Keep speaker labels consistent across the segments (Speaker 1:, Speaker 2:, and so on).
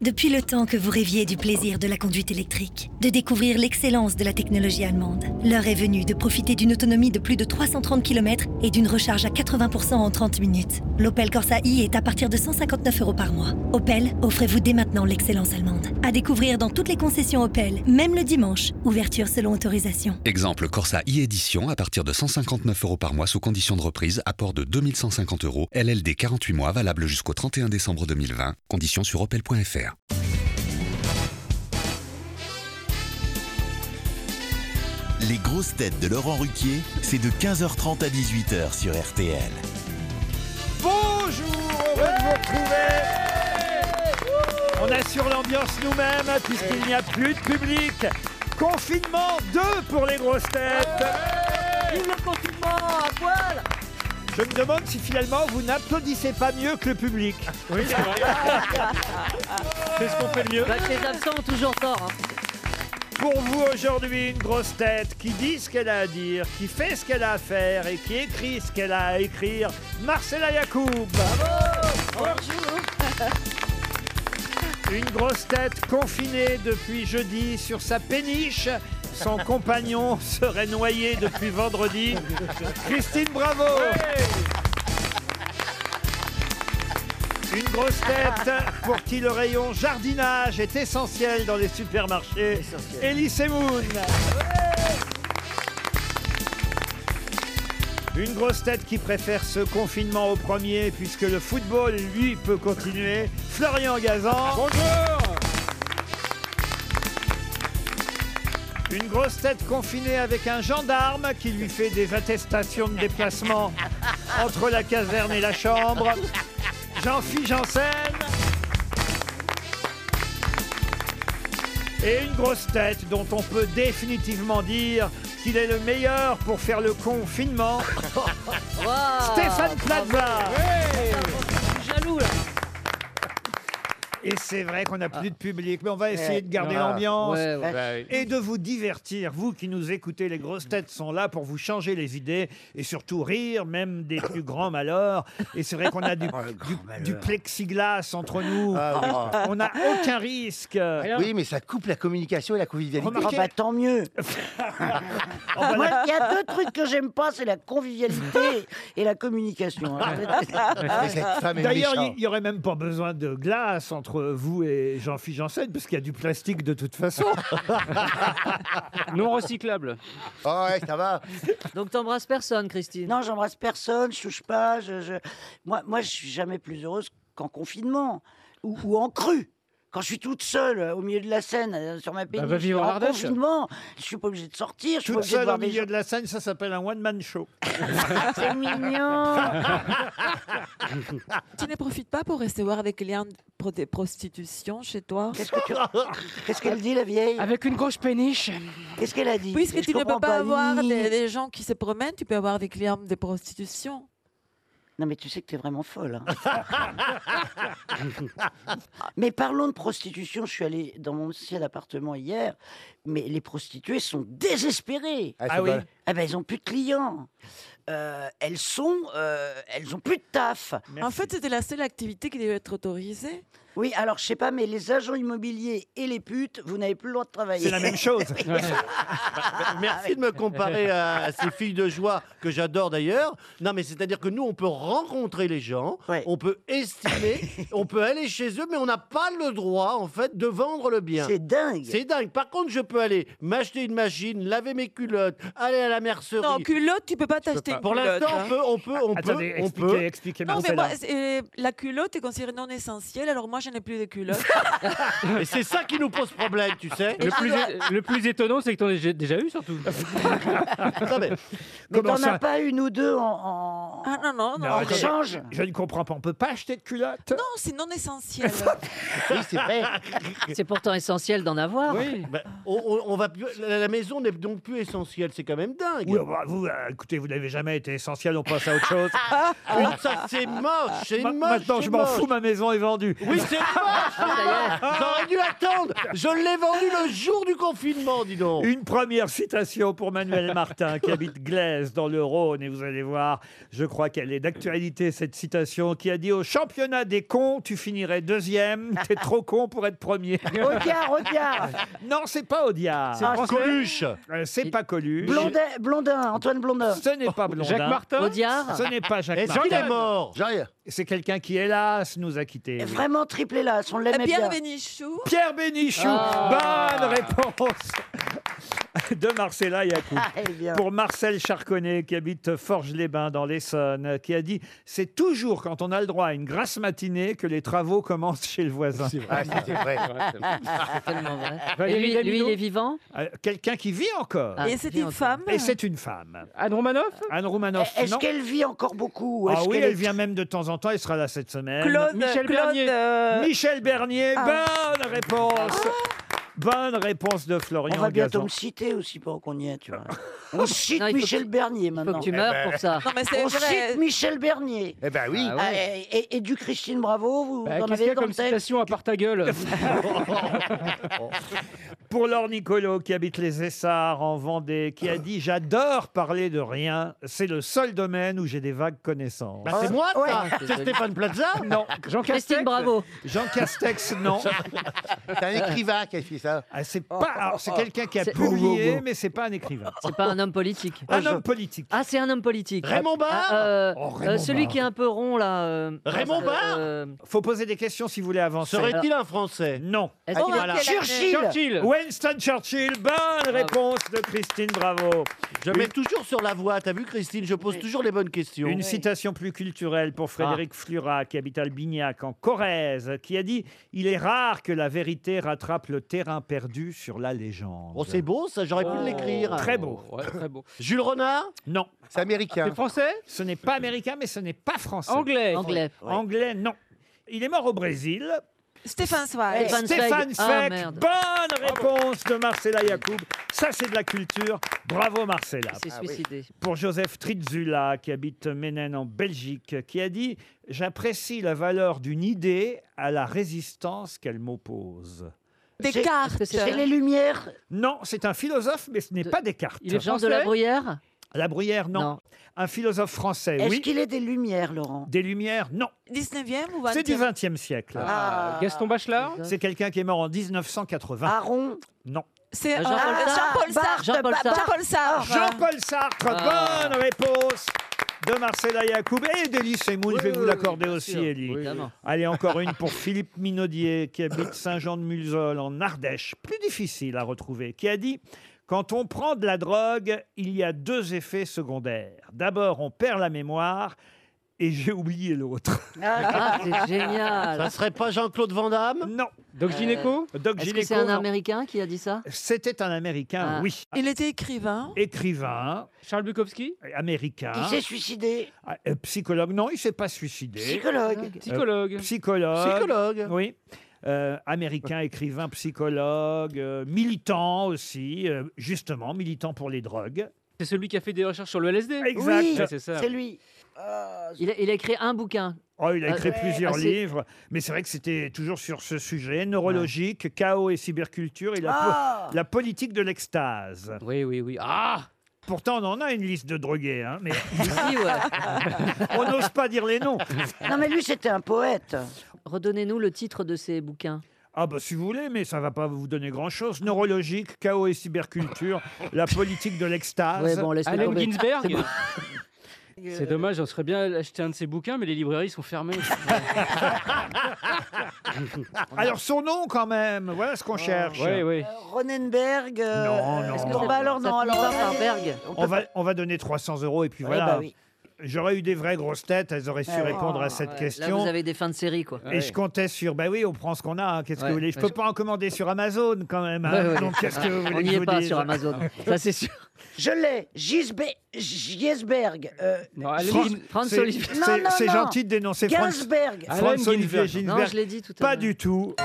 Speaker 1: Depuis le temps que vous rêviez du plaisir de la conduite électrique, de découvrir l'excellence de la technologie allemande, l'heure est venue de profiter d'une autonomie de plus de 330 km et d'une recharge à 80% en 30 minutes. L'Opel Corsa i est à partir de 159 euros par mois. Opel, offrez-vous dès maintenant l'excellence allemande. À découvrir dans toutes les concessions Opel, même le dimanche. Ouverture selon autorisation.
Speaker 2: Exemple Corsa e-édition à partir de 159 euros par mois sous condition de reprise, apport de 2150 euros, LLD 48 mois, valable jusqu'au 31 décembre 2020. Conditions sur opel.fr.
Speaker 3: Les grosses têtes de Laurent Ruquier, c'est de 15h30 à 18h sur RTL.
Speaker 4: Bonjour, heureux de vous retrouver. On assure l'ambiance nous-mêmes puisqu'il n'y a plus de public. Confinement 2 pour les grosses têtes. le confinement à poil. Je me demande si finalement vous n'applaudissez pas mieux que le public. Oui,
Speaker 5: c'est vrai.
Speaker 4: C'est ce qu'on fait de mieux.
Speaker 5: Bah, que les absents ont toujours tort. hein.
Speaker 4: Pour vous aujourd'hui, une grosse tête qui dit ce qu'elle a à dire, qui fait ce qu'elle a à faire et qui écrit ce qu'elle a à écrire, Marcela Yacoub. Oh, Bonjour. Une grosse tête confinée depuis jeudi sur sa péniche. Son compagnon serait noyé depuis vendredi. Christine Bravo. Une grosse tête pour qui le rayon jardinage est essentiel dans les supermarchés. Elie Moon. Une grosse tête qui préfère ce confinement au premier puisque le football, lui, peut continuer. Florian Gazan. Bonjour Une grosse tête confinée avec un gendarme qui lui fait des attestations de déplacement entre la caserne et la chambre. Jean-Philippe Janssen. Et une grosse tête dont on peut définitivement dire qu'il est le meilleur pour faire le confinement. Stéphane Plaza.
Speaker 5: Jaloux là.
Speaker 4: Et c'est vrai qu'on n'a plus de public, mais on va essayer
Speaker 5: Ouais.
Speaker 4: de garder
Speaker 5: Ouais.
Speaker 4: l'ambiance
Speaker 5: Eh,
Speaker 4: Eh,
Speaker 5: Ouais, ouais. Bah oui.
Speaker 4: et de vous divertir. Vous qui nous écoutez, les grosses têtes sont là pour vous changer les idées et surtout rire, même des plus grands malheurs. Et c'est vrai qu'on a
Speaker 6: Oh,
Speaker 4: du, du- du plexiglas entre nous.
Speaker 6: Ah oui.
Speaker 4: On n'a aucun risque.
Speaker 6: Oui, mais ça coupe la communication et la convivialité.
Speaker 4: Remarquez-
Speaker 7: Ah bah, tant mieux. Ah, Moi, il y a deux trucs que j'aime pas, c'est la convivialité et la communication. hein. Ah.
Speaker 4: D'ailleurs, il n'y aurait même pas besoin de glace entre vous et Jean-Philippe Janssen, parce qu'il y a du plastique de toute façon.
Speaker 8: Non recyclable.
Speaker 7: Ah ouais, ça va. Donc t'embrasses personne, Christine Non, j'embrasse personne, je touche pas. Je, je- Moi, moi, je suis jamais plus heureuse qu'en confinement ou, ou en crue. Quand je suis toute seule euh, au milieu de la scène, euh, sur ma péniche,
Speaker 4: Bah, va vivre en
Speaker 7: en
Speaker 4: Ardèche.
Speaker 7: confinement, je suis pas obligée de sortir, je suis
Speaker 4: Toute
Speaker 7: pas obligée de
Speaker 4: seule au
Speaker 7: voir des
Speaker 4: milieu
Speaker 7: gens.
Speaker 4: de la scène, ça s'appelle un one-man show. Ah,
Speaker 7: C'est mignon.
Speaker 9: Tu ne profites pas pour recevoir des clients pour des prostitutions chez toi
Speaker 7: Qu'est-ce que tu- qu'est-ce qu'elle dit, la vieille
Speaker 9: Avec une grosse péniche.
Speaker 7: Qu'est-ce qu'elle a dit
Speaker 9: Puisque
Speaker 7: Je
Speaker 9: tu ne peux
Speaker 7: comprends
Speaker 9: pas,
Speaker 7: pas.
Speaker 9: avoir
Speaker 7: Oui.
Speaker 9: des, des gens qui se promènent, tu peux avoir des clients de prostitution.
Speaker 7: Non, mais tu sais que t'es vraiment folle. hein. mais parlons de prostitution. Je suis allée dans mon ancien appartement hier, mais les prostituées sont désespérées.
Speaker 6: Ah, c'est Ah oui. pas-
Speaker 7: Ah ben, elles ont plus de clients. Euh, elles sont, euh, elles ont plus de taf.
Speaker 9: En fait, c'était la seule activité qui devait être autorisée.
Speaker 7: Oui, alors je sais pas, mais les agents immobiliers et les putes, vous n'avez plus le droit de travailler.
Speaker 6: C'est la même chose.
Speaker 7: Oui.
Speaker 6: Merci de me comparer à, à ces filles de joie que j'adore d'ailleurs. Non, mais c'est-à-dire que nous, on peut rencontrer les gens, on peut estimer, on peut aller chez eux, mais on n'a pas le droit, en fait, de vendre le bien.
Speaker 7: C'est dingue.
Speaker 6: C'est dingue. Par contre, je peux aller m'acheter une machine, laver mes culottes, aller à la mercerie.
Speaker 9: Non, culotte, tu peux pas t'acheter une
Speaker 6: Pour
Speaker 9: culotte,
Speaker 6: l'instant,
Speaker 9: hein.
Speaker 6: on peut, on peut, on peut,
Speaker 4: Attendez,
Speaker 6: on
Speaker 4: expliquez-
Speaker 6: peut.
Speaker 4: expliquez,
Speaker 9: Non, mais moi, c'est- euh, la culotte est considérée non essentielle, alors moi, je n'ai plus de culotte.
Speaker 6: Et c'est ça qui nous pose problème, tu sais.
Speaker 8: Le plus, é- le plus étonnant, c'est que t'en as déjà- déjà eu surtout.
Speaker 7: Mais
Speaker 8: Comment
Speaker 7: t'en
Speaker 8: ça
Speaker 7: as pas une ou deux en, en-
Speaker 9: Ah non, non, non.
Speaker 7: en
Speaker 4: attendez,
Speaker 7: échange
Speaker 4: Je ne comprends pas, on peut pas acheter de culottes
Speaker 9: Non, c'est non essentiel.
Speaker 7: Ah.
Speaker 8: Oui, c'est vrai.
Speaker 10: C'est pourtant essentiel d'en avoir.
Speaker 6: Ben, on, on- on va plus- la la maison n'est donc plus essentielle, c'est quand même dingue.
Speaker 4: Oui, bah, vous, euh, écoutez, vous n'avez jamais été essentiel, on passe à autre chose.
Speaker 6: Une- Ah, ça, c'est moche, c'est
Speaker 4: Ma-
Speaker 6: moche.
Speaker 4: Maintenant, Ah,
Speaker 6: c'est
Speaker 4: je m'en
Speaker 6: moche. Ah,
Speaker 4: fous, ma maison est vendue.
Speaker 6: Oui, c'est moche. J'aurais dû attendre. Je l'ai vendu le jour du confinement, dis donc.
Speaker 4: Une première citation pour Manuel Martin, qui habite Glaise, dans le Rhône, et vous allez voir, je crois qu'elle est d'actualité, cette citation, qui a dit « Au championnat des cons, tu finirais deuxième, t'es trop con pour être premier. »
Speaker 7: Audiard, Audiard.
Speaker 4: Non, c'est pas Audiard.
Speaker 7: C'est Ah, français Coluche.
Speaker 4: Euh, C'est pas Coluche.
Speaker 7: Blondet- Blondin, Antoine Blondin.
Speaker 4: Ce n'est pas Blondin.
Speaker 7: Audiard.
Speaker 4: Ce n'est pas Jacques
Speaker 7: Est-ce
Speaker 4: Martin.
Speaker 7: qu'il est mort
Speaker 4: C'est quelqu'un qui, hélas, nous a quittés. oui.
Speaker 7: Vraiment triplé là, on l'aimait bien.
Speaker 9: Pierre Bénichou.
Speaker 4: Pierre Bénichou.
Speaker 9: Ah.
Speaker 4: Bonne réponse de Marcella Yacoub.
Speaker 7: Ah, eh
Speaker 4: Pour Marcel Charconnet, qui habite Forges-les-Bains dans l'Essonne, qui a dit C'est toujours quand on a le droit à une grasse matinée que les travaux commencent chez le voisin. C'est
Speaker 10: vrai, c'est vrai. C'est tellement vrai. Et lui- lui, il est vivant
Speaker 4: Euh, Quelqu'un qui vit encore.
Speaker 10: Ah, Et c'est vit une encore. femme
Speaker 4: Et c'est une femme. Anne Romanoff Anne Romanoff.
Speaker 7: Est-ce
Speaker 4: Ah, non.
Speaker 7: qu'elle vit encore beaucoup ou
Speaker 4: Ah
Speaker 7: est-ce
Speaker 4: oui,
Speaker 7: qu'elle
Speaker 4: elle
Speaker 7: est-
Speaker 4: vient même de temps en temps, elle sera là cette semaine.
Speaker 7: Claude- Michel Claude, Bernier. euh,
Speaker 4: Michel Bernier,
Speaker 7: Ah.
Speaker 4: bonne réponse. Bonne réponse de Florian
Speaker 7: On va bientôt
Speaker 4: Gazan.
Speaker 7: me citer aussi pour qu'on y est, tu vois. On cite Michel Bernier maintenant.
Speaker 10: que tu meures Eh ben. pour ça. Non, mais c'est
Speaker 7: On
Speaker 10: vrai.
Speaker 7: cite Michel Bernier.
Speaker 10: Eh ben oui. Ah ouais.
Speaker 7: Ah, et, et- et du Christine Bravo, vous
Speaker 4: Ben,
Speaker 8: Bah,
Speaker 7: en
Speaker 8: Qu'est-ce
Speaker 7: avez
Speaker 8: qu'il y a
Speaker 7: dans
Speaker 8: comme
Speaker 7: le texte
Speaker 8: citation à part ta gueule
Speaker 4: Pour Laure Nicolo, qui habite les Essarts en Vendée, qui a dit J'adore parler de rien, c'est le seul domaine où j'ai des vagues connaissances.
Speaker 6: Bah, c'est moi, ça.
Speaker 4: Ouais.
Speaker 6: C'est Stéphane Plaza
Speaker 4: Non.
Speaker 6: Jean Christine Castex Bravo.
Speaker 4: Jean Castex, non.
Speaker 11: C'est un écrivain qui a fait ça.
Speaker 4: Ah, c'est pas. alors, c'est quelqu'un qui a
Speaker 10: C'est-
Speaker 4: publié, mais c'est pas un écrivain.
Speaker 10: C'est pas un homme politique.
Speaker 4: Un homme politique.
Speaker 10: Ah, c'est un homme politique.
Speaker 4: Raymond Barre
Speaker 10: Ah, euh,
Speaker 4: Oh, Raymond
Speaker 10: euh, Celui
Speaker 4: Barre.
Speaker 10: qui est un peu rond, là. euh,
Speaker 4: Raymond
Speaker 10: euh,
Speaker 4: Barre
Speaker 10: euh,
Speaker 4: Faut poser des questions si vous voulez avancer. Euh,
Speaker 6: Serait-il un Français
Speaker 4: Non.
Speaker 10: Est-ce qu'il- Voilà. Churchill
Speaker 6: Churchill
Speaker 4: Winston Churchill, bonne réponse de Christine Bravo.
Speaker 6: Je mets toujours sur la voie, t'as vu Christine, je pose toujours les bonnes questions.
Speaker 4: Une citation plus culturelle pour Frédéric Flurat, qui habite Albignac, en Corrèze, qui a dit « Il est rare que la vérité rattrape le terrain perdu sur la légende. »
Speaker 6: Oh, c'est beau ça, j'aurais pu l'écrire.
Speaker 4: Très beau.
Speaker 6: Jules Renard
Speaker 4: Non.
Speaker 6: C'est américain.
Speaker 4: C'est français Ce n'est pas américain, mais ce n'est pas français.
Speaker 8: Anglais.
Speaker 9: Anglais.
Speaker 4: Ouais. Anglais, non. Il est mort au Brésil.
Speaker 9: Stéphane Zweig. Ah,
Speaker 4: Stéphane
Speaker 7: Ah,
Speaker 4: Zweig. Ah, Bonne réponse de Marcella Yacoub. Ça, c'est de la culture. Bravo, Marcella.
Speaker 10: Il s'est Ah oui. suicidé.
Speaker 4: Pour Joseph Tritzula, qui habite Ménène en Belgique, qui a dit « J'apprécie la valeur d'une idée à la résistance qu'elle m'oppose. »
Speaker 7: Descartes. C'est- c'est les Lumières
Speaker 4: Non, c'est un philosophe, mais ce n'est pas Descartes.
Speaker 10: Il est Jean de la Bruyère
Speaker 4: La Bruyère, non. Un philosophe français,
Speaker 7: Est-ce
Speaker 4: oui.
Speaker 7: qu'il est des Lumières, Laurent
Speaker 4: Des Lumières, non.
Speaker 9: 19e ou 20e
Speaker 4: C'est du XXe siècle.
Speaker 9: Ah.
Speaker 8: Gaston Bachelard
Speaker 4: C'est quelqu'un qui est mort en 1980.
Speaker 7: Aron
Speaker 4: Non.
Speaker 9: C'est, Euh, Jean-Paul euh, Sartre. Jean-Paul Sartre, Jean-Paul Sartre. Jean-Paul Sartre.
Speaker 4: Jean-Paul Sartre,
Speaker 9: Ah.
Speaker 4: bonne réponse de Marcella Yacoub et d'Élise Semoun, je vais vous l'accorder aussi,
Speaker 8: sûr.
Speaker 4: Élie.
Speaker 8: Oui, évidemment.
Speaker 4: Allez, encore une pour Philippe Minaudier, qui habite Saint-Jean-de-Mulzol, en Ardèche, plus difficile à retrouver, qui a dit « Quand on prend de la drogue, il y a deux effets secondaires. D'abord, on perd la mémoire, et j'ai oublié l'autre. »
Speaker 10: Ah, c'est génial.
Speaker 6: Ça serait pas Jean-Claude Van Damme
Speaker 4: Non.
Speaker 6: Doc Gynéco
Speaker 10: Euh,
Speaker 4: Doc
Speaker 10: Est-ce que
Speaker 4: Gynéco,
Speaker 10: c'est un
Speaker 4: non.
Speaker 10: Américain qui a dit ça
Speaker 4: C'était un Américain,
Speaker 10: Ah.
Speaker 4: oui.
Speaker 9: Il était écrivain.
Speaker 4: Écrivain. Euh,
Speaker 8: Charles Bukowski
Speaker 4: Américain.
Speaker 7: Il s'est suicidé.
Speaker 4: Ah, euh, Psychologue, non, il s'est pas suicidé.
Speaker 7: Psychologue.
Speaker 4: Euh,
Speaker 8: Psychologue.
Speaker 4: psychologue.
Speaker 6: Psychologue.
Speaker 4: Oui. Euh, américain, écrivain, psychologue, euh, militant aussi, euh, justement, militant pour les drogues.
Speaker 8: C'est celui qui a fait des recherches sur le LSD
Speaker 4: Exact. Euh,
Speaker 8: Ouais, c'est ça.
Speaker 7: lui.
Speaker 10: il, a, il a écrit un bouquin.
Speaker 4: Oh, il
Speaker 10: Ah,
Speaker 4: a écrit
Speaker 10: ouais.
Speaker 4: plusieurs
Speaker 10: Ah, c'est-
Speaker 4: livres, mais c'est vrai que c'était toujours sur ce sujet neurologique, chaos et cyberculture et la, po-
Speaker 8: Ah
Speaker 4: la politique de l'extase.
Speaker 8: Oui, oui, oui. Ah
Speaker 4: Pourtant, on en a une liste de drogués, hein, mais
Speaker 10: Si, ouais.
Speaker 4: on n'ose pas dire les noms.
Speaker 7: Non, mais lui, c'était un poète.
Speaker 10: Redonnez-nous le titre de ces bouquins.
Speaker 4: Ah bah si vous voulez, mais ça va pas vous donner grand-chose. Neurologique, chaos et cyberculture, la politique de l'extase.
Speaker 10: Ouais, bon, laisse-le
Speaker 8: Allen
Speaker 10: tomber. C'est
Speaker 8: Ginsberg
Speaker 10: bon.
Speaker 6: Euh,
Speaker 8: C'est dommage, on serait bien acheté un de ses bouquins, mais les librairies sont fermées.
Speaker 4: Alors son nom quand même, voilà ce qu'on cherche.
Speaker 8: Oui, oui.
Speaker 10: Euh,
Speaker 7: Ronenberg. euh,
Speaker 4: Non, non.
Speaker 7: est-ce que
Speaker 4: Bon,
Speaker 7: ça-
Speaker 4: bah
Speaker 7: alors non,
Speaker 10: ça finit
Speaker 7: alors
Speaker 10: pas
Speaker 7: on
Speaker 10: par
Speaker 7: est-
Speaker 10: Berg.
Speaker 7: on peut
Speaker 4: On va, on va donner 300 euros
Speaker 10: Eh
Speaker 4: et puis
Speaker 7: Ouais,
Speaker 4: voilà.
Speaker 7: bah oui.
Speaker 4: J'aurais eu des vraies grosses têtes, elles auraient su
Speaker 10: Ouais, ouais.
Speaker 4: répondre à
Speaker 10: Eh
Speaker 4: cette
Speaker 10: bah, Ouais, Là,
Speaker 4: question.
Speaker 10: vous avez des fins de série, quoi.
Speaker 4: Et je comptais sur, bah oui, on prend ce qu'on a, hein, qu'est-ce que vous voulez. Je peux pas en commander sur Amazon quand même. hein.
Speaker 10: Ouais, ouais.
Speaker 4: Donc qu'est-ce que vous
Speaker 10: On n'y
Speaker 4: voulez que je
Speaker 10: est
Speaker 4: vous
Speaker 10: pas
Speaker 4: dise
Speaker 10: sur Amazon. Ça, c'est sûr.
Speaker 7: Je l'ai. Gisbe- Giesberg. euh,
Speaker 4: Fran-
Speaker 10: Franz
Speaker 4: Ah, c'est-
Speaker 10: Olivier.
Speaker 7: Non,
Speaker 4: c'est-
Speaker 7: non,
Speaker 4: C'est
Speaker 7: non.
Speaker 4: gentil de dénoncer Franz-
Speaker 7: Ginsberg.
Speaker 4: Franz
Speaker 8: Allen
Speaker 4: Olivier
Speaker 8: Ginsberg.
Speaker 4: Ginsberg.
Speaker 10: Non, je l'ai dit tout à l'heure.
Speaker 4: Pas du tout.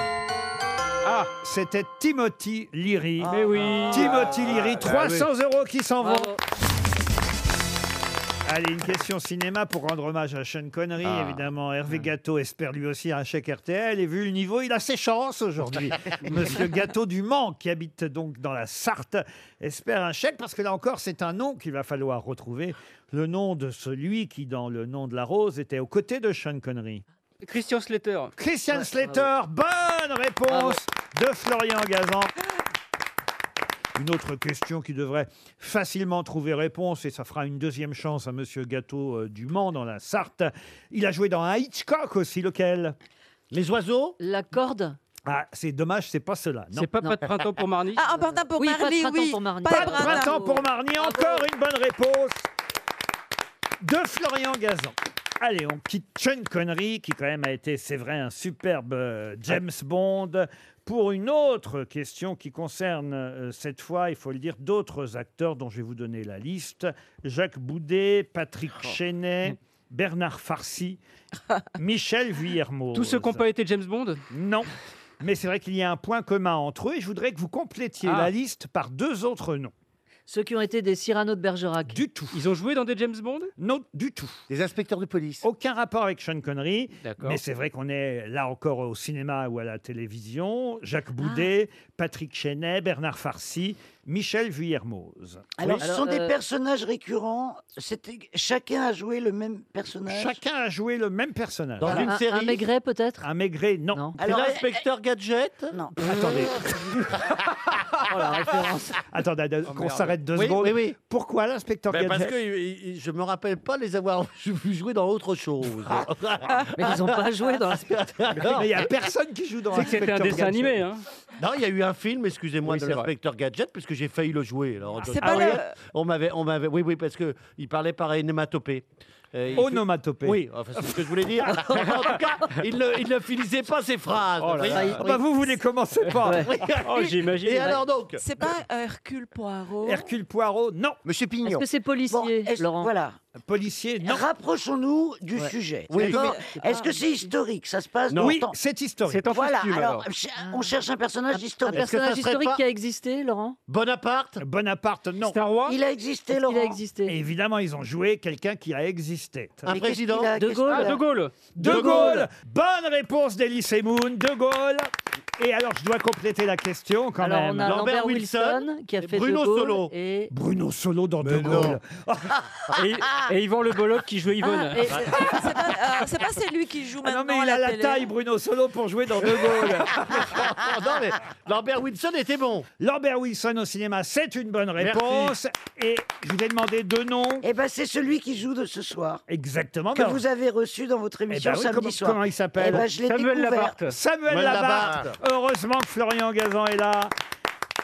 Speaker 4: Ah, c'était Timothy Leary.
Speaker 7: Ah.
Speaker 8: Mais oui.
Speaker 4: Timothy Leary,
Speaker 8: Ah, bah oui.
Speaker 4: 300 euros qui s'en vont.
Speaker 8: Bravo.
Speaker 4: Allez, une question cinéma pour rendre hommage à Sean Connery,
Speaker 12: Ah.
Speaker 4: évidemment. Hervé Gâteau espère lui aussi un chèque RTL. Et vu le niveau, il a ses chances aujourd'hui. Monsieur Gâteau du Mans, qui habite donc dans la Sarthe, espère un chèque parce que là encore, c'est un nom qu'il va falloir retrouver. Le nom de celui qui, dans Le nom de la rose, était aux côtés de Sean Connery.
Speaker 8: Christian Slater.
Speaker 4: Christian Slater, bonne réponse de Florian Gazan. Une autre question qui devrait facilement trouver réponse, et ça fera une deuxième chance à Monsieur Gâteau euh, du Mans dans la Sarthe. Il a joué dans un Hitchcock aussi, lequel Les oiseaux La corde ah, c'est dommage, c'est pas cela. non.
Speaker 8: C'est pas Pas de printemps pour Marnie
Speaker 9: Ah, un printemps pour
Speaker 8: Oui, pas de
Speaker 9: Marley,
Speaker 8: printemps
Speaker 9: oui.
Speaker 8: pour Marnie.
Speaker 4: Pas de printemps pour Marnie, encore une bonne réponse de Florian Gazan. Allez, on quitte Sean Connery, qui quand même a été, c'est vrai, un superbe euh, James Bond, pour une autre question qui concerne, euh, cette fois, il faut le dire, d'autres acteurs dont je vais vous donner la liste. Jacques Boudet, Patrick
Speaker 8: Oh.
Speaker 4: Chenet, Bernard Farcy, Michel Vuillermo.
Speaker 8: Tous ceux qui n'ont pas été James Bond
Speaker 4: Non. Mais c'est vrai qu'il y a un point commun entre eux et je voudrais que vous complétiez
Speaker 8: Ah.
Speaker 4: la liste par deux autres noms.
Speaker 5: Ceux qui ont été des Cyrano de Bergerac.
Speaker 4: Du tout.
Speaker 8: Ils ont joué dans des James Bond
Speaker 4: Non, du tout. Des inspecteurs de police. Aucun rapport avec Sean Connery.
Speaker 8: D'accord.
Speaker 4: Mais c'est vrai qu'on est là encore au cinéma ou à la télévision. Jacques
Speaker 5: Ah.
Speaker 4: Boudet, Patrick Chenet, Bernard Farcy, Michel Vuillermoz.
Speaker 5: Ah
Speaker 7: Alors,
Speaker 4: Oui.
Speaker 7: ce sont des personnages récurrents. C'était chacun a joué le même personnage.
Speaker 4: Chacun a joué le même personnage.
Speaker 7: Dans une Un- un série
Speaker 5: Maigret,
Speaker 4: peut-être Un Maigret, non.
Speaker 7: Alors,
Speaker 4: euh,
Speaker 6: L'inspecteur Gadget Oh,
Speaker 7: Non.
Speaker 4: Attendez. Attendez, qu'on s'arrête deux secondes. Pourquoi l'inspecteur Gadget
Speaker 6: Ben, Parce que il- il- je me rappelle pas les avoir vu jouer dans autre chose. Ah.
Speaker 4: Mais ils ont pas joué dans
Speaker 6: l'inspecteur.
Speaker 4: Mais il y a personne qui joue dans C'est que c'était un
Speaker 6: Inspecteur
Speaker 4: dessin
Speaker 6: Gadget.
Speaker 4: animé, hein.
Speaker 6: Non, il y a eu un film, excusez-moi,
Speaker 4: Oui,
Speaker 6: de
Speaker 4: c'est vrai.
Speaker 6: l'inspecteur Gadget, puisque j'ai failli le jouer. Alors,
Speaker 4: Ah, c'est
Speaker 6: donc-
Speaker 4: pas
Speaker 6: oui,
Speaker 4: le-
Speaker 6: On m'avait, on m'avait, oui, oui, parce que il parlait par onomatopée. Euh, il fait-
Speaker 4: Onomatopée.
Speaker 6: Oui, enfin, c'est ce que je voulais dire. en tout cas, il ne, il ne finissait pas ses phrases.
Speaker 4: Oh là là. Ah bah, vous, vous les commencez pas.
Speaker 6: Oui.
Speaker 4: Oh, j'imagine.
Speaker 6: Et alors donc
Speaker 9: C'est pas euh, Hercule Poirot
Speaker 4: Hercule Poirot, non.
Speaker 6: Monsieur
Speaker 5: Est-ce que c'est policier, Laurent
Speaker 7: Voilà.
Speaker 4: Policier, non.
Speaker 7: Rapprochons-nous du
Speaker 5: Ouais.
Speaker 7: sujet.
Speaker 5: Oui.
Speaker 7: D'accord.
Speaker 5: C'est pas-
Speaker 7: Est-ce que c'est historique Ça se passe
Speaker 5: Non.
Speaker 7: dans
Speaker 5: Oui,
Speaker 7: le temps
Speaker 4: c'est historique.
Speaker 5: C'est en
Speaker 7: voilà,
Speaker 5: costume,
Speaker 7: alors,
Speaker 5: alors.
Speaker 7: ch- on cherche un personnage
Speaker 5: Un
Speaker 7: historique.
Speaker 5: personnage historique qui a existé, Laurent
Speaker 6: Bonaparte
Speaker 4: Bonaparte, non.
Speaker 5: Star Wars Il a existé, Est-ce qu'il a Laurent existé
Speaker 4: Et Évidemment, ils ont joué quelqu'un qui a existé.
Speaker 6: Un Mais qu'est-ce président qu'il a-
Speaker 8: De Gaulle.
Speaker 6: Ah, De
Speaker 8: Gaulle.
Speaker 4: De
Speaker 8: De
Speaker 4: Gaulle
Speaker 8: Gaulle.
Speaker 4: Bonne réponse d'Elie Moon. De Gaulle Et alors, je dois compléter la question quand
Speaker 5: Alors,
Speaker 4: même.
Speaker 5: on a Lambert Wilson, qui a fait De Gaulle et...
Speaker 4: Bruno Solo dans De Gaulle.
Speaker 8: et, et Yvan Le Bolloc qui jouait Yvonne.
Speaker 9: Ah, et- C'est pas, euh, c'est pas celui qui joue maintenant
Speaker 4: Ah non, mais il
Speaker 9: à
Speaker 4: a la
Speaker 9: télé.
Speaker 4: taille, Bruno Solo, pour jouer dans De Gaulle.
Speaker 6: non, mais Lambert Wilson était bon.
Speaker 4: Lambert Wilson au cinéma, c'est une bonne réponse. Et je vous ai demandé deux noms.
Speaker 7: Eh ben, c'est celui qui joue de ce soir.
Speaker 4: Exactement.
Speaker 7: Que
Speaker 4: ben,
Speaker 7: vous avez reçu dans votre
Speaker 4: Eh
Speaker 7: émission
Speaker 4: ben oui,
Speaker 7: samedi
Speaker 4: comment,
Speaker 7: soir.
Speaker 4: comment il s'appelle
Speaker 7: Eh ben, je l'ai découvert.
Speaker 4: Samuel Labarthe. Heureusement que Florian Gazan est là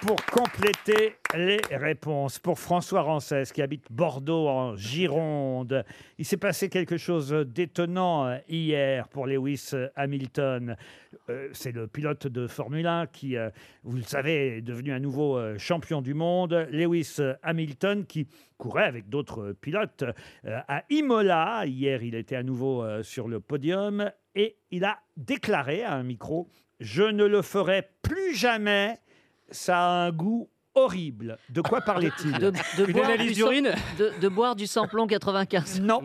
Speaker 4: pour compléter les réponses. Pour François Rancès, qui habite Bordeaux en Gironde, il s'est passé quelque chose d'étonnant euh, hier pour Lewis Hamilton. Euh, C'est le pilote de Formule 1 qui, euh, vous le savez, est devenu un nouveau euh, champion du monde. Lewis euh, Hamilton qui courait avec d'autres pilotes euh, à Imola. Hier, il était à nouveau euh, sur le podium et il a déclaré à un micro Je ne le ferai plus jamais. Ça a un goût horrible. De quoi parlait-il
Speaker 5: De, de boire du sang-
Speaker 4: d'urine
Speaker 5: de, de boire du samplon 95.
Speaker 4: Non.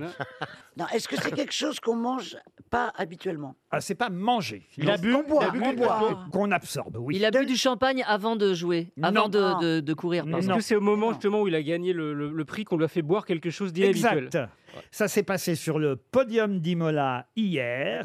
Speaker 7: Non, est-ce que c'est quelque chose qu'on mange pas habituellement
Speaker 4: Ah, c'est pas manger.
Speaker 7: Il a
Speaker 4: Non,
Speaker 7: bu,
Speaker 4: qu'on
Speaker 7: il
Speaker 4: boit,
Speaker 7: a bu
Speaker 4: qu'on
Speaker 7: quelque
Speaker 4: boit,
Speaker 7: chose.
Speaker 4: Qu'on absorbe, oui.
Speaker 5: Il a bu du champagne avant de jouer, avant
Speaker 4: Non.
Speaker 5: de, de- de courir. pardon.
Speaker 8: Est-ce que c'est au moment justement où il a gagné le, le- le prix qu'on lui a fait boire quelque chose d'inhabituel
Speaker 4: Exact. Ça s'est passé sur le podium d'Imola hier.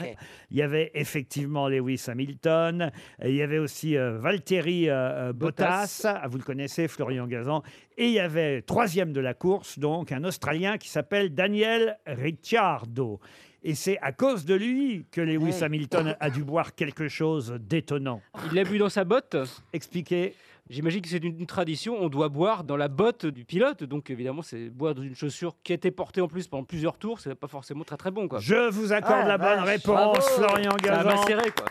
Speaker 4: Il y avait effectivement Lewis Hamilton. Il y avait aussi euh, Valtteri euh, euh, Bottas. Ah, Vous le connaissez, Florian Gazan. Et il y avait, troisième de la course, donc, un Australien qui s'appelle Daniel Ricciardo. Et c'est à cause de lui que Lewis
Speaker 8: Hey.
Speaker 4: Hamilton a dû boire quelque chose d'étonnant.
Speaker 8: Il l'a bu dans sa botte
Speaker 4: Expliquez.
Speaker 8: J'imagine que c'est une une tradition, on doit boire dans la botte du pilote, donc évidemment c'est boire dans une chaussure qui a été portée en plus pendant plusieurs tours, c'est pas forcément très très bon quoi.
Speaker 4: Je vous accorde Ah, la la bonne vache. réponse, Bravo. Florian
Speaker 8: Ça a
Speaker 4: Gazan.
Speaker 8: macéré, quoi.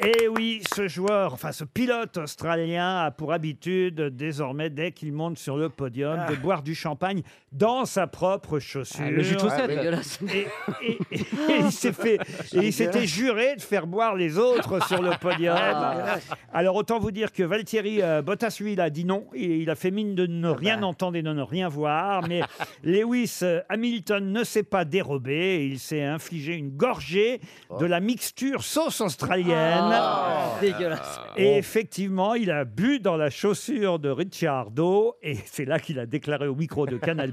Speaker 4: Et Eh oui, ce joueur, enfin ce pilote australien a pour habitude désormais, dès qu'il monte sur le podium, de boire du champagne dans sa propre chaussure.
Speaker 8: Ah, le jus de chaussette. Ah, dégueulasse.
Speaker 4: Et, et- et il s'est fait, et il s'était juré de faire boire les autres sur le podium.
Speaker 12: Ah, dégueulasse.
Speaker 4: Alors autant vous dire que Valtieri euh, Bottas, lui, il a dit non. Il, il a fait mine de ne rien entendre et de ne rien voir. Mais Lewis euh, Hamilton ne s'est pas dérobé. et Il s'est infligé une gorgée de la mixture sauce australienne.
Speaker 5: Ah, dégueulasse.
Speaker 4: Et effectivement, il a bu dans la chaussure de Ricciardo. Et c'est là qu'il a déclaré au micro de Canal+,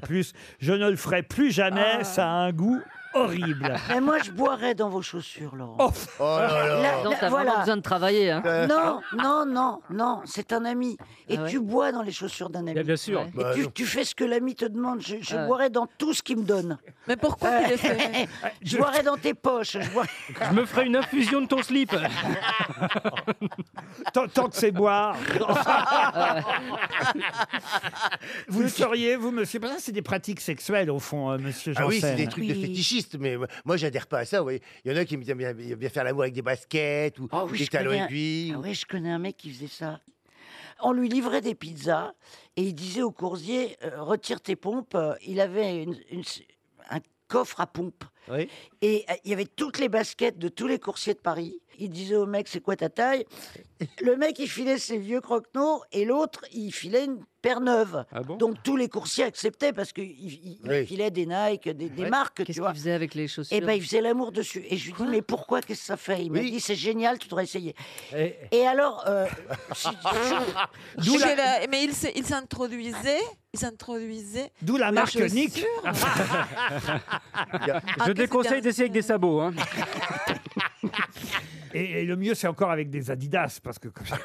Speaker 4: je ne le ferai plus jamais, ça a un goût horrible.
Speaker 7: Ah.
Speaker 4: Oh.
Speaker 7: Mais moi, je boirais dans vos chaussures, Laurent.
Speaker 5: Oh
Speaker 7: Oh
Speaker 5: Là, Donc, t'as vraiment besoin de travailler. Hein.
Speaker 7: Euh. Non, non, non, non, c'est un ami. Et
Speaker 5: Ah ouais
Speaker 7: tu bois dans les chaussures d'un ami.
Speaker 5: Bien, bien sûr. Ouais.
Speaker 7: Et
Speaker 5: Bah, non.
Speaker 7: tu, tu fais ce que l'ami te demande. Je, je
Speaker 5: Ah ouais.
Speaker 7: boirai dans tout ce qu'il me donne. Euh,
Speaker 9: Mais pourquoi tu le fais
Speaker 7: Je boirai dans tes poches. Je boirai...
Speaker 8: Je me ferai une infusion de ton slip.
Speaker 4: Tant, tant que c'est boire. vous le sauriez, vous, monsieur Parce que c'est des pratiques sexuelles, au fond, euh, monsieur Janssen.
Speaker 11: Ah oui, c'est des trucs de fétichistes, mais euh, moi j'adhère pas à ça. vous voyez. Il y en a qui me disent bien, bien faire l'amour avec des baskets ou
Speaker 7: Ah oui,
Speaker 11: des
Speaker 7: je
Speaker 11: talons
Speaker 7: connais un-
Speaker 11: aiguilles.
Speaker 7: Ah ouais, je connais un mec qui faisait ça. On lui livrait des pizzas et il disait au coursier euh, retire tes pompes. Euh, Il avait une- une- un coffre à pompe. Et euh, il y avait toutes les baskets de tous les coursiers de Paris. Il disait au mec c'est quoi ta taille Le mec il filait ses vieux croquenots et l'autre il filait une paire neuve. Donc tous les coursiers acceptaient parce qu'il il, il
Speaker 5: Oui.
Speaker 7: filait des Nike, des, des
Speaker 5: Ouais.
Speaker 7: marques. tu
Speaker 5: Qu'est-ce
Speaker 7: vois.
Speaker 5: qu'il faisait avec les chaussures
Speaker 7: Et ben il faisait l'amour dessus. Et je lui dis mais pourquoi qu'est-ce que ça fait Il m'a
Speaker 5: Oui.
Speaker 7: dit c'est génial, tu devrais essayer.
Speaker 8: Et,
Speaker 7: alors, euh,
Speaker 9: D'où la- euh, Mais il s'est- il s'introduisait, il s'introduisait.
Speaker 4: D'où
Speaker 9: dans
Speaker 4: la
Speaker 9: les
Speaker 4: marque
Speaker 9: chaussures.
Speaker 4: Nick.
Speaker 8: Je
Speaker 9: que
Speaker 8: déconseille
Speaker 9: c'est
Speaker 8: d'essayer avec des sabots. hein.
Speaker 4: Et, et le mieux, c'est encore avec des Adidas, parce que comme ça-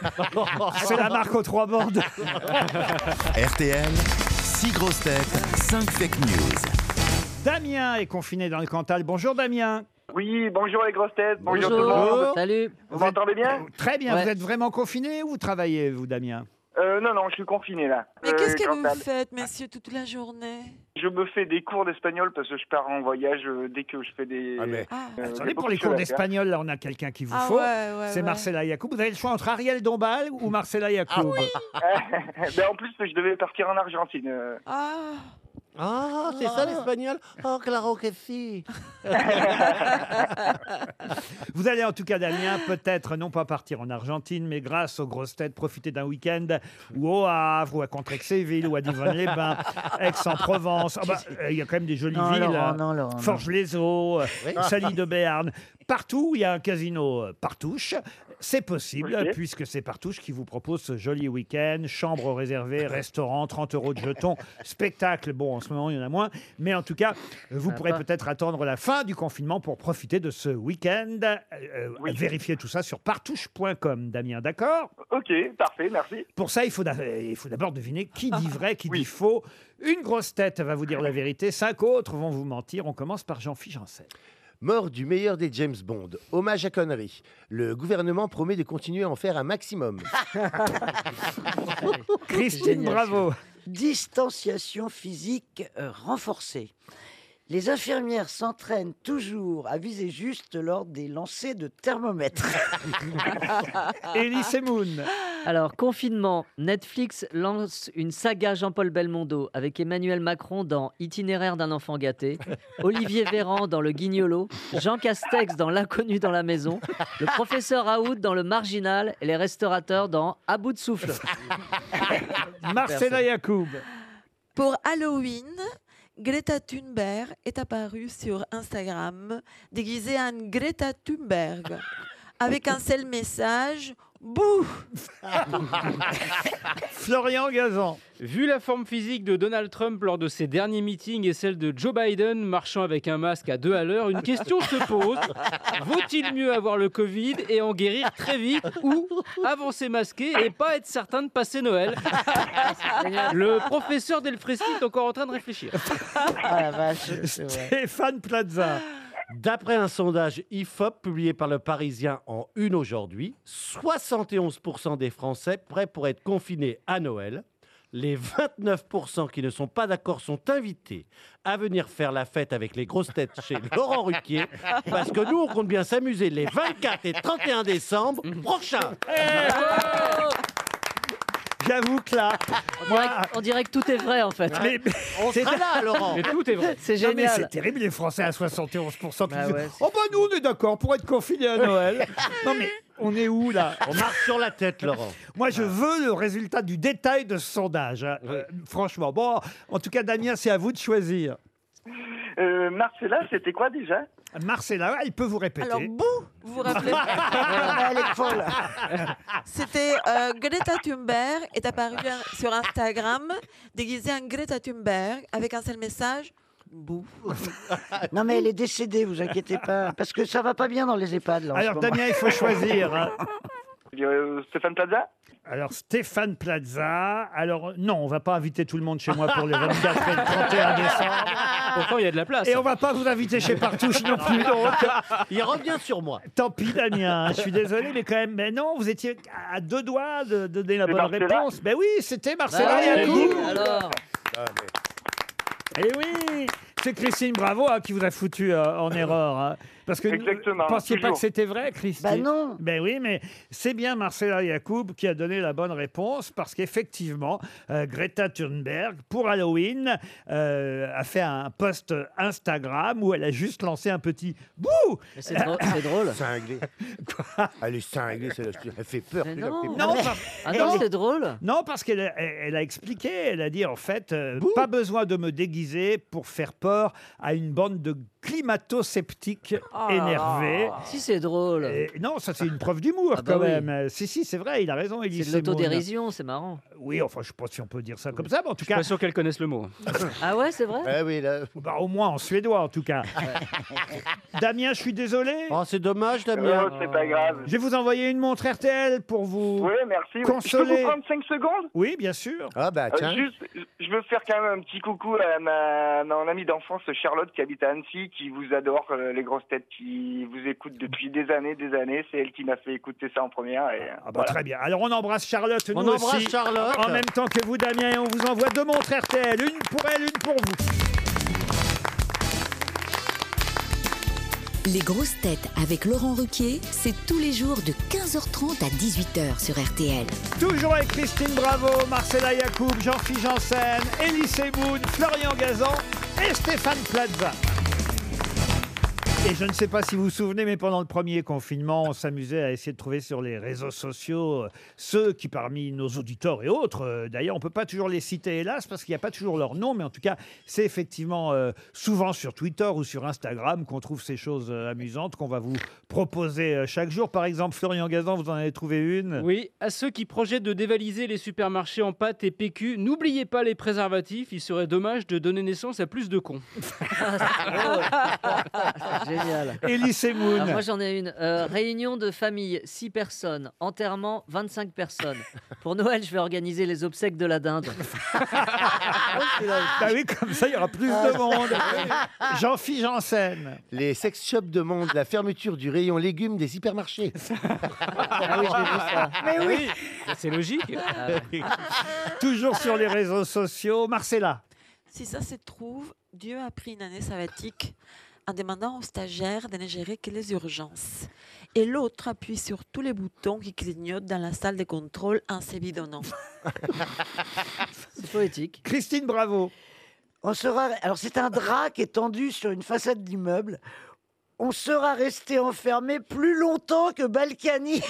Speaker 4: c'est la marque aux trois bandes.
Speaker 3: RTL, 6 grosses têtes, 5 fake news.
Speaker 4: Damien est confiné dans le Cantal. Bonjour Damien.
Speaker 13: Oui, bonjour les grosses têtes, bonjour,
Speaker 4: Bonjour.
Speaker 13: tout le monde.
Speaker 4: Salut.
Speaker 13: Vous m'entendez bien
Speaker 4: Très bien,
Speaker 13: Ouais.
Speaker 4: vous êtes vraiment confiné ou vous travaillez, vous Damien
Speaker 13: Euh, non, non, je suis confiné là.
Speaker 9: Mais
Speaker 13: Euh,
Speaker 9: qu'est-ce que
Speaker 13: quant à-
Speaker 9: vous faites, messieurs, toute la journée
Speaker 13: Je me fais des cours d'espagnol parce que je pars en voyage euh, dès que je fais des. hein. Ah, mais.
Speaker 4: Attendez, pour les cours d'espagnol, là, on a quelqu'un qui vous
Speaker 13: Ah
Speaker 4: faut.
Speaker 13: ouais, ouais,
Speaker 4: c'est
Speaker 13: ouais.
Speaker 4: Marcela Yacoub. Vous avez le choix entre Ariel Dombal ou Marcela Yacoub.
Speaker 13: Ah ben, en plus, je devais partir en Argentine. euh.
Speaker 9: Ah,
Speaker 6: ah c'est ça l'espagnol Oh, claro que si
Speaker 4: Vous allez en tout cas, Damien, peut-être non pas partir en Argentine, mais grâce aux grosses têtes, profiter d'un week-end ou au Havre, ou à Contrexéville, ou à Divonne-les-Bains, Aix-en-Provence. Ah bah, euh, Il y a quand même des jolies
Speaker 7: Non,
Speaker 4: villes.
Speaker 7: Laurent,
Speaker 4: hein.
Speaker 7: non, Laurent, non.
Speaker 4: Forges-les-Eaux, euh,
Speaker 7: Oui.
Speaker 4: Saly de Béarn. Partout, où il y a un casino euh, partouche. C'est possible,
Speaker 13: Ok.
Speaker 4: puisque c'est Partouche qui vous propose ce joli week-end. Chambre réservée, restaurant, 30 euros de jetons, spectacle. Bon, en ce moment, il y en a moins. Mais en tout cas,
Speaker 7: Ah,
Speaker 4: vous pourrez peut-être attendre la fin du confinement pour profiter de ce week-end. Euh, Vérifiez tout ça sur partouche.com, Damien, d'accord
Speaker 13: Ok, parfait, merci.
Speaker 4: Pour ça, il faut d'a- euh, il faut d'abord deviner qui dit vrai, qui dit faux. Une grosse tête va vous dire la vérité, cinq autres vont vous mentir. On commence par Jean-Philippe Janssen.
Speaker 11: Mort du meilleur des James Bond. Hommage à Connery. Le gouvernement promet de continuer à en faire un maximum.
Speaker 4: Christine, bravo.
Speaker 7: Distanciation physique euh, renforcée. Les infirmières s'entraînent toujours à viser juste lors des lancers de thermomètre.
Speaker 5: Ah.
Speaker 4: Elise Moon.
Speaker 5: Alors, confinement, Netflix lance une saga Jean-Paul Belmondo avec Emmanuel Macron dans Itinéraire d'un enfant gâté, Olivier Véran dans Le Guignolo, Jean Castex dans L'inconnu dans la maison, le professeur Raoult dans Le Marginal et les restaurateurs dans À bout de souffle.
Speaker 4: Marcela Yacoub.
Speaker 9: Pour Halloween, Greta Thunberg est apparue sur Instagram déguisée en Greta Thunberg avec un seul message Bouh
Speaker 4: Florian Gazan.
Speaker 8: Vu la forme physique de Donald Trump lors de ses derniers meetings et celle de Joe Biden marchant avec un masque à deux à l'heure, une question se pose. Vaut-il mieux avoir le Covid et en guérir très vite ou avancer masqué et pas être certain de passer Noël Le professeur Delfresti est encore en train de réfléchir.
Speaker 4: Stéphane Plaza.
Speaker 6: D'après un sondage IFOP publié par le Parisien en une aujourd'hui, 71% des Français prêts pour être confinés à Noël. Les 29% qui ne sont pas d'accord sont invités à venir faire la fête avec les grosses têtes chez Laurent Ruquier, parce que nous, on compte bien s'amuser les 24 et 31 décembre prochains.
Speaker 4: J'avoue que là,
Speaker 5: on, dirait, on dirait que tout est vrai en fait.
Speaker 4: Mais-
Speaker 5: on
Speaker 4: c'est-
Speaker 5: sera là, Laurent. C'est
Speaker 4: Non, mais
Speaker 5: génial.
Speaker 4: C'est terrible, les Français à 71% qui
Speaker 5: Bah
Speaker 4: disent
Speaker 5: ouais,
Speaker 4: Oh bah nous, on est d'accord pour être confinés à Noël. non mais on est où là
Speaker 6: On marche sur la tête, Laurent.
Speaker 4: Moi,
Speaker 8: Ah.
Speaker 4: je veux le résultat du détail de ce sondage. hein. Euh, franchement, bon, en tout cas, Damien, c'est à vous de choisir.
Speaker 13: Euh, Marcella, c'était quoi déjà
Speaker 4: Marcella, ouais, il peut vous répéter.
Speaker 9: Alors, bouh, vous vous rappelez Ah,
Speaker 4: Elle est folle.
Speaker 9: C'était euh, Greta Thunberg est apparue un- sur Instagram déguisée en Greta Thunberg avec un seul message Bouh.
Speaker 7: Non, mais elle est décédée, vous inquiétez pas. Parce que ça va pas bien dans les EHPAD. Là, en
Speaker 4: Alors,
Speaker 7: ce moment.
Speaker 4: Damien, il faut choisir. hein.
Speaker 13: Je dirais, euh, Stéphane Plaza
Speaker 4: Alors, Stéphane Plaza. Alors, non, on va pas inviter tout le monde chez moi pour les 24 et le 31 décembre.
Speaker 8: Pourtant, il y a de la place.
Speaker 4: Et on va pas vous inviter chez Partouche non plus, donc. hein.
Speaker 6: Il revient sur moi.
Speaker 4: Tant pis, Damien. hein, Je suis désolé, mais quand même. Mais non, vous étiez à deux doigts de donner la
Speaker 6: C'est
Speaker 4: bonne
Speaker 6: Marcella
Speaker 4: réponse. Ben oui, c'était
Speaker 6: Bah
Speaker 4: Marcella
Speaker 6: oui,
Speaker 4: Yacoub.
Speaker 5: Alors,
Speaker 4: Eh oui c'est Christine Bravo hein, qui vous a foutu euh, en erreur. hein. Parce que vous
Speaker 13: Exactement,
Speaker 4: ne pensiez pas
Speaker 13: toujours.
Speaker 4: que c'était vrai, Christine.
Speaker 13: Bah
Speaker 4: non. Ben oui, mais c'est bien Marcella Yacoub qui a donné la bonne réponse parce qu'effectivement, euh, Greta Thunberg, pour Halloween, euh, a fait un post Instagram où elle a juste lancé un petit bouh
Speaker 11: c'est drôle- c'est
Speaker 5: drôle.
Speaker 11: Cinglé. Quoi Elle est cinglée, celle-là, je te dis, elle fait peur. tu l'as fait peur.
Speaker 4: Non, par- non.
Speaker 5: drôle.
Speaker 4: Non, parce qu'elle a- elle, elle a expliqué, elle a dit en fait, euh, pas besoin de me déguiser pour faire peur à une bande de climato-sceptiques énervés.
Speaker 5: Oh Si c'est drôle.
Speaker 4: Et- non, ça c'est une preuve d'humour
Speaker 5: Ah bah
Speaker 4: quand
Speaker 5: oui.
Speaker 4: même. Euh, Si, si, c'est vrai, il a raison,
Speaker 5: C'est
Speaker 4: Elie
Speaker 5: de
Speaker 4: Semoun.
Speaker 5: l'autodérision, c'est marrant.
Speaker 4: Oui, enfin, je ne sais pas si on peut dire ça comme ça, mais en tout
Speaker 8: Je suis
Speaker 4: cas.
Speaker 8: pas sûr qu'elle connaisse le mot.
Speaker 5: Ah ouais, c'est vrai
Speaker 4: Bah, au moins en suédois, en tout cas. Damien, je suis désolé.
Speaker 6: Oh, c'est dommage,
Speaker 13: Euh,
Speaker 6: Damien.
Speaker 13: C'est pas grave.
Speaker 4: Je vais vous envoyer une montre RTL pour vous
Speaker 13: Oui, merci. Je peux
Speaker 4: consoler.
Speaker 13: vous prendre 5 secondes
Speaker 4: Oui, bien sûr.
Speaker 11: Ah bah
Speaker 13: Euh, juste, je- je veux faire quand même un petit coucou à ma, à mon amie d'enfance Charlotte qui habite à Annecy, qui vous adore, euh, les grosses têtes, qui vous écoute depuis des années, des années. C'est elle qui m'a fait écouter ça en première. Et,
Speaker 14: euh,
Speaker 4: Ah bah, Très bien. Alors on embrasse Charlotte, nous
Speaker 6: On embrasse
Speaker 4: aussi.
Speaker 6: Charlotte.
Speaker 4: En même temps que vous, Damien, et on vous envoie deux montres RTL, une pour elle, une pour vous.
Speaker 12: Les grosses têtes avec Laurent Ruquier, c'est tous les jours de 15h30 à 18h sur RTL.
Speaker 4: Toujours avec Christine Bravo, Marcella Yacoub, Jean-Philippe Janssen, Elie Semoun, Florian Gazan et Stéphane Plaza. Et je ne sais pas si vous vous souvenez, mais pendant le premier confinement, on s'amusait à essayer de trouver sur les réseaux sociaux euh, ceux qui, parmi nos auditeurs et autres, euh, d'ailleurs, on ne peut pas toujours les citer, hélas, parce qu'il n'y a pas toujours leur nom, mais en tout cas, c'est effectivement euh, souvent sur Twitter ou sur Instagram qu'on trouve ces choses euh, amusantes qu'on va vous proposer euh, chaque jour. Par exemple, Florian Gazan, vous en avez trouvé une
Speaker 8: Oui, à ceux qui projettent de dévaliser les supermarchés en pâtes et PQ, n'oubliez pas les préservatifs, il serait dommage de donner naissance à plus de cons.
Speaker 5: Génial.
Speaker 4: Élise et Moon.
Speaker 5: Alors, moi j'en ai une. Euh, réunion de famille, 6 personnes. Enterrement, 25 personnes. Pour Noël, je vais organiser les obsèques de la dinde.
Speaker 4: Bah oui, comme ça, il y aura plus de monde. Jean-Philippe Janssen.
Speaker 11: Ah. Les sex shops demandent la fermeture du rayon légumes des hypermarchés.
Speaker 5: Ah oui, je l'ai vu ça.
Speaker 11: Mais
Speaker 8: oui C'est logique
Speaker 4: Toujours sur les réseaux sociaux, Marcella.
Speaker 9: Si ça se trouve, Dieu a pris une année sabbatique en demandant aux stagiaires de ne gérer que les urgences. Et l'autre appuie sur tous les boutons qui clignotent dans la salle de contrôle en s'évidonnant.
Speaker 5: C'est poétique.
Speaker 4: Christine Bravo.
Speaker 7: On sera... Alors, c'est un drap qui est tendu sur une façade d'immeuble. On sera resté enfermé plus longtemps que Balkany.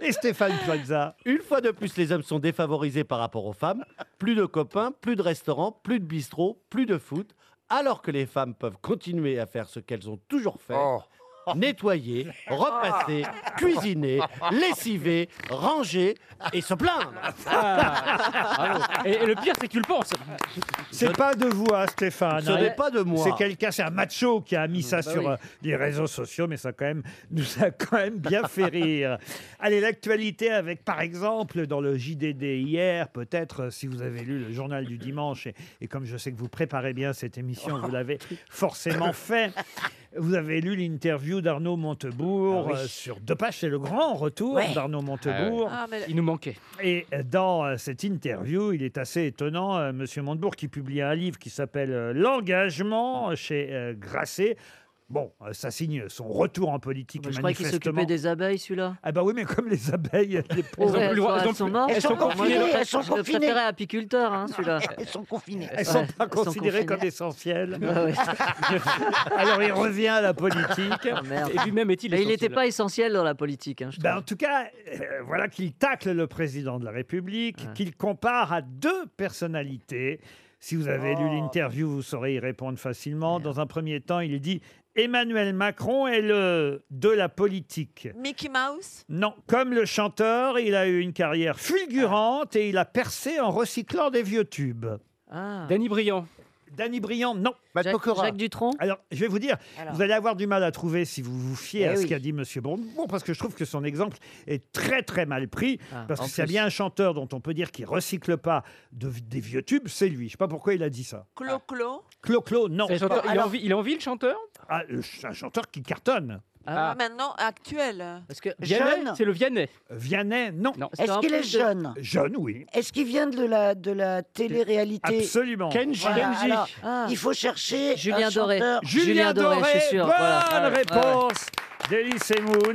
Speaker 4: Et Stéphane Plaza.
Speaker 6: Une fois de plus, les hommes sont défavorisés par rapport aux femmes. Plus de copains, plus de restaurants, plus de bistrots, plus de foot. Alors que les femmes peuvent continuer à faire ce qu'elles ont toujours fait.
Speaker 4: Oh.
Speaker 6: Nettoyer, repasser,
Speaker 4: Ah.
Speaker 6: cuisiner, lessiver, ranger et se plaindre.
Speaker 8: Ah. et, et le pire, c'est que tu le penses.
Speaker 4: C'est pas de vous, hein, Stéphane.
Speaker 6: Ce
Speaker 4: hein.
Speaker 6: n'est pas de moi.
Speaker 4: C'est quelqu'un, c'est un macho qui a mis ça
Speaker 6: bah
Speaker 4: sur
Speaker 6: oui.
Speaker 4: euh, les réseaux sociaux, mais ça quand même nous a quand même bien fait rire. Allez, l'actualité avec, par exemple, dans le JDD hier, peut-être euh, si vous avez lu le journal du dimanche, et, et comme je sais que vous préparez bien cette émission, vous l'avez forcément fait. Vous avez lu l'interview d'Arnaud Montebourg
Speaker 8: Ah oui.
Speaker 4: euh, sur Deux pages, c'est le grand retour
Speaker 8: Ouais.
Speaker 4: d'Arnaud Montebourg.
Speaker 8: Ah ouais. Ah, mais- Il nous manquait.
Speaker 4: Et euh, dans euh, cette interview, il est assez étonnant, euh, Monsieur Montebourg, qui publie un livre qui s'appelle euh, L'engagement euh, chez euh, Grasset. Bon, euh, ça signe son retour en politique
Speaker 5: Je croyais qu'il
Speaker 4: manifestement.
Speaker 5: s'occupait des abeilles, celui-là.
Speaker 4: Ah bah oui, mais comme les abeilles, les
Speaker 5: Elles
Speaker 4: pauvres,
Speaker 5: sont, elles sont- elles sont mortes. Je le préférais apiculteur, hein, celui-là.
Speaker 4: Elles sont
Speaker 7: confinées.
Speaker 4: Elles sont
Speaker 5: Ouais,
Speaker 4: pas
Speaker 5: elles sont
Speaker 4: considérées comme
Speaker 5: confinées.
Speaker 4: essentielles.
Speaker 5: Ah ouais.
Speaker 4: Alors il revient à la politique.
Speaker 5: Oh, merde.
Speaker 4: Et lui-même est-il
Speaker 5: Mais il
Speaker 4: essentiel
Speaker 5: n'était pas essentiel dans la politique. hein, je
Speaker 4: Ben,
Speaker 5: trouve.
Speaker 4: en tout cas, euh, voilà qu'il tacle le président de la République, qu'il compare à deux personnalités. Si vous avez
Speaker 5: Oh.
Speaker 4: lu l'interview, vous saurez y répondre facilement. Dans un premier temps, il dit Emmanuel Macron est le de la politique.
Speaker 9: Mickey Mouse
Speaker 4: Non, comme le chanteur, il a eu une carrière fulgurante et il a percé en recyclant des vieux tubes.
Speaker 8: Ah.
Speaker 4: Danny Briand. Danny Briand, non.
Speaker 5: Ah. Jacques- Pokora. Jacques
Speaker 4: Dutronc. Alors, je vais vous dire,
Speaker 5: Alors.
Speaker 4: vous allez avoir du mal à trouver si vous vous fiez
Speaker 5: Eh
Speaker 4: à ce
Speaker 5: oui.
Speaker 4: qu'a dit Monsieur Bon, parce que je trouve que son exemple est très très mal pris,
Speaker 5: Ah,
Speaker 4: parce
Speaker 5: en
Speaker 4: que s'il y a
Speaker 5: plus.
Speaker 4: bien un chanteur dont on peut dire qu'il recycle pas de- des vieux tubes, c'est lui. Je sais pas pourquoi il a dit ça.
Speaker 9: Clo-Clo
Speaker 4: Clo-Clo, non.
Speaker 9: C'est un chanteur- il est en vie- il est en
Speaker 4: le chanteur ah, le ch- Un chanteur qui cartonne.
Speaker 9: Ah, Maintenant, actuel.
Speaker 5: Parce que
Speaker 9: Vianney, Jeune c'est
Speaker 4: le Vianney. Vianney, non.
Speaker 7: Est-ce qu'il est jeune
Speaker 4: Jeune, oui.
Speaker 7: Est-ce qu'il vient de la, de la télé-réalité
Speaker 4: Absolument. Kenji.
Speaker 7: Voilà,
Speaker 4: Kenji.
Speaker 7: alors,
Speaker 4: Ah.
Speaker 7: Il faut chercher.
Speaker 4: Julien
Speaker 7: un
Speaker 4: Doré.
Speaker 7: chanteur-
Speaker 4: Julien, Doré, bonne réponse d'Elysée Moon.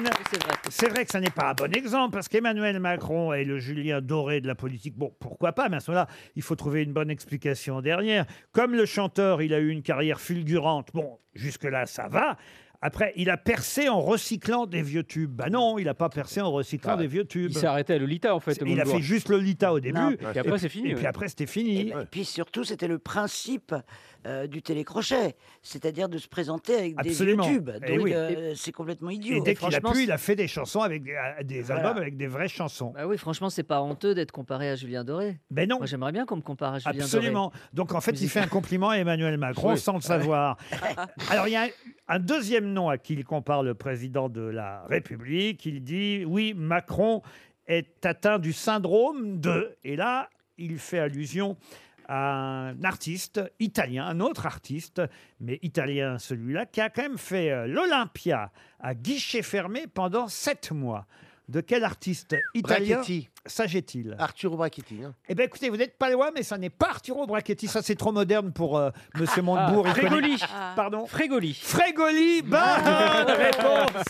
Speaker 4: C'est vrai que ça n'est pas un bon exemple parce qu'Emmanuel Macron est le Julien Doré de la politique. Bon, pourquoi pas, mais à ce moment-là, il faut trouver une bonne explication derrière. Comme le chanteur, il a eu une carrière fulgurante. Bon, jusque-là, ça va. Après, il a percé en recyclant des vieux tubes. Bah non, il n'a pas percé en recyclant
Speaker 8: Ah,
Speaker 4: des vieux tubes.
Speaker 8: il s'est arrêté
Speaker 4: à Lolita, en
Speaker 8: fait,
Speaker 4: Il a
Speaker 8: Montebourg.
Speaker 4: fait juste Lolita au
Speaker 7: Non.
Speaker 4: début.
Speaker 7: Et puis après, c'est fini,
Speaker 4: Et puis
Speaker 7: ouais.
Speaker 4: après, c'était fini.
Speaker 7: Et puis surtout, c'était le principe euh, du télécrochet, c'est-à-dire de se présenter avec
Speaker 4: Absolument.
Speaker 7: des tubes.
Speaker 4: Eh
Speaker 7: Donc,
Speaker 4: oui.
Speaker 7: euh, c'est complètement idiot.
Speaker 4: Et dès qu'il a
Speaker 7: Franchement,
Speaker 4: pu, il a fait des chansons avec des, euh, des
Speaker 5: Voilà.
Speaker 4: albums avec des vraies chansons.
Speaker 5: Bah oui, franchement, c'est pas honteux d'être comparé à Julien Doré.
Speaker 4: Ben non.
Speaker 5: Moi, j'aimerais bien qu'on me compare à Julien
Speaker 4: Absolument.
Speaker 5: Doré.
Speaker 4: Donc en fait, il fait un compliment à Emmanuel Macron
Speaker 5: Oui.
Speaker 4: sans le savoir. Alors il y a un, un deuxième nom à qui il compare le président de la République. Il dit oui, Macron est atteint du syndrome de. Et là, il fait allusion à un artiste italien, un autre artiste, mais italien celui-là, qui a quand même fait euh, l'Olympia à guichet fermé pendant sept mois. De quel artiste italien
Speaker 11: Brachetti.
Speaker 4: s'agit-il
Speaker 11: Arturo Brachetti. hein.
Speaker 4: eh bien, écoutez, vous n'êtes pas loin, mais ça n'est pas Arturo Brachetti. Ça, c'est trop moderne pour euh, Monsieur Montebourg.
Speaker 8: Ah,
Speaker 4: il connaît-
Speaker 8: Frégoli.
Speaker 4: Pardon
Speaker 8: Frégoli.
Speaker 4: Frégoli, bonne
Speaker 8: Ah.
Speaker 4: réponse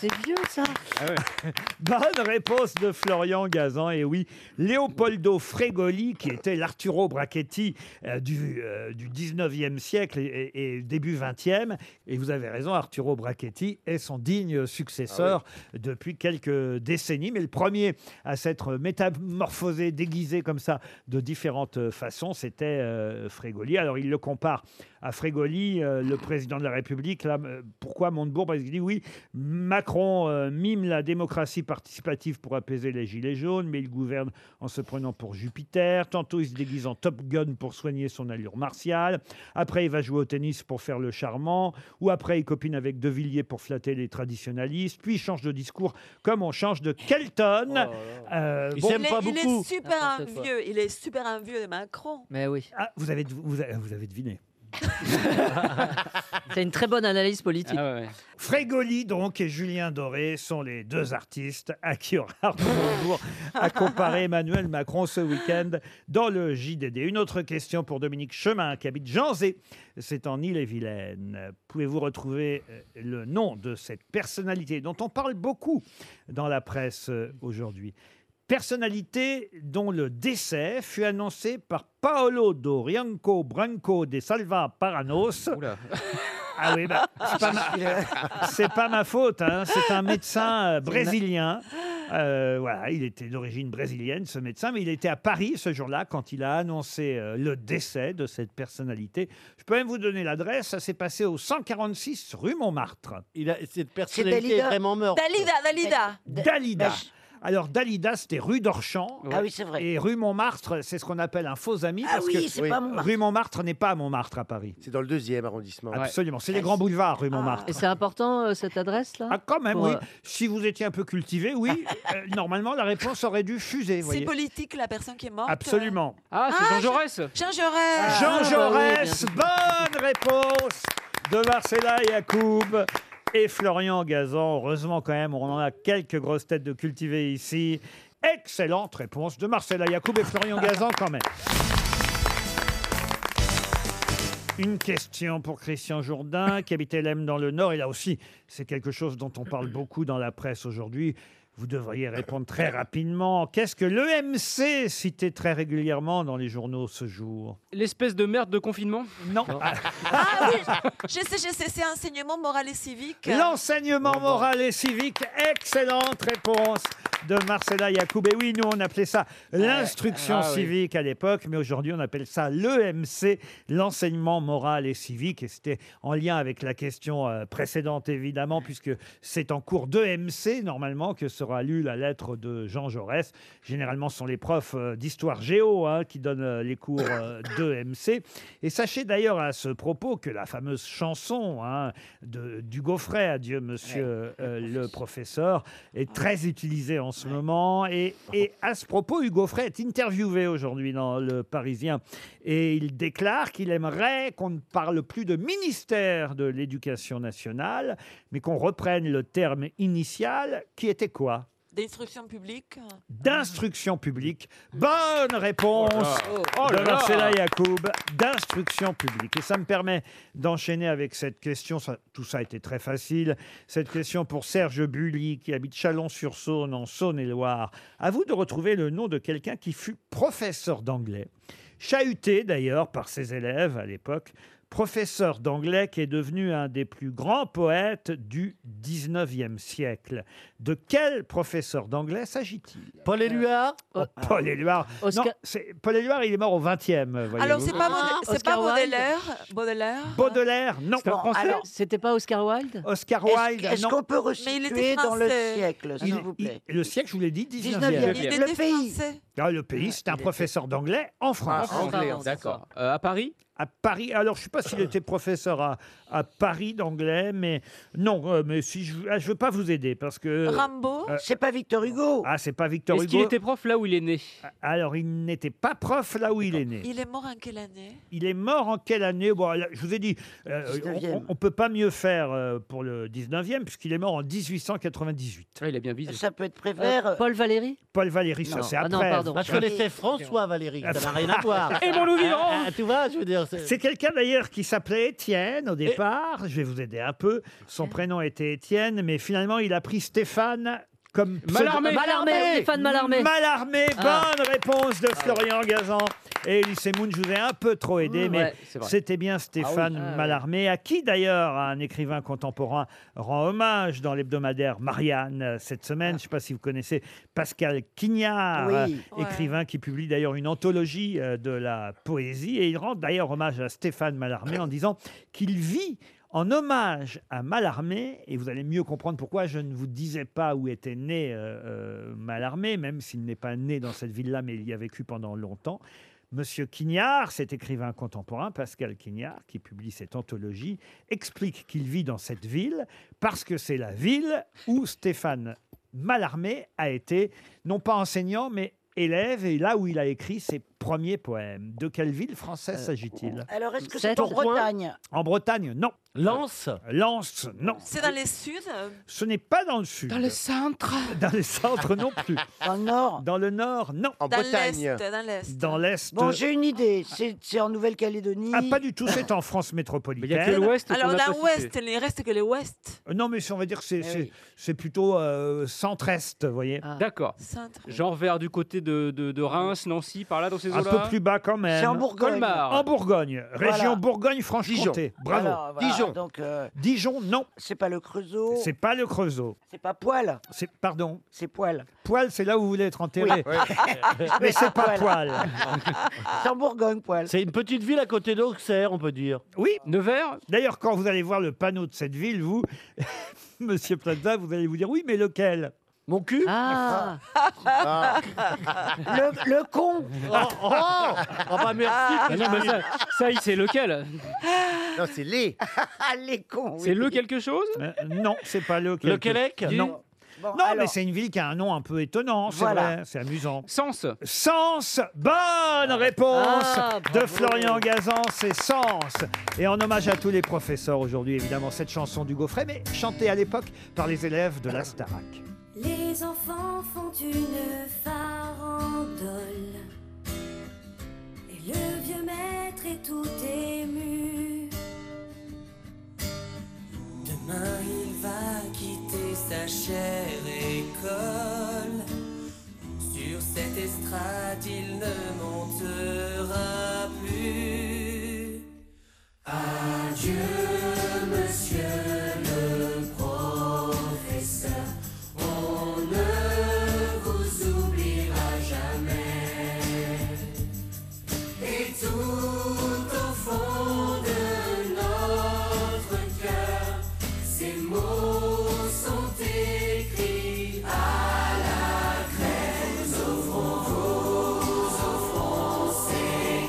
Speaker 5: C'est vieux, ça.
Speaker 4: Ah Bonne réponse de Florian Gazan. Et oui, Léopoldo Frégoli, qui était l'Arturo Brachetti euh, du, euh, du 19e siècle et, et- et début 20e. Et vous avez raison, Arturo Brachetti est son digne successeur
Speaker 8: Ah
Speaker 4: depuis quelques décennies. Mais le premier à s'être métamorphosé, déguisé comme ça de différentes façons, c'était euh, Frégoli. Alors il le compare à Frégoli, euh, le président de la République. Là, euh, pourquoi Montebourg Parce qu'il dit oui, Macron euh, mime la démocratie participative pour apaiser les gilets jaunes, mais il gouverne en se prenant pour Jupiter. Tantôt, il se déguise en Top Gun pour soigner son allure martiale. Après, il va jouer au tennis pour faire le charmant. Ou après, il copine avec De Villiers pour flatter les traditionalistes. Puis, il change de discours comme on change de Kelton. Euh,
Speaker 9: Il, est, Oh il est super envieux. Il est super envieux de Macron.
Speaker 5: Mais oui.
Speaker 4: Ah, vous avez, vous avez- vous avez deviné.
Speaker 5: C'est une très bonne analyse politique.
Speaker 4: Ah Frégoli, donc, et Julien Doré sont les deux artistes à qui Aurard de Montebourg a comparé Emmanuel Macron ce week-end dans le JDD. Une autre question pour Dominique Chemin, qui habite Janzé. C'est en Ille-et-Vilaine. Pouvez-vous retrouver euh, le nom de cette personnalité dont on parle beaucoup dans la presse euh, aujourd'hui Personnalité dont le décès fut annoncé par Paolo Dorianco Branco de Salva Paranos. Ah oui, bah, c'est pas, ma... c'est pas ma faute. hein. C'est un médecin euh, brésilien. Euh, voilà, il était d'origine brésilienne, ce médecin, mais il était à Paris ce jour-là quand il a annoncé euh, le décès de cette personnalité. Je peux même vous donner l'adresse. Ça s'est passé au 146 rue Montmartre.
Speaker 6: Il a, cette personnalité est vraiment morte.
Speaker 9: Dalida, Dalida.
Speaker 4: Dalida. Alors Dalida, c'était rue d'Orchamps.
Speaker 7: Bah, Ah oui, c'est vrai.
Speaker 4: Et rue Montmartre, c'est ce qu'on appelle un faux ami.
Speaker 7: Ah
Speaker 4: parce
Speaker 7: oui,
Speaker 4: que
Speaker 7: c'est Oui. pas Montmartre.
Speaker 4: Rue Montmartre n'est pas à Montmartre à Paris.
Speaker 11: C'est dans le deuxième arrondissement.
Speaker 4: Absolument.
Speaker 8: Ah,
Speaker 4: C'est les grands boulevards, rue Montmartre.
Speaker 5: Et c'est important, euh, cette adresse-là
Speaker 4: Ah, quand même,
Speaker 5: Pour,
Speaker 4: oui.
Speaker 5: euh,
Speaker 4: Si vous étiez un peu cultivé, oui. Euh, normalement, la réponse aurait dû fuser. vous
Speaker 9: C'est euh. Ah,
Speaker 4: voyez.
Speaker 9: politique, la personne qui est morte.
Speaker 4: Absolument.
Speaker 6: Ah,
Speaker 9: Ah, c'est Ah, Jean Jaurès. Jean Jaurès.
Speaker 4: Jean
Speaker 9: Ah, bah oui,
Speaker 4: Jaurès, bonne réponse de Marcella Yacoub et Florian Gazan. Heureusement quand même, on en a quelques grosses têtes de cultiver ici. Excellente réponse de Marcella Yacoub et Florian Gazan quand même. Une question pour Christian Jourdain, qui habite LM dans le Nord. Et là aussi, c'est quelque chose dont on parle beaucoup dans la presse aujourd'hui. Vous devriez répondre très rapidement. Qu'est-ce que l'EMC, cité très régulièrement dans les journaux ce jour
Speaker 8: L'espèce de merde de confinement
Speaker 4: Non.
Speaker 9: Ah oui, je sais, je sais, c'est enseignement moral et civique.
Speaker 4: L'enseignement moral et civique, excellente réponse de Marcella Yacoub. Et oui, nous, on appelait ça l'instruction
Speaker 15: Ah oui.
Speaker 4: civique à l'époque, mais aujourd'hui, on appelle ça l'EMC, l'enseignement moral et civique. Et c'était en lien avec la question euh, précédente, évidemment, puisque c'est en cours d'EMC, normalement, que sera lue la lettre de Jean Jaurès. Généralement, ce sont les profs euh, d'histoire géo hein, qui donnent euh, les cours euh, d'EMC. Et sachez d'ailleurs à ce propos que la fameuse chanson hein, de, du Gaufret, Adieu, monsieur euh, le professeur, est très utilisée en ce moment. Et, et à ce propos, Hugo Frey est interviewé aujourd'hui dans Le Parisien. Et il déclare qu'il aimerait qu'on ne parle plus de ministère de l'Éducation nationale, mais qu'on reprenne le terme initial qui était quoi
Speaker 9: euh, D'instruction publique.
Speaker 4: D'instruction publique. Bonne réponse
Speaker 9: Oh là. Oh là
Speaker 4: de
Speaker 9: là.
Speaker 4: Marcella Yacoub. D'instruction publique. Et ça me permet d'enchaîner avec cette question. Ça- tout ça a été très facile. Cette question pour Serge Bully, qui habite Chalon-sur-Saône, en Saône-et-Loire. À vous de retrouver le nom de quelqu'un qui fut professeur d'anglais. Chahuté d'ailleurs par ses élèves à l'époque. Professeur d'anglais qui est devenu un des plus grands poètes du 19e siècle. De quel professeur d'anglais s'agit-il Paul Éluard Paul Éluard. Non, c'est- Paul Éluard, il est mort au 20e. voyez-vous.
Speaker 9: Alors, c'est pas, Baudel- c'est pas
Speaker 5: Oscar Wilde.
Speaker 9: Baudelaire, Baudelaire.
Speaker 4: Baudelaire, non.
Speaker 5: C'était un Français C'était pas Oscar Wilde
Speaker 4: Oscar
Speaker 5: Est-ce-
Speaker 4: Wilde.
Speaker 5: est-ce
Speaker 4: non.
Speaker 5: qu'on peut
Speaker 7: resituer Mais il était dans le français. siècle, s'il
Speaker 4: Il-
Speaker 7: vous plaît
Speaker 4: il- le siècle, je vous l'ai dit, 19e.
Speaker 7: 19e. Il était Le pays.
Speaker 4: Ah, le pays, c'est un professeur d'anglais en France.
Speaker 8: Ah, anglais, d'accord. Euh, à Paris
Speaker 4: À Paris. Alors, je ne sais pas s'il était professeur à, à Paris d'anglais, mais non, euh, mais si je ne veux pas vous aider parce que.
Speaker 9: Rimbaud
Speaker 4: C'est pas Victor Hugo. Ah, c'est pas Victor
Speaker 8: Est-ce
Speaker 4: Hugo.
Speaker 8: qu'il était prof là où il est né
Speaker 4: Alors, il n'était pas prof là où il est né.
Speaker 9: Il est mort en quelle année
Speaker 4: Il est mort en quelle année bon, là, Je vous ai dit, euh, on- on ne peut pas mieux faire euh, pour le 19e, puisqu'il est mort en 1898.
Speaker 8: Ah, il a bien visé.
Speaker 7: Ça peut être
Speaker 4: Prévert.
Speaker 7: Prévert.
Speaker 5: Paul Valéry
Speaker 4: Paul Valéry, ça
Speaker 6: Non.
Speaker 4: c'est
Speaker 6: Euh, Ah
Speaker 4: après.
Speaker 6: non, pardon. Bah, je connaissais François Valéry,
Speaker 4: Ah,
Speaker 6: ça
Speaker 4: bah.
Speaker 6: n'a rien à voir.
Speaker 4: Aimons-nous vivants
Speaker 6: Ah, ah, Tu vois, je veux dire. c'est-
Speaker 4: C'est quelqu'un d'ailleurs qui s'appelait Étienne au départ. Je vais vous aider un peu. Son prénom était Étienne, mais finalement il a pris Stéphane comme pseudo-
Speaker 5: Mallarmé. Mallarmé, Stéphane Mallarmé.
Speaker 4: Mallarmé,
Speaker 5: Ah.
Speaker 4: bonne réponse de Florian Gazan. Et Elise Moon, je vous ai un peu trop aidé,
Speaker 6: Ah
Speaker 5: Mmh,
Speaker 4: mais
Speaker 5: ouais, c'est vrai.
Speaker 4: c'était bien Stéphane
Speaker 5: Ah oui. Ah,
Speaker 4: Mallarmé, à qui d'ailleurs un écrivain contemporain rend hommage dans l'hebdomadaire Marianne euh, cette semaine. Je
Speaker 6: Ah.
Speaker 4: ne sais pas si vous connaissez Pascal Quignard,
Speaker 7: Oui.
Speaker 4: euh,
Speaker 7: Ouais.
Speaker 4: écrivain qui publie d'ailleurs une anthologie euh, de la poésie. Et il rend d'ailleurs hommage à Stéphane Mallarmé en disant qu'il vit en hommage à Mallarmé, et vous allez mieux comprendre pourquoi je ne vous disais pas où était né euh, euh, Mallarmé, même s'il n'est pas né dans cette ville-là, mais il y a vécu pendant longtemps. Monsieur Quignard, cet écrivain contemporain, Pascal Quignard, qui publie cette anthologie, explique qu'il vit dans cette ville parce que c'est la ville où Stéphane Mallarmé a été, non pas enseignant, mais élève, et là où il a écrit ses premiers poèmes. De quelle ville
Speaker 9: Euh,
Speaker 4: française s'agit-il
Speaker 7: Alors, est-ce que c'est en Bretagne
Speaker 4: En Bretagne, non. Lens Lens, non.
Speaker 9: C'est dans les Suds
Speaker 4: Ce n'est pas dans le sud.
Speaker 9: Dans le centre
Speaker 4: Dans le centre non plus.
Speaker 7: Dans le nord
Speaker 4: Dans le nord, non. En
Speaker 9: Dans l'Est, dans l'Est.
Speaker 4: Dans l'est.
Speaker 7: Bon, j'ai une idée. C'est c'est en Nouvelle-Calédonie.
Speaker 4: Ah, pas du tout, c'est en France métropolitaine.
Speaker 9: Alors, l'Ouest, il ne reste que l'Ouest.
Speaker 4: Euh, Non, mais si on va dire que c'est
Speaker 9: Eh
Speaker 4: c'est-
Speaker 9: oui.
Speaker 4: c'est plutôt euh, centre-est, vous voyez.
Speaker 9: Ah.
Speaker 8: D'accord.
Speaker 9: Centre.
Speaker 8: Genre vers du côté de, de- de Reims, Nancy, par là, dans ces
Speaker 4: Un
Speaker 8: eaux-là
Speaker 4: peu plus bas quand même.
Speaker 8: C'est en Bourgogne. Colmar.
Speaker 4: En Bourgogne. Région
Speaker 8: Voilà.
Speaker 4: Bourgogne-Franche-Comté. Bravo.
Speaker 7: Alors, voilà,
Speaker 4: Dijon.
Speaker 7: Donc, euh,
Speaker 4: Dijon, non.
Speaker 7: c'est pas le Creusot.
Speaker 4: C'est pas le Creusot.
Speaker 7: C'est pas Poil.
Speaker 4: C'est pardon.
Speaker 7: C'est Poil.
Speaker 4: Poil, c'est là où vous voulez être enterré.
Speaker 7: Oui.
Speaker 4: Mais c'est pas poil.
Speaker 7: C'est en Bourgogne, Poil.
Speaker 4: C'est une petite ville à côté d'Auxerre, on peut dire. Oui.
Speaker 8: Nevers.
Speaker 4: D'ailleurs, quand vous allez voir le panneau de cette ville, vous, Monsieur Plaza, vous allez vous dire oui, mais lequel Mon cul
Speaker 5: Ah.
Speaker 7: Le, le con
Speaker 6: Oh, oh, oh, bah merci.
Speaker 8: Ah non, mais ça, ça, il sait lequel
Speaker 11: Non, c'est les.
Speaker 7: les cons.
Speaker 8: C'est le quelque chose
Speaker 4: Euh, Non, c'est pas le
Speaker 8: Le Québec
Speaker 4: Non.
Speaker 7: Bon,
Speaker 4: non, mais
Speaker 7: alors.
Speaker 4: c'est une ville qui a un nom un peu étonnant, c'est
Speaker 7: Voilà.
Speaker 4: vrai, c'est amusant. Sens. Sens. Bonne réponse
Speaker 7: Ah,
Speaker 4: de
Speaker 7: bravo.
Speaker 4: Florian Gazan, c'est Sens. Et en hommage à tous les professeurs aujourd'hui, évidemment, cette chanson du Gaufret, mais chantée à l'époque par les élèves de la Starac.
Speaker 15: Les enfants font une farandole Et le vieux maître est tout ému
Speaker 16: Demain il va quitter sa chère école. Sur cette estrade il ne montera plus. Adieu monsieur le professeur, on ne vous oubliera jamais. Et tout au fond de notre cœur, ces mots sont écrits à la craie. Nous offrons, vous offrons ces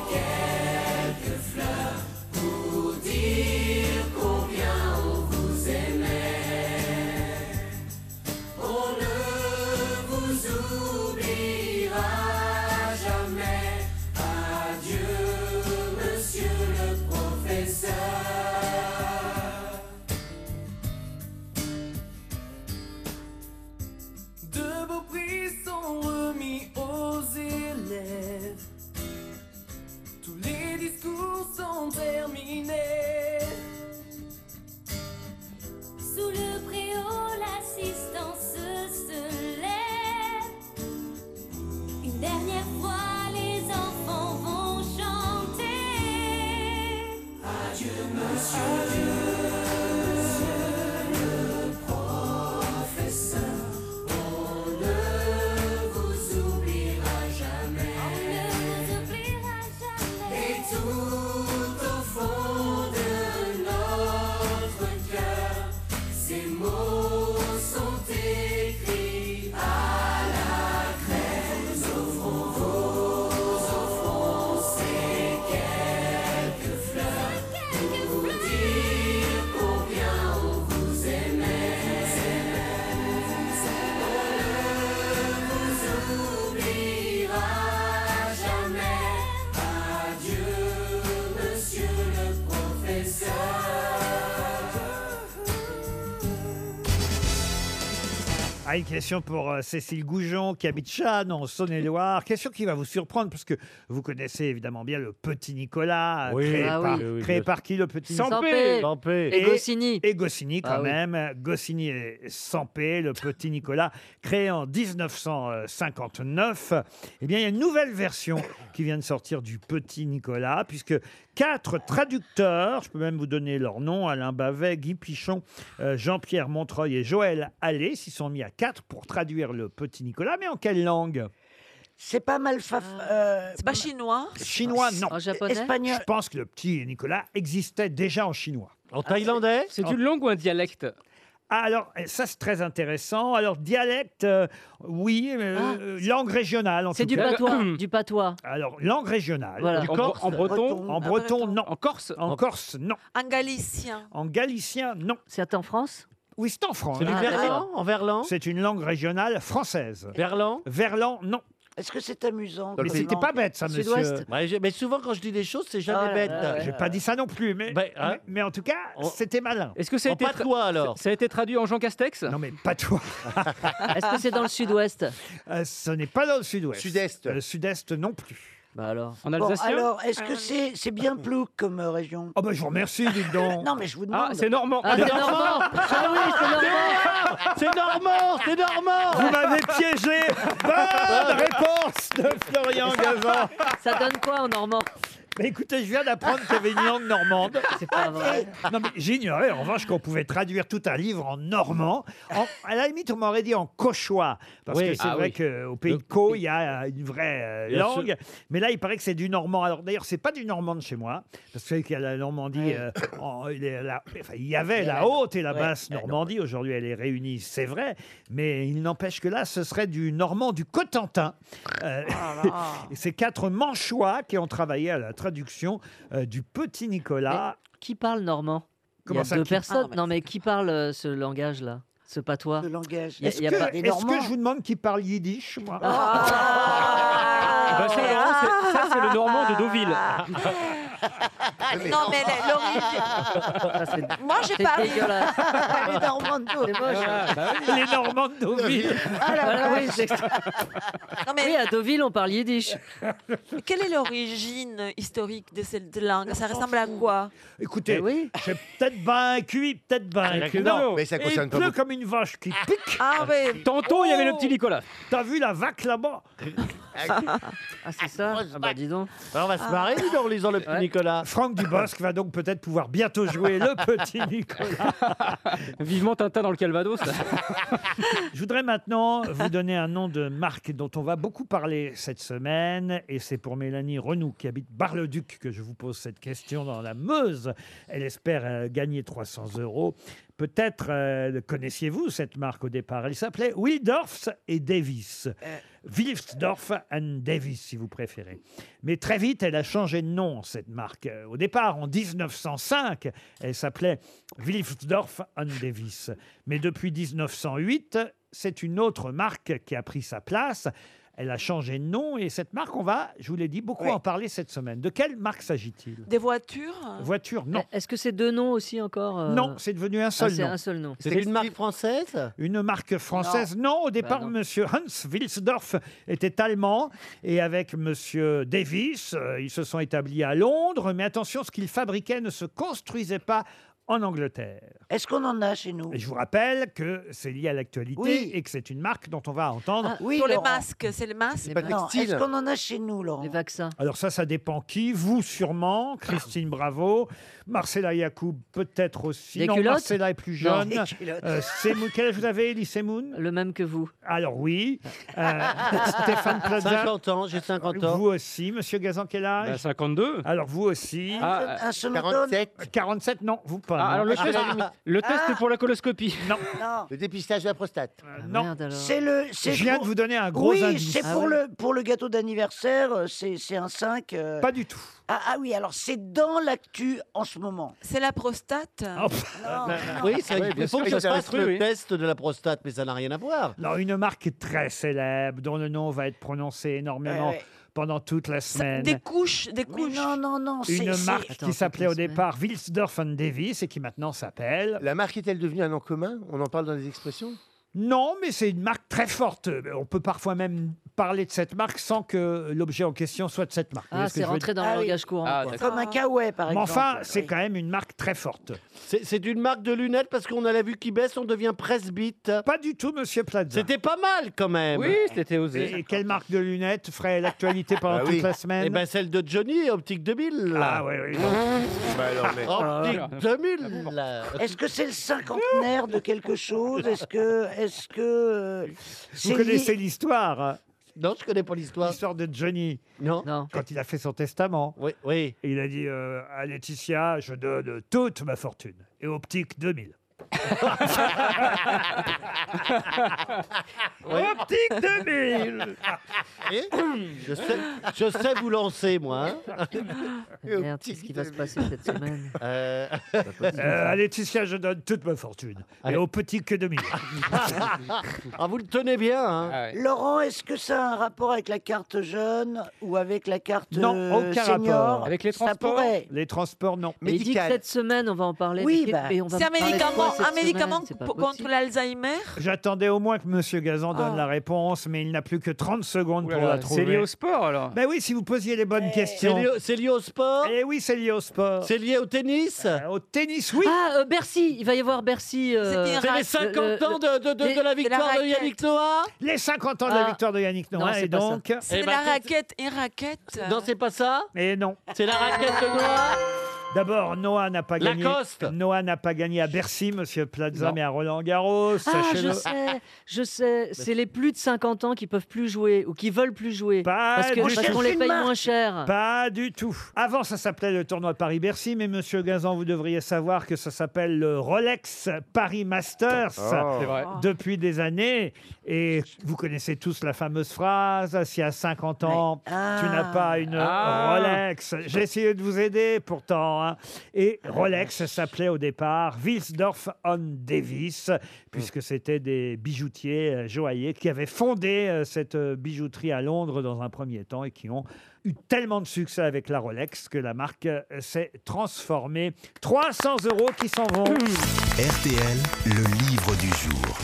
Speaker 16: quelques fleurs pour dire combien on vous aimait. On ne vous oubliera jamais. Adieu, monsieur le professeur. De beaux prix sont remis aux élèves. Tous les discours sont terminés.
Speaker 15: Sous le préau l'assistance se lève Une dernière fois les enfants vont chanter
Speaker 16: Adieu, monsieur. le professeur. On ne vous oubliera jamais. Et tout au fond de notre cœur, ces mots sont écrits à la craie. Nous offrons, vous offrons ces quelques fleurs pour dire combien on vous aimait. On ne vous oubliera jamais. Adieu, monsieur le professeur.
Speaker 4: Ah, une question pour euh, Cécile Goujon qui habite Châne en Saône-et-Loire. Question qui va vous surprendre parce que vous connaissez évidemment bien le petit Nicolas, euh,
Speaker 6: Oui,
Speaker 4: créé,
Speaker 6: ah
Speaker 4: par,
Speaker 6: oui. Oui, oui,
Speaker 4: créé
Speaker 6: bien sûr.
Speaker 4: par qui le petit
Speaker 6: Sampé. Sampé. Sampé. Et
Speaker 4: Goscinny. Et Goscinny quand
Speaker 6: Ah oui.
Speaker 4: même. Goscinny et Sampé, le petit Nicolas, créé en 1959. Eh bien, il y a une nouvelle version qui vient de sortir du petit Nicolas puisque quatre traducteurs, je peux même vous donner leur nom, Alain Bavet, Guy Pichon, euh, Jean-Pierre Montreuil et Joël Allais, s'y sont mis à quatre pour traduire le petit Nicolas. Mais en quelle langue
Speaker 7: C'est pas mal. euh, Oh, C'est
Speaker 9: pas chinois
Speaker 4: Chinois, non.
Speaker 9: Espagnol.
Speaker 4: Je pense que le petit Nicolas existait déjà en chinois. En
Speaker 8: thaïlandais C'est une
Speaker 4: langue ou un dialecte alors, eh, ça c'est très intéressant. Alors, dialecte, euh, oui, euh, euh, langue régionale en
Speaker 5: C'est du
Speaker 4: tout cas.
Speaker 5: patois, du patois.
Speaker 4: Alors, langue régionale.
Speaker 5: Voilà. Du En- corse en breton
Speaker 4: En
Speaker 5: Un
Speaker 4: breton, non. En corse En Corse, non.
Speaker 9: Un galicien.
Speaker 4: En galicien, non.
Speaker 5: C'est en France
Speaker 4: Oui, c'est en France.
Speaker 6: C'est du Ah, verlan, d'accord. en verlan
Speaker 4: C'est une langue régionale française.
Speaker 6: Verlan
Speaker 4: Verlan, non.
Speaker 7: Est-ce que c'est amusant
Speaker 4: Mais
Speaker 7: comme
Speaker 4: c'était
Speaker 7: langue
Speaker 4: pas bête, ça, monsieur.
Speaker 6: Ouais, j'ai- mais souvent, quand je dis des choses, c'est jamais
Speaker 4: Oh là
Speaker 6: bête. Ben, hein?
Speaker 4: là, ouais. J'ai pas dit ça non plus, mais, mais, mais en tout cas, c'était malin.
Speaker 8: Est-ce que ça a été tra- Ça a été traduit en Jean Castex
Speaker 4: Non mais pas toi.
Speaker 5: Est-ce que c'est dans le sud-ouest
Speaker 4: Euh, ce n'est pas dans le sud-ouest. Sud-est. sud-est non plus.
Speaker 5: Bah alors.
Speaker 4: En
Speaker 7: Bon, alors, est-ce que c'est c'est bien plouc comme euh, région
Speaker 4: Ah bah je vous remercie, dites donc.
Speaker 7: non, mais je vous
Speaker 4: Ah,
Speaker 7: demande.
Speaker 4: c'est normand. Ah, c'est normand.
Speaker 7: Ah oui, c'est
Speaker 6: C'est normand
Speaker 7: normand
Speaker 6: C'est normand
Speaker 4: Vous m'avez piégé Bonne réponse de Florian Gazan
Speaker 5: Ça donne quoi en normand
Speaker 4: Mais écoutez, je viens d'apprendre qu'il y avait une langue normande.
Speaker 5: C'est pas vrai.
Speaker 4: Non mais j'ignorais en revanche qu'on pouvait traduire tout un livre en normand. En- à la limite, on m'aurait dit en cauchois. Parce
Speaker 6: Oui.
Speaker 4: que c'est
Speaker 6: Ah
Speaker 4: vrai
Speaker 6: oui.
Speaker 4: qu'au pays de Caux, il y a euh, une vraie euh,
Speaker 6: Bien sûr.
Speaker 4: langue. Mais là, il paraît que c'est du normand. Alors d'ailleurs, c'est pas du normand de chez moi. Parce que vous savez qu'il y a la Normandie, euh, en- il, est la- enfin, il y avait la haute et la
Speaker 6: Ouais.
Speaker 4: basse Normandie. Aujourd'hui, elle est réunie, c'est vrai. Mais il n'empêche que là, ce serait du normand du Cotentin. Euh, et c'est quatre manchois qui ont travaillé à la traduction euh, du petit Nicolas.
Speaker 5: Qui parle normand Il y
Speaker 4: Comment
Speaker 5: a
Speaker 4: ça,
Speaker 5: deux
Speaker 4: qui-
Speaker 5: personnes.
Speaker 4: Ah, mais
Speaker 5: non mais qui parle euh, ce langage-là ce patois. Le
Speaker 7: langage.
Speaker 4: Est-ce que, est-ce que je vous demande qui parle yiddish, moi
Speaker 5: Ah.
Speaker 8: Bah, ça, Laurent, c'est- ça, c'est le normand de Deauville.
Speaker 9: Non, mais la- l'origine. Moi, j'ai
Speaker 16: c'est
Speaker 9: parlé.
Speaker 16: dégueulasse.
Speaker 9: Les Normands de Deauville.
Speaker 4: Ah, Les Normands de Deauville.
Speaker 9: Ah, la
Speaker 5: Voilà, oui,
Speaker 9: vache.
Speaker 5: c'est- Oui, à Deauville, on parle yiddish.
Speaker 9: Quelle est l'origine historique de cette langue Ça ressemble à quoi
Speaker 4: Écoutez,
Speaker 8: Eh
Speaker 4: j'ai peut-être vaincu, peut-être vaincu.
Speaker 8: Non,
Speaker 4: Non,
Speaker 8: Ah, mais ça
Speaker 4: Et
Speaker 8: concerne
Speaker 4: il
Speaker 8: pas
Speaker 4: pleut
Speaker 8: beaucoup.
Speaker 4: comme une vache qui pique.
Speaker 9: Ah ouais.
Speaker 8: Tantôt, il y avait le petit Nicolas.
Speaker 4: T'as vu la vaque là-bas
Speaker 5: Ah, c'est ça Ah, bah, dis donc.
Speaker 6: Alors, on va se marrer, dis donc, en lisant le petit Nicolas.
Speaker 4: Franck Dubosc va donc peut-être pouvoir bientôt jouer le petit Nicolas.
Speaker 8: Vivement Tintin dans le Calvados.
Speaker 4: Je voudrais maintenant vous donner un nom de marque dont on va beaucoup parler cette semaine. Et c'est pour Mélanie Renou, qui habite Bar-le-Duc, que je vous pose cette question dans la Meuse. Elle espère euh, gagner 300 euros. Peut-être euh, le connaissiez-vous cette marque au départ. Elle s'appelait Wildorfs et Davis. Wilsdorf and Davis, si vous préférez. Mais très vite, elle a changé de nom, cette marque. Euh, Au départ, en 1905, elle s'appelait Wilsdorf and Davis. Mais depuis 1908, c'est une autre marque qui a pris sa place. Elle a changé de nom et cette marque, on va, je vous l'ai dit, beaucoup en parler cette semaine. De quelle marque s'agit-il
Speaker 9: Des voitures
Speaker 4: Voiture, non.
Speaker 5: Est-ce que c'est deux noms aussi encore euh,
Speaker 4: Non, c'est devenu un seul
Speaker 5: ah, c'est
Speaker 4: nom.
Speaker 5: un seul nom. Bah,
Speaker 4: C'est une marque
Speaker 6: française
Speaker 4: Une marque française Non, au départ,
Speaker 5: non.
Speaker 4: monsieur Hans Wilsdorf était allemand et avec monsieur Davis, euh, ils se sont établis à Londres. Mais attention, ce qu'ils fabriquaient ne se construisait pas en Angleterre.
Speaker 7: Est-ce qu'on en a chez nous
Speaker 4: Et je vous rappelle que c'est lié à l'actualité
Speaker 7: Oui. Ah,
Speaker 4: et que c'est une marque dont on va
Speaker 5: Ah,
Speaker 4: entendre.
Speaker 9: Pour les masques, c'est les masques.
Speaker 7: Non, Est-ce qu'on en a chez nous, Laurent Les
Speaker 5: vaccins.
Speaker 4: Alors ça, ça dépend qui Vous sûrement, Christine Bravo, Marcella Yacoub peut-être aussi.
Speaker 5: Des
Speaker 4: non,
Speaker 5: culottes
Speaker 4: Marcella est plus jeune.
Speaker 5: Non. Des culottes.
Speaker 4: Euh, Semoun- quel âge vous avez, Elie Semoun
Speaker 5: Le même que vous.
Speaker 4: Alors oui. Euh, Stéphane Plaza.
Speaker 6: 50 ans, j'ai 50 ans.
Speaker 4: Vous aussi, Monsieur Gazan, quel âge
Speaker 8: Bah, 52.
Speaker 4: Alors vous aussi.
Speaker 8: Ah, Un seul automne.
Speaker 4: 47. 47, non, vous pas.
Speaker 8: Ah,
Speaker 4: non.
Speaker 8: alors le test, le test
Speaker 4: Ah.
Speaker 8: pour la coloscopie.
Speaker 4: Non. Euh,
Speaker 11: Le dépistage de la prostate.
Speaker 4: non.
Speaker 7: C'est le. c'est
Speaker 4: Je viens
Speaker 7: pour-
Speaker 4: de vous donner un gros
Speaker 7: Ah oui,
Speaker 4: indice. Ah
Speaker 7: c'est pour, le, pour le gâteau d'anniversaire, euh, c'est c'est un 5. euh.
Speaker 4: Pas du tout.
Speaker 7: Ah, ah oui, alors c'est dans l'actu en ce moment.
Speaker 9: C'est la prostate
Speaker 4: Ah,
Speaker 6: Ah, Oui, c'est vrai.
Speaker 4: Oui, bien
Speaker 6: Il faut
Speaker 4: sûr,
Speaker 6: que
Speaker 4: il
Speaker 6: ça se
Speaker 4: s'arrête
Speaker 6: passe hein.
Speaker 4: plus,
Speaker 6: le
Speaker 4: oui.
Speaker 6: test de la prostate, mais ça n'a rien à voir.
Speaker 4: Non, une marque très célèbre dont le nom va être prononcé énormément
Speaker 6: Ouais, ouais.
Speaker 4: pendant toute la semaine.
Speaker 9: Des couches, des couches.
Speaker 7: Non, non, non. c'est-
Speaker 4: Une
Speaker 7: c'est-
Speaker 4: marque qui s'appelait au départ Wilsdorf and Davis et qui maintenant s'appelle.
Speaker 11: La marque est-elle devenue un nom commun On en parle dans les expressions
Speaker 4: Non, mais c'est une marque très forte. On peut parfois même parler de cette marque sans que l'objet en question soit de cette marque. Vous
Speaker 5: Ah,
Speaker 4: voyez ce que
Speaker 5: c'est
Speaker 4: je veux
Speaker 5: rentré
Speaker 4: dire
Speaker 5: dans le langage courant. quoi.
Speaker 7: Comme un kawaii, par
Speaker 4: Mais
Speaker 7: exemple.
Speaker 4: enfin, c'est quand même une marque très forte.
Speaker 6: C'est c'est une marque de lunettes parce qu'on a la vue qui baisse, on devient presbyte.
Speaker 4: Pas du tout, monsieur Plaza.
Speaker 6: C'était pas mal quand même.
Speaker 8: Oui, c'était osé.
Speaker 4: Et quelle marque de lunettes ferait l'actualité pendant
Speaker 6: Bah
Speaker 4: toute
Speaker 6: oui.
Speaker 4: la semaine
Speaker 6: Eh ben celle de Johnny, Optique 2000.
Speaker 4: Ah oui, oui.
Speaker 6: bah
Speaker 8: Ah,
Speaker 6: Optique 2000. là.
Speaker 7: Est-ce que c'est le cinquantenaire de quelque chose Est-ce que. Est-ce que. euh, c'est
Speaker 4: Vous
Speaker 7: lié-
Speaker 4: connaissez l'histoire
Speaker 6: Non, je connais pas l'histoire.
Speaker 4: L'histoire de Johnny.
Speaker 6: Non.
Speaker 4: Quand il a fait son testament.
Speaker 6: Oui, oui.
Speaker 4: Et il a dit euh, à Laetitia, je donne toute ma fortune. Et optique 2000. Optique 2000
Speaker 6: je, sais, je sais vous lancer, moi. hein.
Speaker 5: Ah, Merde, qu'est-ce qui va se passer cette semaine
Speaker 4: Euh, à Laetitia, je donne toute ma fortune. Et optique 2000.
Speaker 6: ah, vous le tenez bien. hein.
Speaker 8: Ah,
Speaker 7: Laurent, est-ce que ça a un rapport avec la carte jeune ou avec la carte
Speaker 4: Non,
Speaker 7: euh,
Speaker 4: aucun
Speaker 7: senior
Speaker 4: rapport.
Speaker 7: Ça pourrait.
Speaker 4: Les transports, non.
Speaker 5: Mais il dit que cette semaine, on va en parler.
Speaker 7: Oui,
Speaker 5: mais qu'est-
Speaker 7: bah,
Speaker 5: mais on va
Speaker 9: C'est un
Speaker 5: parler de quoi
Speaker 9: médicament,
Speaker 5: cette
Speaker 9: un médicament
Speaker 5: semaine C'est pas
Speaker 9: pour-
Speaker 5: possible.
Speaker 9: contre l'Alzheimer
Speaker 4: J'attendais au moins que Monsieur Gazan donne
Speaker 9: Ah.
Speaker 4: la réponse, mais il n'a plus que 30 secondes
Speaker 8: Ouh là
Speaker 4: pour
Speaker 8: là,
Speaker 4: la trouver.
Speaker 8: C'est lié au sport alors.
Speaker 4: Ben oui, si vous posiez les
Speaker 7: Eh.
Speaker 4: bonnes
Speaker 6: C'est
Speaker 4: questions.
Speaker 6: lié, c'est lié au sport
Speaker 4: Eh oui, c'est lié au sport. Euh,
Speaker 6: C'est lié au tennis
Speaker 4: Au tennis, oui.
Speaker 5: Ah, euh, Bercy, il va y avoir Bercy. euh,
Speaker 6: C'est les 50
Speaker 5: le-
Speaker 6: ans de, de- de-
Speaker 5: les-
Speaker 6: de la victoire de,
Speaker 9: raquette.
Speaker 6: Yannick Noah
Speaker 4: Les 50 ans de la
Speaker 6: Ah.
Speaker 4: victoire de Yannick
Speaker 6: Non,
Speaker 4: Noah.
Speaker 6: c'est
Speaker 4: et
Speaker 6: pas ça.
Speaker 4: donc.
Speaker 9: C'est
Speaker 6: Eh ben,
Speaker 9: la
Speaker 6: c'est-
Speaker 9: raquette, une raquette.
Speaker 6: Non, c'est pas ça
Speaker 4: Et Eh non.
Speaker 6: C'est la raquette de Noah
Speaker 4: D'abord, Noah n'a pas gagné.
Speaker 6: Lacoste.
Speaker 4: Noah n'a pas gagné à Bercy, Monsieur Plaza,
Speaker 6: Non.
Speaker 4: mais à Roland Garros.
Speaker 5: Ah,
Speaker 4: Oh, sachez-le.
Speaker 5: je sais, je sais. C'est les plus de 50 ans qui peuvent plus jouer ou qui veulent plus jouer. parce
Speaker 4: du
Speaker 5: que- parce
Speaker 4: tout.
Speaker 5: qu'on les paye moins cher.
Speaker 4: Pas du tout. Avant, ça s'appelait le tournoi Paris-Bercy, mais Monsieur Gazan, vous devriez savoir que ça s'appelle le Rolex Paris Masters
Speaker 8: Oh. C'est vrai.
Speaker 5: Ah.
Speaker 4: depuis des années. Et vous connaissez tous la fameuse phrase si à 50 ans tu n'as pas une
Speaker 8: Ah.
Speaker 4: Rolex, j'ai essayé de vous aider, pourtant hein. Et Rolex s'appelait au départ Wilsdorf on Davis, puisque c'était des bijoutiers euh, joailliers qui avaient fondé euh, cette euh, bijouterie à Londres dans un premier temps et qui ont eu tellement de succès avec la Rolex que la marque euh, s'est transformée. 300 euros qui s'en vont.
Speaker 3: RTL, le livre du jour.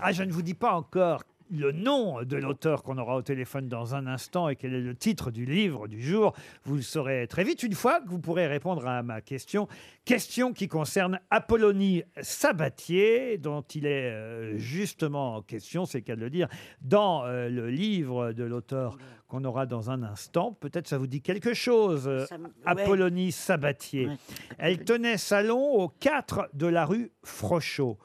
Speaker 4: Ah, je ne vous dis pas encore le nom de l'auteur qu'on aura au téléphone dans un instant et quel est le titre du livre du jour. Vous le saurez très vite une fois que vous pourrez répondre à ma question. Question qui concerne Apollonie Sabatier, dont il est euh, justement question, c'est le cas de le dire, dans euh, le livre de l'auteur qu'on aura dans un instant. Peut-être ça vous dit quelque chose, euh,
Speaker 7: Ça me- ouais.
Speaker 4: Apollonie Sabatier. Elle tenait salon au 4 de la rue Frochot.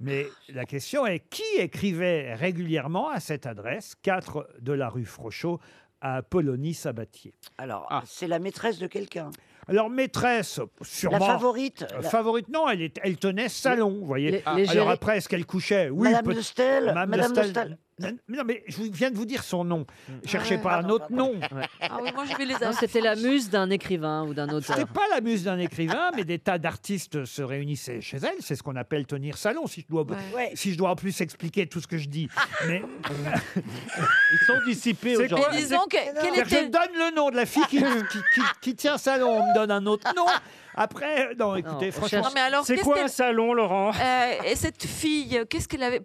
Speaker 4: Mais la question est qui écrivait régulièrement à cette adresse, 4 de la rue Frochot, à Polonie Sabatier
Speaker 7: Alors, c'est la maîtresse de quelqu'un.
Speaker 4: Alors, maîtresse, sûrement.
Speaker 7: La favorite,
Speaker 4: Euh,
Speaker 7: la-
Speaker 4: Favorite, non, elle, est- elle tenait salon, vous voyez.
Speaker 7: les-
Speaker 4: Ah.
Speaker 7: les
Speaker 4: Alors
Speaker 7: géri-
Speaker 4: après, est-ce qu'elle couchait Oui.
Speaker 7: Madame
Speaker 4: peut-
Speaker 7: de Staël, Madame Mm. de Staël.
Speaker 4: Non, mais non, mais je vous- viens de vous dire son nom.
Speaker 7: Ah
Speaker 4: Cherchez
Speaker 5: ouais.
Speaker 4: pas un autre nom.
Speaker 5: Ah
Speaker 9: Ah
Speaker 5: Non, c'était la muse d'un écrivain ou d'un auteur.
Speaker 4: C'était pas la muse d'un écrivain, mais des tas d'artistes se réunissaient chez elle. C'est ce qu'on appelle tenir salon, si je dois,
Speaker 7: Ouais.
Speaker 4: si je dois en plus expliquer tout ce que je dis. Mais
Speaker 6: ils sont dissipés
Speaker 4: C'est
Speaker 6: aujourd'hui.
Speaker 4: quoi-
Speaker 6: Mais
Speaker 4: c'est-
Speaker 6: disons que- quel
Speaker 4: C'est-à-dire,
Speaker 6: était-
Speaker 4: Je donne le nom de la fille qui, qui, qui- qui tient salon. On me donne un autre nom. Après, non, écoutez,
Speaker 9: on
Speaker 4: franchement,
Speaker 9: cherche- Non, mais alors,
Speaker 4: c'est
Speaker 9: qu'est-ce
Speaker 4: quoi
Speaker 9: qu'elle-
Speaker 4: un salon, Laurent
Speaker 9: Euh, et cette fille, qu'est-ce qu'elle avait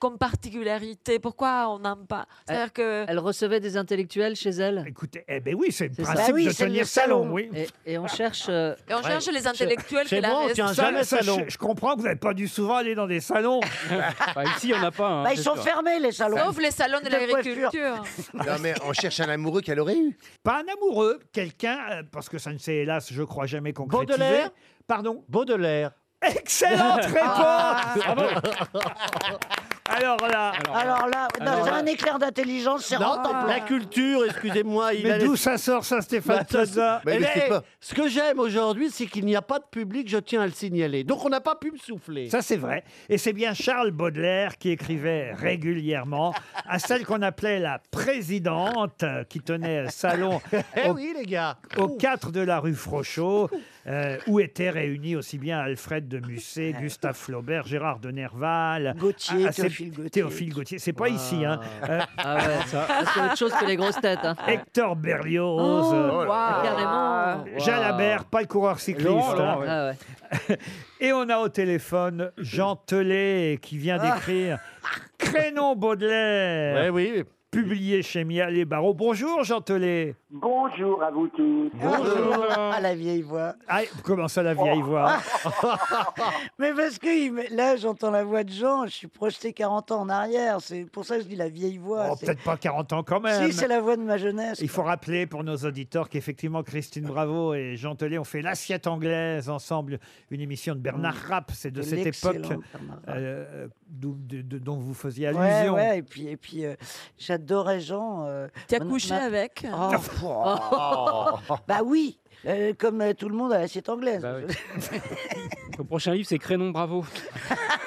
Speaker 9: comme particularité Pourquoi on n'aime pas C'est-à-dire que
Speaker 5: Elle recevait des intellectuels chez elle
Speaker 4: Écoutez, eh ben oui, c'est le
Speaker 5: ça.
Speaker 4: principe
Speaker 5: Bah oui,
Speaker 4: de
Speaker 5: c'est le
Speaker 4: tenir salon,
Speaker 5: salon.
Speaker 4: oui.
Speaker 5: Et, on cherche. euh,
Speaker 9: Et on cherche les intellectuels
Speaker 4: Chez
Speaker 9: qui la
Speaker 4: moi, on
Speaker 9: restent.
Speaker 4: tient jamais salon. Je, je comprends que vous n'avez pas dû souvent aller dans des salons.
Speaker 8: ici, il n'y en a pas.
Speaker 7: Bah, ils sont fermés, les salons.
Speaker 9: Sauf les salons de
Speaker 7: De coiffure.
Speaker 9: l'agriculture.
Speaker 11: Non, mais on cherche un amoureux qu'elle aurait eu.
Speaker 4: Pas un amoureux, quelqu'un, euh, parce que ça ne s'est hélas, je crois, jamais concrétisé.
Speaker 6: Baudelaire
Speaker 4: Pardon
Speaker 6: Baudelaire.
Speaker 4: Excellente réponse
Speaker 6: Ah.
Speaker 4: Alors là,
Speaker 7: Alors là, non,
Speaker 6: Alors
Speaker 7: c'est
Speaker 6: là-
Speaker 7: un éclair d'intelligence, c'est
Speaker 6: Ah, Non,
Speaker 7: rentable.
Speaker 6: la culture, excusez-moi. il
Speaker 4: Mais
Speaker 6: a
Speaker 4: d'où
Speaker 6: les-
Speaker 4: ça sort ça, Stéphane
Speaker 6: Bah, ça, c'est-
Speaker 4: Plaza
Speaker 6: Eh ben, Ce que j'aime aujourd'hui, c'est qu'il n'y a pas de public, je tiens à le signaler. Donc on n'a pas pu me souffler.
Speaker 4: Ça, c'est vrai. Et c'est bien Charles Baudelaire qui écrivait régulièrement à celle qu'on appelait la présidente, euh, qui tenait salon
Speaker 6: Eh
Speaker 4: au,
Speaker 6: oui, les gars.
Speaker 4: au 4 de la rue Frochot, euh, où étaient réunis aussi bien Alfred de Musset, Gustave Flaubert, Gérard de Nerval. ah,
Speaker 7: Gauthier,
Speaker 4: c'est-
Speaker 7: Théophile Gautier.
Speaker 4: Théophile Gautier. C'est pas ici. Hein. Euh,
Speaker 5: Ah ouais, ça, c'est autre chose que les grosses têtes. hein.
Speaker 4: Hector Berlioz.
Speaker 5: Oh,
Speaker 4: euh,
Speaker 5: waouh. Carrément.
Speaker 4: Jalabert, pas le coureur cycliste.
Speaker 5: Laurent, Laurent,
Speaker 4: hein.
Speaker 5: ouais. Ah ouais.
Speaker 4: Et on a au téléphone Jean Telet qui vient
Speaker 5: Ah.
Speaker 4: d'écrire Crénon Baudelaire. Publié chez Mia Les Barreaux. Bonjour Jean Telet.
Speaker 13: Bonjour à vous tous.
Speaker 7: À la vieille voix. Oh. Ah,
Speaker 4: Ah, comment ça la vieille voix
Speaker 7: Mais parce que il me- là, j'entends la voix de Jean, je suis projeté 40 ans en arrière. C'est pour ça que je dis la vieille voix.
Speaker 4: Oh,
Speaker 7: c'est-
Speaker 4: Peut-être pas 40 ans quand même.
Speaker 7: Si, c'est la voix de ma jeunesse.
Speaker 4: Il faut rappeler pour nos auditeurs qu'effectivement, Christine Bravo et Jean Telet ont fait L'Assiette Anglaise ensemble, une émission de Bernard Rapp. C'est de cette époque
Speaker 7: Mm. L'excellent
Speaker 4: euh, d'où- de- de- dont vous faisiez
Speaker 7: Ouais,
Speaker 4: allusion.
Speaker 7: ouais, et puis, et puis euh, j'adorais Jean. euh,
Speaker 9: Tu as
Speaker 7: ma-
Speaker 9: couché
Speaker 7: ma-
Speaker 9: avec
Speaker 7: Oh, oh. bah oui, euh, comme euh, tout le monde à l'assiette anglaise.
Speaker 8: Bah Ton prochain livre, c'est Crénon Bravo.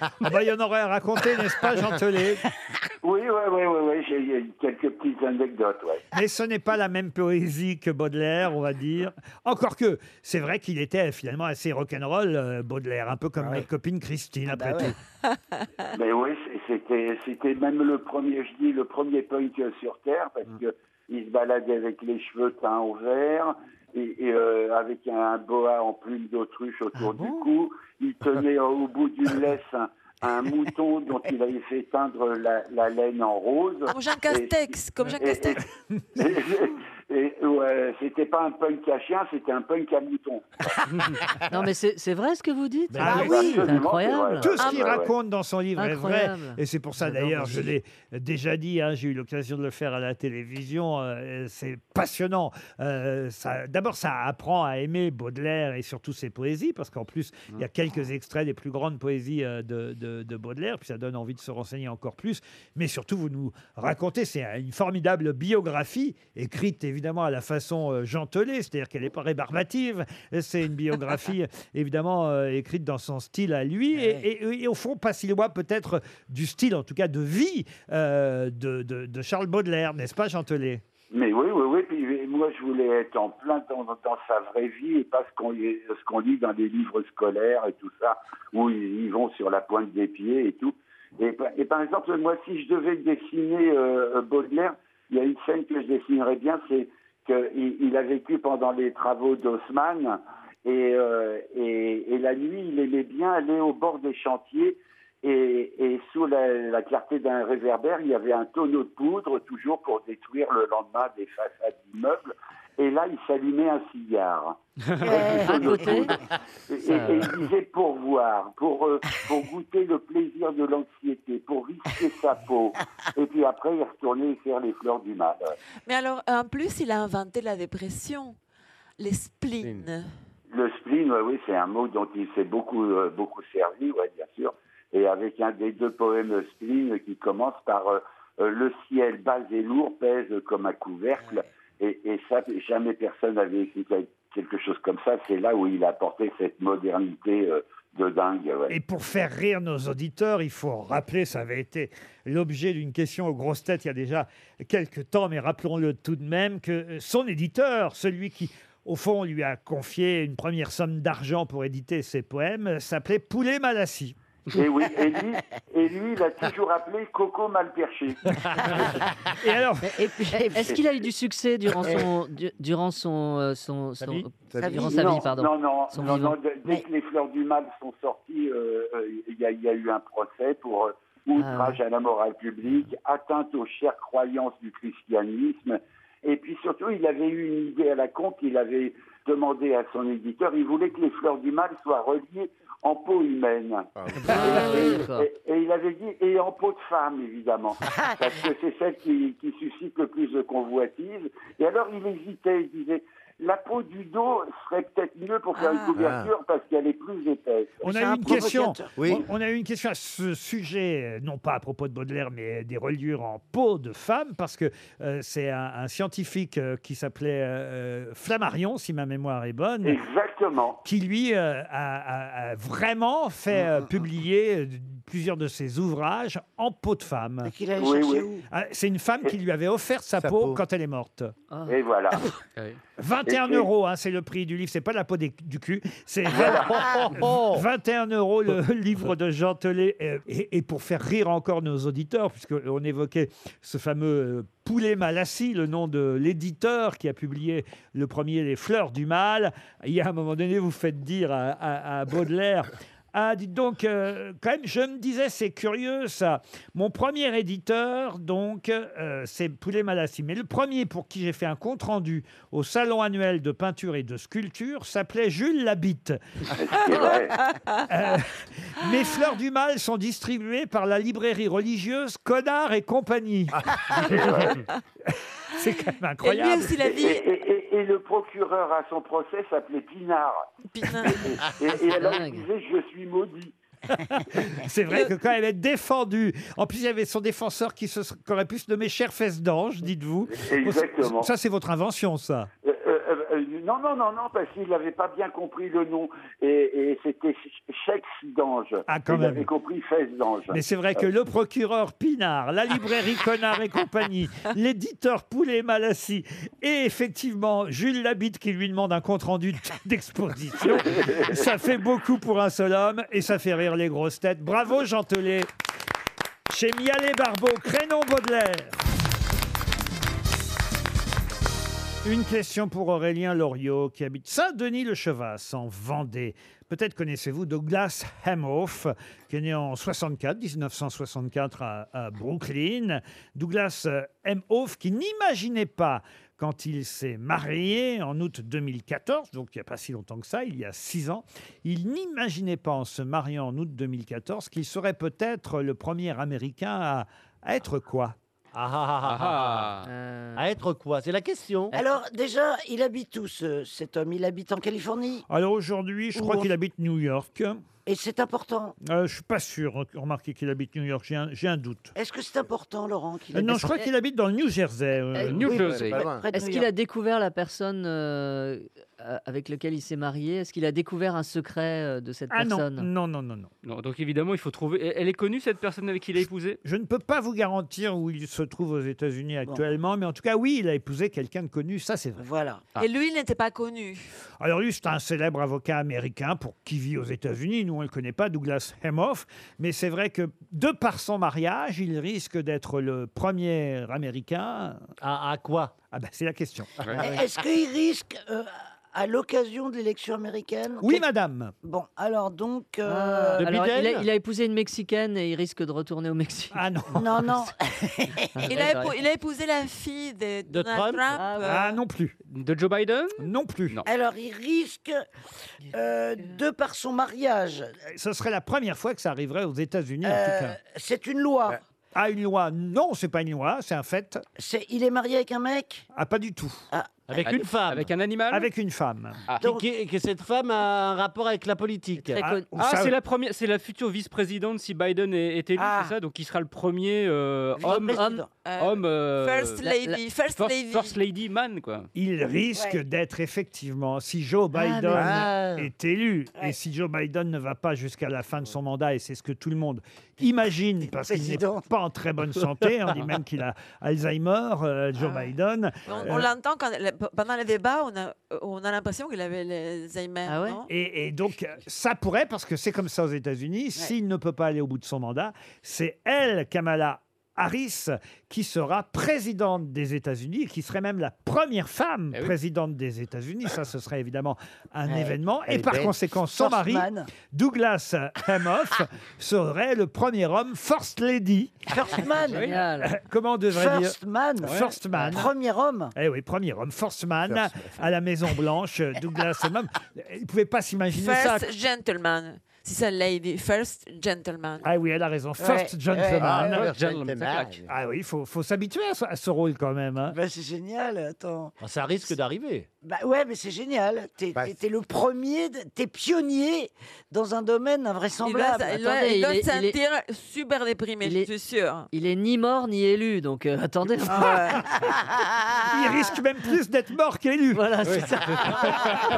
Speaker 4: Ah bah, il y en aurait à raconter, n'est-ce pas, Jean Telet
Speaker 13: Oui, oui, oui, oui, oui, j'ai- j'ai quelques petites anecdotes, ouais.
Speaker 4: Mais ce n'est pas la même poésie que Baudelaire, on va dire. Encore que, c'est vrai qu'il était finalement assez rock'n'roll, euh, Baudelaire, un peu comme
Speaker 7: Ah
Speaker 4: notre copine Christine,
Speaker 7: bah
Speaker 4: après tout.
Speaker 9: Euh.
Speaker 13: Mais oui, c- c'était c'était même le premier, je dis, le premier punk euh, sur Terre,
Speaker 4: Mm.
Speaker 13: parce que il se baladait avec les cheveux teints au vert, et, et, euh, avec un, boa en plume d'autruche autour
Speaker 4: Ah
Speaker 13: du cou. Il tenait euh, au bout d'une laisse un, un mouton dont il avait fait teindre la, la laine en rose.
Speaker 9: Comme Jean
Speaker 13: Et-
Speaker 9: Castex, comme Jean
Speaker 13: et- et-
Speaker 9: Castex.
Speaker 13: Et, ouais, c'était pas un punk à chien, c'était un punk à mouton.
Speaker 5: Non, mais c'est c'est vrai ce que vous dites
Speaker 13: Ah oui, oui,
Speaker 5: C'est
Speaker 13: absolument, c'est
Speaker 5: incroyable. bah
Speaker 13: vrai.
Speaker 4: Tout ce qu'il
Speaker 13: Ah, ouais,
Speaker 4: raconte dans son livre est vrai.
Speaker 5: Incroyable.
Speaker 4: Et c'est pour ça d'ailleurs, je l'ai déjà dit, hein, j'ai eu l'occasion de le faire à la télévision, euh, c'est passionnant. Euh, ça- D'abord, ça apprend à aimer Baudelaire et surtout ses poésies, parce qu'en plus, il y a quelques extraits des plus grandes poésies euh, de, de- de Baudelaire, puis ça donne envie de se renseigner encore plus. Mais surtout, vous nous racontez, c'est une formidable biographie, écrite évidemment à la façon euh, Jean Telet, c'est-à-dire qu'elle n'est pas rébarbative, c'est une biographie évidemment euh, écrite dans son style à lui, et, et- et au fond, pas si loin peut-être du style, en tout cas de vie, euh, de, de- de Charles Baudelaire, n'est-ce pas, Jean Telet
Speaker 13: Mais oui, oui, oui. Puis, euh,
Speaker 14: moi, je voulais être en plein dans, dans sa vraie vie et pas ce qu'on ce qu'on lit dans des livres scolaires et tout ça, où ils, ils vont sur la pointe des pieds et tout. Et, par- et par exemple, moi, si je devais dessiner euh, Baudelaire, il y a une scène que je dessinerais bien, c'est qu'il il a vécu pendant les travaux d'Haussmann et, euh, et, et la nuit, il aimait bien aller au bord des chantiers et, et sous la, la clarté d'un réverbère, il y avait un tonneau de poudre, toujours pour détruire le lendemain des façades d'immeubles. Et là, il s'allumait un cigare. Avec le tonneau de poudre. Et, et- et il disait pour voir, pour, euh, pour goûter le plaisir de l'anxiété, pour risquer sa peau. Et puis après, il retournait faire les fleurs du mal.
Speaker 9: Mais alors, en plus, il a inventé la dépression, les spleens.
Speaker 14: Le spleen, ouais, oui, c'est un mot dont il s'est beaucoup, euh, beaucoup servi, ouais, bien sûr. Et avec un des deux poèmes spleen qui commence par euh, euh, Le ciel bas et lourd pèse comme un couvercle. Et, et ça, jamais personne n'avait écrit quel- quelque chose comme ça. C'est là où il a apporté cette modernité euh, de dingue. ouais.
Speaker 4: Et pour faire rire nos auditeurs, il faut rappeler, ça avait été l'objet d'une question aux grosses têtes il y a déjà quelques temps, mais rappelons-le tout de même que euh, son éditeur, celui qui, au fond, lui a confié une première somme d'argent pour éditer ses poèmes, s'appelait Poulet Malassi.
Speaker 14: Et oui, et lui, et lui, il a toujours appelé Coco Malperché.
Speaker 4: Et alors
Speaker 5: Est-ce qu'il a eu du succès durant son du- durant son euh, son, son- euh,
Speaker 14: Sa vie.
Speaker 5: durant sa
Speaker 14: non,
Speaker 5: vie pardon
Speaker 14: Non, non,
Speaker 5: son
Speaker 14: non,
Speaker 5: vivant.
Speaker 14: non, dès dès que les fleurs du mal sont sorties, euh, euh, il y, a- il y a eu un procès pour euh, outrage à la morale publique, atteinte aux chères croyances du christianisme. Et puis surtout, il avait eu une idée à la con qu'il avait demandé à son éditeur. Il voulait que les fleurs du mal soient reliées en peau humaine. Et- et, et il avait dit, et en peau de femme, évidemment, parce que c'est celle qui, qui suscite le plus de convoitise. Et alors, il hésitait, il disait, la peau du dos serait peut-être mieux pour faire une couverture parce qu'elle est plus épaisse.
Speaker 4: On a eu une question. On, on a eu une question à ce sujet, euh, non pas à propos de Baudelaire, mais des reliures en peau de femme, parce que euh, c'est un, un scientifique euh, qui s'appelait euh, euh, Flammarion, si ma mémoire est bonne.
Speaker 14: Exactement.
Speaker 4: Qui lui euh, a, a- a vraiment fait euh, publier euh, plusieurs de ses ouvrages en peau de femme.
Speaker 7: qu'il allait Oui, chercher oui. où
Speaker 4: Ah, C'est une femme qui lui avait offert sa, peau, quand elle est morte.
Speaker 14: Ah. Et voilà.
Speaker 4: 21
Speaker 14: Et- et-
Speaker 4: euros, hein, c'est le prix du livre. C'est pas la peau des- du cul. C'est 21 euros le livre de Jean Telet. Euh, Et, et pour faire rire encore nos auditeurs, puisqu'on évoquait ce fameux euh, Poulet Malassi, le nom de l'éditeur qui a publié le premier Les Fleurs du Mal, il y a un moment donné, vous faites dire à, à- à Baudelaire. Ah, dites donc, euh, quand même, je me disais, c'est curieux ça. Mon premier éditeur, donc, euh, c'est Poulet Malassi. Mais le premier pour qui j'ai fait un compte-rendu au Salon annuel de peinture et de sculpture s'appelait Jules Labitte. Euh, mes fleurs du mal sont distribuées par la librairie religieuse Connard et compagnie. c'est quand même incroyable.
Speaker 14: Et, et- et- et le procureur à son procès s'appelait Pinard. Et- Et, et alors, il disait, je suis maudit.
Speaker 4: C'est vrai que quand elle est défendue, en plus il y avait son défenseur qui, se, qui aurait pu se nommer Cher Fesse d'Ange, dites-vous.
Speaker 14: Exactement.
Speaker 4: Ça, c'est votre invention, ça.
Speaker 14: Euh, euh, euh, non, non, non, non, parce qu'il n'avait pas bien compris le nom. Et, et c'était Chex d'ange.
Speaker 4: Ah, quand
Speaker 14: il
Speaker 4: même.
Speaker 14: avait compris Fesse d'ange.
Speaker 4: Mais c'est vrai que le procureur Pinard, la librairie Connard et compagnie, l'éditeur Poulet Malassi et effectivement Jules Labitte qui lui demande un compte-rendu d'exposition, ça fait beaucoup pour un seul homme et ça fait rire les grosses têtes. Bravo Gentelet Chez Mialet Barbeau, Crénon Baudelaire. Une question pour Aurélien Loriot qui habite Saint-Denis-le-Chevasse en Vendée. Peut-être connaissez-vous Douglas Hamoff, qui est né en 64, 1964 à, à Brooklyn. Douglas euh, Hamoff qui n'imaginait pas quand il s'est marié en août 2014, donc il n'y a pas si longtemps que ça, il y a six ans, il n'imaginait pas en se mariant en août 2014 qu'il serait peut-être le premier Américain à, à être quoi
Speaker 6: Ah, ah, ah, ah, ah. À être quoi C'est la question.
Speaker 7: Alors déjà, il habite où ce- cet homme Il habite en Californie
Speaker 4: Alors aujourd'hui, je
Speaker 7: Ou
Speaker 4: crois
Speaker 7: en-
Speaker 4: qu'il habite New York.
Speaker 7: Et c'est important.
Speaker 4: Euh, je suis pas sûr, remarquez qu'il habite New York, j'ai un, j'ai un doute.
Speaker 7: Est-ce que c'est important, Laurent qu'il
Speaker 4: Euh, non,
Speaker 7: ait-
Speaker 4: je crois qu'il habite dans le New Jersey. euh,
Speaker 5: Euh,
Speaker 4: oui, c'est pas loin.
Speaker 5: Est-ce qu'il a découvert la personne euh, euh, avec laquelle il s'est marié Est-ce qu'il a découvert un secret euh, de cette
Speaker 4: Ah non,
Speaker 5: personne
Speaker 4: non, non, non, non.
Speaker 8: Non, donc évidemment, il faut trouver. Elle- Elle est connue, cette personne avec qui il a épousé
Speaker 4: Je ne peux pas vous garantir où il se trouve aux États-Unis actuellement, mais en tout cas, oui, il a épousé quelqu'un de connu, ça c'est vrai. Ah.
Speaker 7: Voilà.
Speaker 6: Ah.
Speaker 9: Et lui, il n'était pas connu.
Speaker 4: Alors lui, c'est un célèbre avocat américain pour qui vit aux États-Unis. Nous, on ne le connaît pas, Douglas Hemhoff. Mais c'est vrai que de par son mariage, il risque d'être le premier américain. À, quoi Ah ben, c'est la question.
Speaker 7: Eh, Est-ce qu'il risque, euh, à l'occasion de l'élection américaine
Speaker 4: Oui, madame.
Speaker 7: Bon, alors donc. euh,
Speaker 9: Ah.
Speaker 5: Euh, alors, il, a, il a épousé une Mexicaine et il risque de retourner au Mexique.
Speaker 4: Ah non
Speaker 7: Non, non. Ah,
Speaker 9: Il a, épou- il a épousé la fille de,
Speaker 8: De
Speaker 9: Donald
Speaker 8: Trump
Speaker 9: Trump. Euh,
Speaker 8: Ah
Speaker 4: non plus.
Speaker 8: De Joe Biden
Speaker 4: Non plus.
Speaker 7: Alors, il risque, euh, de par son mariage,
Speaker 4: Ce serait la première fois que ça arriverait aux États-Unis, en
Speaker 7: Euh,
Speaker 4: tout cas.
Speaker 7: C'est une loi.
Speaker 4: Ah, une loi Non, c'est pas une loi, c'est un fait.
Speaker 7: C'est, il est marié avec un mec
Speaker 4: Ah, pas du tout.
Speaker 6: Avec Avec- une femme
Speaker 8: Avec Ah. un animal
Speaker 4: Avec une femme.
Speaker 6: Et que- et que cette femme a un rapport avec la politique.
Speaker 8: Ah, ah, c'est la première, c'est la future vice-présidente si Biden est, est élu,
Speaker 6: Ah.
Speaker 8: c'est ça Donc il sera le premier euh, homme,
Speaker 9: Vice-président.
Speaker 8: homme,
Speaker 9: Euh,
Speaker 8: homme,
Speaker 9: first lady, first
Speaker 8: first-
Speaker 9: lady.
Speaker 8: first lady man quoi.
Speaker 4: Il risque d'être effectivement, si Joe
Speaker 8: Ah,
Speaker 4: Biden
Speaker 8: mais-
Speaker 4: est élu, et si Joe Biden ne va pas jusqu'à la fin de son mandat, et c'est ce que tout le monde imagine, parce qu'il n'est pas en très bonne santé, hein, on dit même qu'il a Alzheimer, euh,
Speaker 7: Ah
Speaker 4: Joe Biden.
Speaker 9: On, on
Speaker 4: Euh,
Speaker 9: l'entend quand- pendant les débats, on a, on a l'impression qu'il avait l'Alzheimer.
Speaker 7: Ah
Speaker 9: non
Speaker 4: Et, et donc, euh, ça pourrait, parce que c'est comme ça aux États-Unis, s'il ne peut pas aller au bout de son mandat, c'est elle, Kamala Harris, qui sera présidente des États-Unis, et qui serait même la première femme présidente des États-Unis. Ça, ce serait évidemment un
Speaker 2: Eh Ouais.
Speaker 4: événement.
Speaker 2: Elle
Speaker 4: Et
Speaker 2: est
Speaker 4: par
Speaker 2: belle.
Speaker 4: conséquent,
Speaker 2: First
Speaker 4: son mari,
Speaker 2: man.
Speaker 4: Douglas Hamoff, serait le premier homme First Lady.
Speaker 7: First man. Génial.
Speaker 4: Comment devrais-je dire
Speaker 7: First man.
Speaker 4: First man.
Speaker 7: Premier homme.
Speaker 4: Eh oui, premier homme, First Man, à la Maison Blanche, Douglas Hammond. Il ne pouvait pas s'imaginer ça.
Speaker 9: First gentleman. Si c'est lady, first gentleman.
Speaker 4: Ah oui, elle a raison. First
Speaker 9: Ouais.
Speaker 4: gentleman.
Speaker 9: Ouais. Ah, first gentleman.
Speaker 4: Ah, oui, il faut, faut s'habituer à, ce- à ce rôle quand même. hein.
Speaker 7: Bah, c'est génial, attends.
Speaker 6: Ça risque d'arriver.
Speaker 7: Bah ouais, mais c'est génial. T'es, t'es- t'es le premier, de- t'es pionnier dans un domaine
Speaker 9: Il doit,
Speaker 7: invraisemblable.
Speaker 9: il doit-
Speaker 7: Attendez,
Speaker 9: il doit
Speaker 7: il
Speaker 9: se
Speaker 7: est- il est-
Speaker 9: sentir super déprimé, je suis sûre.
Speaker 5: Il est ni mort ni élu, donc euh, attendez.
Speaker 9: Ah
Speaker 4: Il risque même plus d'être mort qu'élu.
Speaker 6: Ah,
Speaker 5: Voilà,
Speaker 11: Oui.
Speaker 5: c'est ça.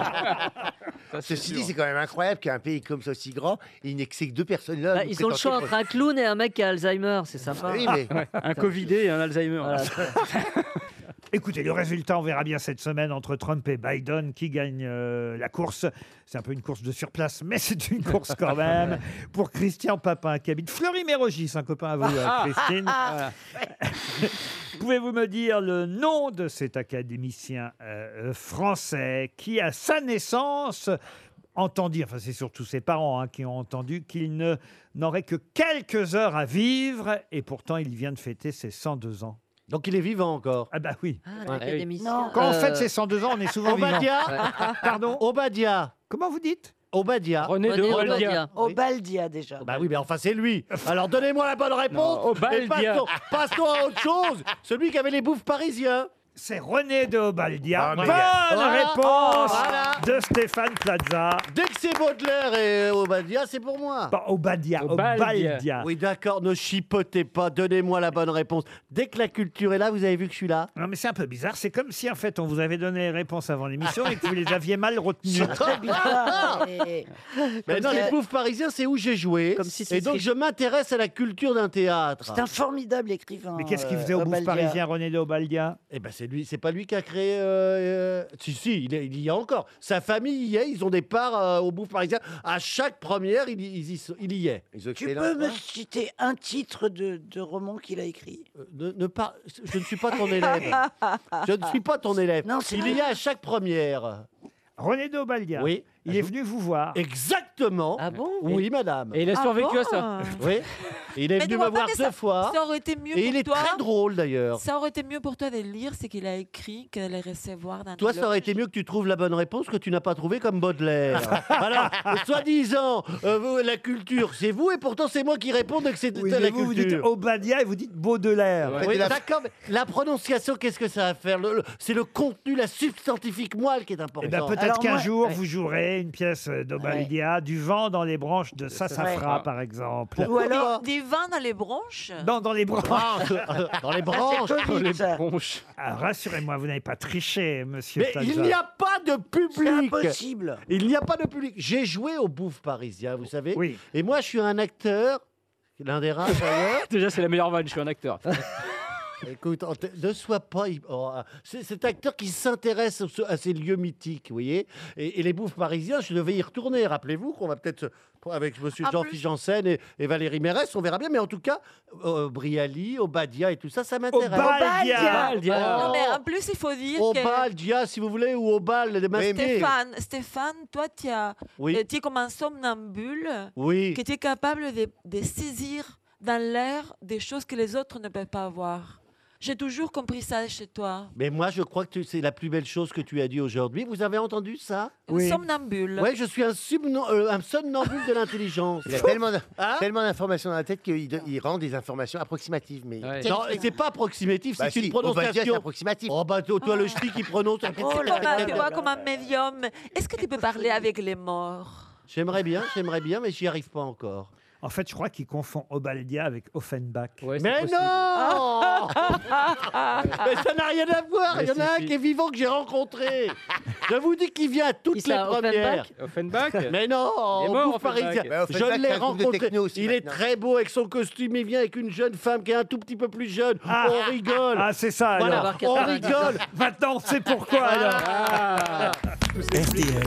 Speaker 11: Ceci dit, c'est quand même incroyable qu'un pays comme ça aussi grand, il n'ait que ces deux personnes-là.
Speaker 5: Bah,
Speaker 11: vous
Speaker 5: ils ont le
Speaker 11: présentez
Speaker 5: choix
Speaker 11: pour-
Speaker 5: entre un clown et un mec qui a Alzheimer, c'est sympa.
Speaker 11: Oui, mais-
Speaker 8: Un Covidé et un Alzheimer.
Speaker 4: Écoutez, le résultat, on verra bien cette semaine entre Trump et Biden qui gagne euh, la course. C'est un peu une course de surplace, mais c'est une course quand même. Pour Christian Papin qui habite Fleury-Mérogis, un copain à vous,
Speaker 8: Ah,
Speaker 4: euh, Christine. Pouvez-vous me dire le nom de cet académicien euh, français qui, à sa naissance, entendit, enfin c'est surtout ses parents hein, qui ont entendu qu'il ne n'aurait que quelques heures à vivre et pourtant il vient de fêter ses 102 ans.
Speaker 6: Donc il est vivant encore.
Speaker 4: Ah bah oui.
Speaker 5: l'académicien.
Speaker 4: Non. Euh, Quand on fête ses 102 ans, on est souvent vivant.
Speaker 6: Obadia
Speaker 4: Ouais.
Speaker 6: Pardon Obadia.
Speaker 4: Comment vous dites
Speaker 6: Obadia. Oh,
Speaker 8: René de René Obadia. Obadia.
Speaker 7: Obaldia déjà.
Speaker 6: Bah oui, mais enfin c'est lui. Alors donnez-moi la bonne réponse.
Speaker 8: Non, Obaldia.
Speaker 6: Et passons, passons à autre chose. Celui qui avait les bouffes parisiens.
Speaker 4: C'est René de
Speaker 6: Ah,
Speaker 4: Obaldia.
Speaker 6: mais
Speaker 4: Bonne
Speaker 6: il y a- Voilà.
Speaker 4: réponse
Speaker 6: Voilà.
Speaker 4: de Stéphane Plaza.
Speaker 6: Dès que c'est Baudelaire et Obadia, c'est pour moi.
Speaker 4: Pas Obadia, Bah, Obaldia.
Speaker 6: Oui, d'accord, ne chipotez pas, donnez-moi la bonne réponse. Dès que la culture est là, vous avez vu que je suis là
Speaker 4: Non, mais c'est un peu bizarre. C'est comme si, en fait, on vous avait donné les réponses avant l'émission et que vous les aviez mal retenues.
Speaker 6: C'est très
Speaker 4: Ah.
Speaker 14: Ah.
Speaker 6: bizarre. Mais non, les bouffes parisiens, c'est où j'ai joué.
Speaker 7: tu
Speaker 6: et donc,
Speaker 7: serais-
Speaker 6: je m'intéresse à la culture d'un théâtre.
Speaker 7: C'est un formidable écrivain.
Speaker 4: Mais qu'est-ce qu'il
Speaker 7: euh,
Speaker 4: faisait au bouffe
Speaker 7: Obaldia.
Speaker 4: parisien, René de Obaldia
Speaker 6: Eh ben, c'est lui, c'est pas lui qui a créé. euh, euh, Si, si, il, est- il y a encore. Sa famille y est, ils ont des parts euh, au bouffe parisien. À chaque première, il, y- ils y sont- il y est.
Speaker 7: Tu peux me citer un titre de, de roman qu'il a écrit
Speaker 6: Euh, Ne, ne par- Je ne suis pas ton élève. je ne suis pas ton élève.
Speaker 7: Non, c'est
Speaker 6: il
Speaker 7: vrai.
Speaker 6: y a à chaque première.
Speaker 4: René de Obaldia.
Speaker 6: Oui.
Speaker 4: Il est venu vous voir.
Speaker 6: Exactement.
Speaker 5: Ah bon
Speaker 6: Oui, madame.
Speaker 8: Et il a
Speaker 9: Ah
Speaker 8: survécu à
Speaker 9: bon
Speaker 8: ça.
Speaker 6: Oui. Il est
Speaker 9: Mais
Speaker 6: venu
Speaker 9: dis-moi
Speaker 6: me
Speaker 9: pas,
Speaker 6: voir
Speaker 9: mais
Speaker 6: deux
Speaker 9: ça-
Speaker 6: fois.
Speaker 9: Ça aurait été mieux
Speaker 6: Et
Speaker 9: pour
Speaker 6: il est
Speaker 9: toi.
Speaker 6: très drôle d'ailleurs.
Speaker 9: Ça aurait été mieux pour toi de lire ce qu'il a écrit que de les recevoir dans
Speaker 6: Toi,
Speaker 9: tes
Speaker 6: ça aurait été mieux que tu trouves la bonne réponse que tu n'as pas trouvé comme Baudelaire. Alors, soi-disant, euh, vous, la culture, c'est vous, et pourtant c'est moi qui réponds donc que c'est
Speaker 4: Oui,
Speaker 6: la
Speaker 4: mais vous, vous dites
Speaker 6: culture.
Speaker 4: Obadia et vous dites Baudelaire.
Speaker 6: Oui, d'accord, mais la prononciation, qu'est-ce que ça va faire Le- le- C'est le contenu, la substantifique moelle qui est
Speaker 4: Eh
Speaker 6: importante.
Speaker 4: bien, peut-être qu'un jour, vous jouerez savez, une pièce euh, d'Obaldia, Du vent dans les branches de
Speaker 6: Ah.
Speaker 4: Sassafras,
Speaker 9: vrai.
Speaker 4: par exemple.
Speaker 9: Ou alors des vins dans les branches
Speaker 4: Non, dans les branches.
Speaker 9: Dans les
Speaker 4: branches. Ah, Rassurez-moi, vous n'avez pas triché, monsieur.
Speaker 6: Mais il
Speaker 4: Plaza.
Speaker 6: n'y a pas de public.
Speaker 4: C'est impossible.
Speaker 6: Il n'y a pas de public. J'ai joué au Bouffe Parisien, vous savez. Et moi, je suis un acteur, l'un des rares d'ailleurs.
Speaker 8: Déjà, c'est la meilleure vanne, je suis un acteur.
Speaker 6: Écoute, en- ne sois pas. hy- oh, ah, c'est cet acteur qui s'intéresse au- à ces lieux mythiques, vous voyez. Et, et les bouffes parisiens, je devais y retourner. Rappelez-vous qu'on va peut-être, se- avec monsieur
Speaker 9: Ah,
Speaker 6: Jean-Philippe
Speaker 9: plus-
Speaker 6: Janssen et, et Valérie Mérès, on verra bien. Mais en tout cas, euh, Brialy, Obadia et tout ça, ça m'intéresse.
Speaker 9: Obaldia. Ah,
Speaker 6: Oh.
Speaker 9: Non, mais en plus, il faut dire que
Speaker 6: Obaldia, si vous voulez, ou Obal, des
Speaker 9: Stéphane, Stéphane, toi, tu as-
Speaker 6: Oui.
Speaker 9: euh, tu es comme un somnambule
Speaker 6: Oui.
Speaker 9: que tu es capable de, de saisir dans l'air des choses que les autres ne peuvent pas voir. J'ai toujours compris ça chez toi.
Speaker 6: Mais moi, je crois que tu- c'est la plus belle chose que tu as dit aujourd'hui. Vous avez entendu ça
Speaker 9: Un Oui. somnambule.
Speaker 6: Oui, je suis un, subno- euh, un somnambule de l'intelligence.
Speaker 11: Il a tellement, d-
Speaker 6: Ah.
Speaker 11: tellement d'informations dans la tête qu'il do- il rend des informations approximatives. Mais
Speaker 6: Non, et c'est pas approximatif,
Speaker 11: Bah
Speaker 6: c'est
Speaker 11: si,
Speaker 6: une
Speaker 11: on va dire
Speaker 6: prononciation.
Speaker 11: c'est approximatif.
Speaker 6: Oh bah toi, toi, le ch'ti qui prononce.
Speaker 9: C'est Oh, comme un- tu vois, comme un médium. Est-ce que tu peux parler avec les morts
Speaker 6: J'aimerais bien, j'aimerais bien, mais j'y arrive pas encore.
Speaker 4: En fait, je crois qu'il confond Obaldia avec Offenbach.
Speaker 6: mais non Mais ça n'a rien à voir.
Speaker 4: Mais
Speaker 6: Il y en a
Speaker 4: si,
Speaker 6: un
Speaker 4: si.
Speaker 6: qui est vivant que j'ai rencontré. Je vous dis qu'il vient à toutes
Speaker 8: Qui
Speaker 6: les
Speaker 8: ça,
Speaker 6: premières.
Speaker 8: Offenbach Offenbach
Speaker 6: Mais non,
Speaker 8: Il est mort,
Speaker 6: au Bouffe
Speaker 8: Offenbach.
Speaker 6: Parisien.
Speaker 8: Bah, Offenbach,
Speaker 6: je
Speaker 8: c'est
Speaker 6: l'ai
Speaker 8: un groupe de
Speaker 6: rencontré.
Speaker 8: techno aussi
Speaker 6: Il est
Speaker 8: maintenant.
Speaker 6: très beau avec son costume. Il vient avec une jeune femme qui est un tout petit peu plus jeune.
Speaker 4: Ah.
Speaker 6: on rigole.
Speaker 4: Ah, c'est ça,
Speaker 6: Voilà,
Speaker 4: alors. Ah.
Speaker 6: on rigole.
Speaker 4: Maintenant, on sait pourquoi, alors.
Speaker 3: RTL,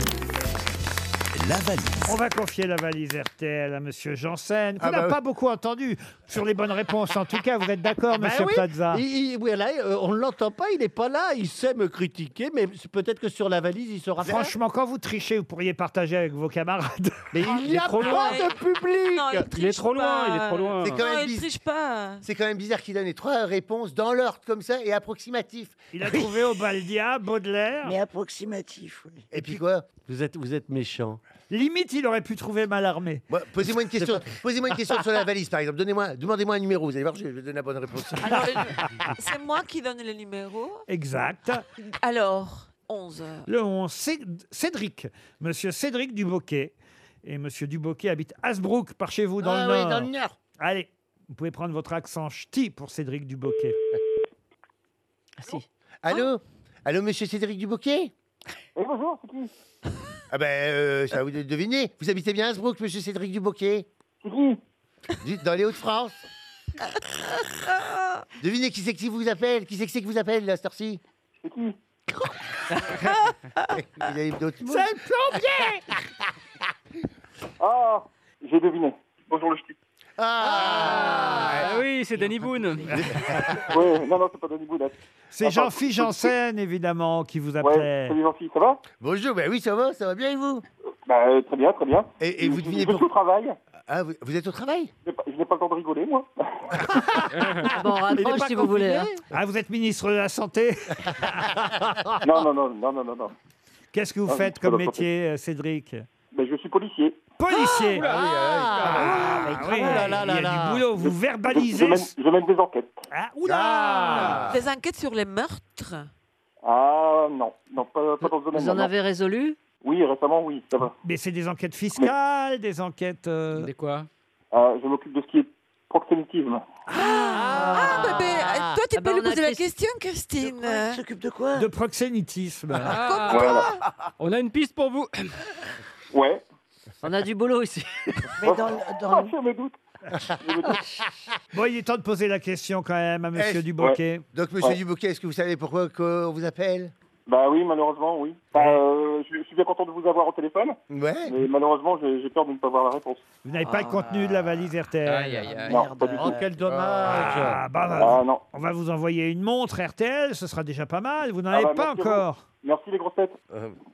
Speaker 3: la valise.
Speaker 4: On va confier la valise RTL à Monsieur Janssen, qu'on
Speaker 6: Ah
Speaker 4: n'a
Speaker 6: bah oui.
Speaker 4: pas beaucoup entendu sur les bonnes réponses. En tout cas, vous êtes d'accord,
Speaker 6: Ben
Speaker 4: Ah, Monsieur
Speaker 6: oui,
Speaker 4: Plaza
Speaker 6: il- il- voilà, euh, on ne l'entend pas, il n'est pas là, il sait me critiquer, mais c'est peut-être que sur la valise, il sera
Speaker 4: Franchement, quand vous trichez, vous pourriez partager avec vos camarades.
Speaker 6: Mais
Speaker 4: il
Speaker 6: n'y a pas de public
Speaker 9: Non, il
Speaker 4: Il est trop loin, il est trop loin.
Speaker 11: C'est quand
Speaker 9: Non,
Speaker 11: même
Speaker 9: il
Speaker 11: biz-
Speaker 9: triche pas.
Speaker 11: C'est quand même bizarre qu'il donne les trois réponses dans l'ordre comme ça et approximatif.
Speaker 4: Il a trouvé Obaldia, Baudelaire.
Speaker 11: Mais approximatif, oui. Et puis quoi
Speaker 6: Vous êtes, vous êtes méchant.
Speaker 4: Limite, il aurait pu trouver Malarmé.
Speaker 11: Bon, Posez-moi une question.
Speaker 6: C'est pas-
Speaker 11: Posez-moi une question sur la valise, par exemple. Donnez-moi, demandez-moi un numéro. Vous allez voir, je vais donner la bonne réponse.
Speaker 4: euh,
Speaker 9: C'est moi qui donne le numéro.
Speaker 4: Exact.
Speaker 11: Ah,
Speaker 9: Alors, 11.
Speaker 4: Le 11, Cé- Cédric. Monsieur Cédric Duboquet. Et Monsieur Duboquet habite Hasbrook, par chez vous, dans
Speaker 11: Ah
Speaker 4: le
Speaker 11: oui,
Speaker 4: Nord.
Speaker 11: dans le Nord.
Speaker 4: Allez, vous pouvez prendre votre accent ch'ti pour Cédric Duboquet. Oh.
Speaker 11: Allô Allô, monsieur Cédric Duboquet
Speaker 14: Oui, bonjour, c'est qui
Speaker 11: Ah ben, euh, ça vous de deviner. Vous habitez bien à Hasbrook, monsieur Cédric Duboquet Dites, Dans les Hauts-de-France. Devinez qui c'est qui vous appelle Qui c'est que c'est qui vous appelle, là, à cette heure-ci Vous avez d'autres mots
Speaker 16: C'est le plombier
Speaker 14: Ah, j'ai deviné. Bonjour le ch'ti.
Speaker 8: Ah oui, c'est Danny Boone.
Speaker 5: Ah.
Speaker 14: Ouais, non, non, c'est pas Danny Boudat. Ah,
Speaker 4: C'est Jean-Philippe Janssen, évidemment, qui vous appelait.
Speaker 14: Salut Jean-Philippe, ça va
Speaker 11: Bonjour, ben oui, ça va, ça va bien et vous
Speaker 14: bah, euh, Très bien, très bien.
Speaker 11: Et, et vous devinez
Speaker 14: Je suis au
Speaker 11: pourquoi
Speaker 14: travail.
Speaker 11: Ah, vous, vous êtes au travail
Speaker 14: Je n'ai pas- je n'ai pas le temps de rigoler, moi.
Speaker 5: Ah Bon, rapproche si vous voulez. hein.
Speaker 4: Ah, vous êtes ministre de la Santé
Speaker 14: non, non, non, non, non, non, non.
Speaker 4: Qu'est-ce que vous
Speaker 14: Ah oui,
Speaker 4: faites
Speaker 14: je peux
Speaker 4: comme
Speaker 14: le porter.
Speaker 4: métier, euh, Cédric
Speaker 14: Mais Ben, je suis policier.
Speaker 4: Policier
Speaker 11: Ah,
Speaker 4: Ah, oui, Il y a du boulot, vous
Speaker 14: Je
Speaker 4: verbalisez.
Speaker 14: mène, je mène des enquêtes.
Speaker 4: Ah,
Speaker 13: Ah.
Speaker 4: oula
Speaker 9: Des enquêtes sur les meurtres
Speaker 14: Ah non, non, pas, pas dans ce domaine.
Speaker 5: Vous en avez résolu
Speaker 14: Oui, récemment, oui, ça va.
Speaker 4: Mais c'est des enquêtes fiscales, des enquêtes... euh,
Speaker 8: Des quoi
Speaker 14: Euh, je m'occupe de ce qui est proxénétisme.
Speaker 9: Ah, bébé, toi, tu peux
Speaker 5: Ah bah,
Speaker 9: lui
Speaker 5: on a
Speaker 9: poser la
Speaker 5: Christ-
Speaker 9: question, Christine.
Speaker 7: s'occupe de quoi
Speaker 4: De proxénétisme.
Speaker 14: Voilà.
Speaker 8: Ah. On a une piste pour vous.
Speaker 14: Ouais.
Speaker 5: On a du boulot ici.
Speaker 7: Mais dans, dans
Speaker 14: Ah, je me doute. Je me doute. Eh,
Speaker 4: Bon, il est temps de poser la question quand même à Monsieur
Speaker 11: Est-ce-
Speaker 4: Duboquet.
Speaker 11: Eh, Donc, monsieur
Speaker 14: Ouais.
Speaker 11: Duboquet, est-ce que vous savez pourquoi qu'on vous appelle
Speaker 14: Bah oui, malheureusement, oui. Bah, euh, je, je suis bien content de vous avoir au téléphone,
Speaker 11: Ouais.
Speaker 14: mais malheureusement, j'ai j'ai peur de ne pas avoir la réponse.
Speaker 4: Vous n'avez pas le contenu de la valise RTL.
Speaker 14: Ah, Non, pas du tout.
Speaker 6: Oh, quel dommage
Speaker 4: euh, Ah, bah, bah,
Speaker 14: Ah non.
Speaker 4: on va vous envoyer une montre RTL, ce sera déjà pas mal. Vous n'en
Speaker 14: Ah,
Speaker 4: avez
Speaker 14: bah,
Speaker 4: pas
Speaker 14: merci à vous.
Speaker 4: encore.
Speaker 14: Merci les grosses têtes.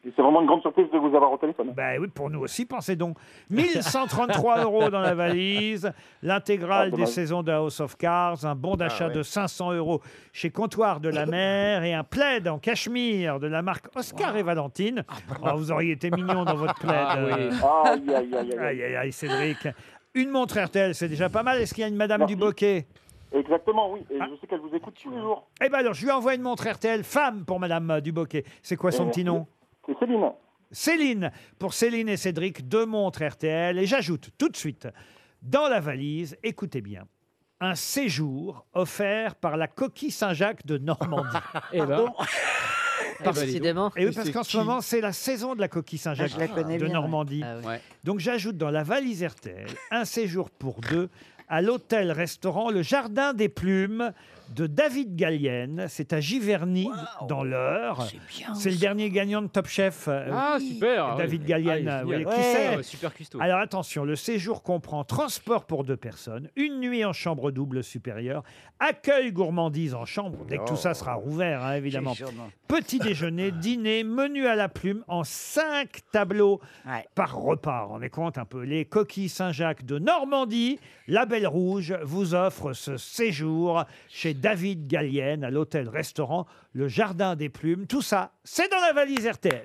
Speaker 14: Et C'est vraiment une grande surprise de vous avoir au téléphone.
Speaker 4: Ben oui, pour nous aussi, pensez donc. 1133 euros dans la valise, l'intégrale
Speaker 14: Ah,
Speaker 4: des
Speaker 14: dommage.
Speaker 4: saisons de House of Cards, un bon d'achat
Speaker 11: Ah, ouais.
Speaker 4: de 500 euros chez Comptoir de la Mer et un plaid en cachemire de la marque Oscar et Valentine. Oh, vous auriez été mignon dans votre plaid.
Speaker 8: Ah, oui.
Speaker 4: euh,
Speaker 14: Aïe, aïe, aïe, aïe.
Speaker 4: Aïe, aïe, aïe, Cédric. Une montre RTL, c'est déjà pas mal. Est-ce qu'il y a une Madame
Speaker 14: Merci.
Speaker 4: Duboquet Ah.
Speaker 14: Exactement, oui. Et je sais qu'elle vous écoute tous les jours.
Speaker 4: Eh ben alors, je lui envoie une montre RTL femme pour Madame euh, Duboquet. C'est quoi son
Speaker 14: Euh,
Speaker 4: petit nom
Speaker 14: C'est Céline.
Speaker 4: Céline. Pour Céline et Cédric, deux montres RTL. Et j'ajoute tout de suite, dans la valise, écoutez bien, un séjour offert par la coquille Saint-Jacques de Normandie.
Speaker 5: Pardon
Speaker 4: Parce-
Speaker 5: Décidément.
Speaker 4: ben, Et oui, parce qu'en ce moment, c'est la saison de la coquille Saint-Jacques
Speaker 5: Ah, je la connais
Speaker 4: de
Speaker 5: bien, Ah,
Speaker 4: Normandie. Donc j'ajoute dans la valise RTL un séjour pour deux à l'hôtel-restaurant Le Jardin des Plumes de David Gallienne. C'est à Giverny, dans l'Eure.
Speaker 8: bien,
Speaker 4: C'est le dernier gagnant de Top Chef. euh,
Speaker 8: Ah, super,
Speaker 4: David
Speaker 8: oui.
Speaker 4: Gallienne,
Speaker 8: Ah, il est
Speaker 4: vous voyez
Speaker 8: génial.
Speaker 4: qui
Speaker 8: Ouais.
Speaker 4: c'est
Speaker 8: Ah, super cuistot.
Speaker 4: Alors attention, le séjour comprend transport pour deux personnes, une nuit en chambre double supérieure, accueil gourmandise en chambre, dès
Speaker 8: Oh.
Speaker 4: que tout ça sera rouvert, hein, évidemment.
Speaker 7: J'ai sûrement.
Speaker 4: Petit déjeuner, dîner, menu à la plume en cinq tableaux par repas. On est compte un peu. Les coquilles Saint-Jacques de Normandie, la Belle Rouge, vous offre ce séjour chez David Gallienne à l'hôtel-restaurant Le Jardin des Plumes. Tout ça, c'est dans la valise RTL.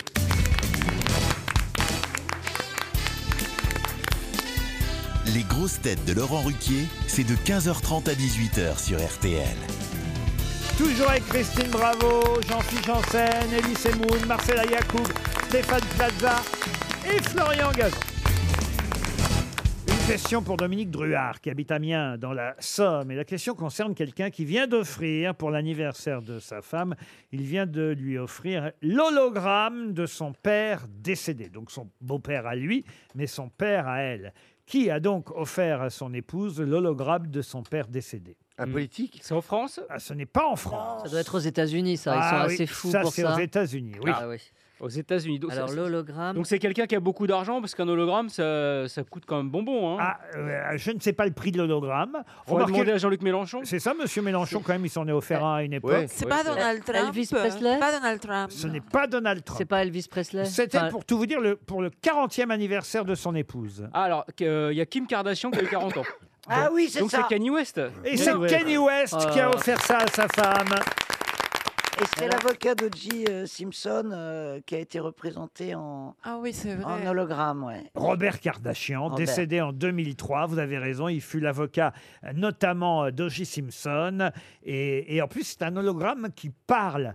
Speaker 3: Les grosses têtes de Laurent Ruquier, c'est de 15h30 à 18h sur RTL.
Speaker 4: Toujours avec Christine Bravo, Jean-Philippe Janssen, Elie Semoun, Marcela Yacoub, Stéphane Plaza et Florian Gazan. Une question pour Dominique Druard, qui habite Amiens, dans la Somme. Et la question concerne quelqu'un qui vient d'offrir, pour l'anniversaire de sa femme, il vient de lui offrir l'hologramme de son père décédé. Donc son beau-père à lui, mais son père à elle. Qui a donc offert à son épouse l'hologramme de son père décédé
Speaker 8: Hmm.
Speaker 11: Un politique
Speaker 4: C'est en France Ce n'est pas en France.
Speaker 5: Ça doit être aux États-Unis, ça. Ils
Speaker 4: Ah
Speaker 5: sont
Speaker 4: oui,
Speaker 5: assez fous
Speaker 4: ça,
Speaker 5: pour
Speaker 4: c'est
Speaker 5: ça.
Speaker 4: aux États-Unis, oui.
Speaker 5: Ah oui.
Speaker 8: Aux États-Unis. Donc,
Speaker 5: Alors,
Speaker 8: ça-
Speaker 5: l'hologramme.
Speaker 8: Donc c'est quelqu'un qui a beaucoup d'argent parce qu'un hologramme ça, ça coûte quand même bonbon. Hein.
Speaker 4: Ah, euh, je ne sais pas le prix de l'hologramme.
Speaker 8: Faut demander à Jean-Luc Mélenchon.
Speaker 4: C'est ça, monsieur Mélenchon, quand même, il s'en est offert un à une époque.
Speaker 8: Ouais. C'est pas
Speaker 9: Pas Donald Trump.
Speaker 5: Elvis
Speaker 9: euh,
Speaker 5: Presley
Speaker 9: Pas Donald Trump.
Speaker 4: Ce n'est pas Donald Trump.
Speaker 5: C'est pas Elvis Presley
Speaker 4: C'était
Speaker 5: Enfin,
Speaker 4: pour tout vous dire le, pour le 40e anniversaire de son épouse.
Speaker 8: Ah, alors, que- euh, il y a Kim Kardashian qui a eu 40 ans.
Speaker 4: Ah oui, c'est
Speaker 8: Donc
Speaker 4: ça.
Speaker 8: c'est Kanye West. Euh.
Speaker 4: Et c'est Kanye West qui a offert ça à sa femme.
Speaker 7: Et c'est
Speaker 4: Alors-
Speaker 7: l'avocat d'O.J. euh, Simpson euh, qui a été représenté en,
Speaker 9: Ah oui, c'est vrai.
Speaker 7: en hologramme. Ouais.
Speaker 4: Robert Kardashian,
Speaker 7: Robert.
Speaker 4: décédé en 2003. Vous avez raison, il fut l'avocat euh, notamment euh, d'O.J. Simpson. Et, et en plus, c'est un hologramme qui parle.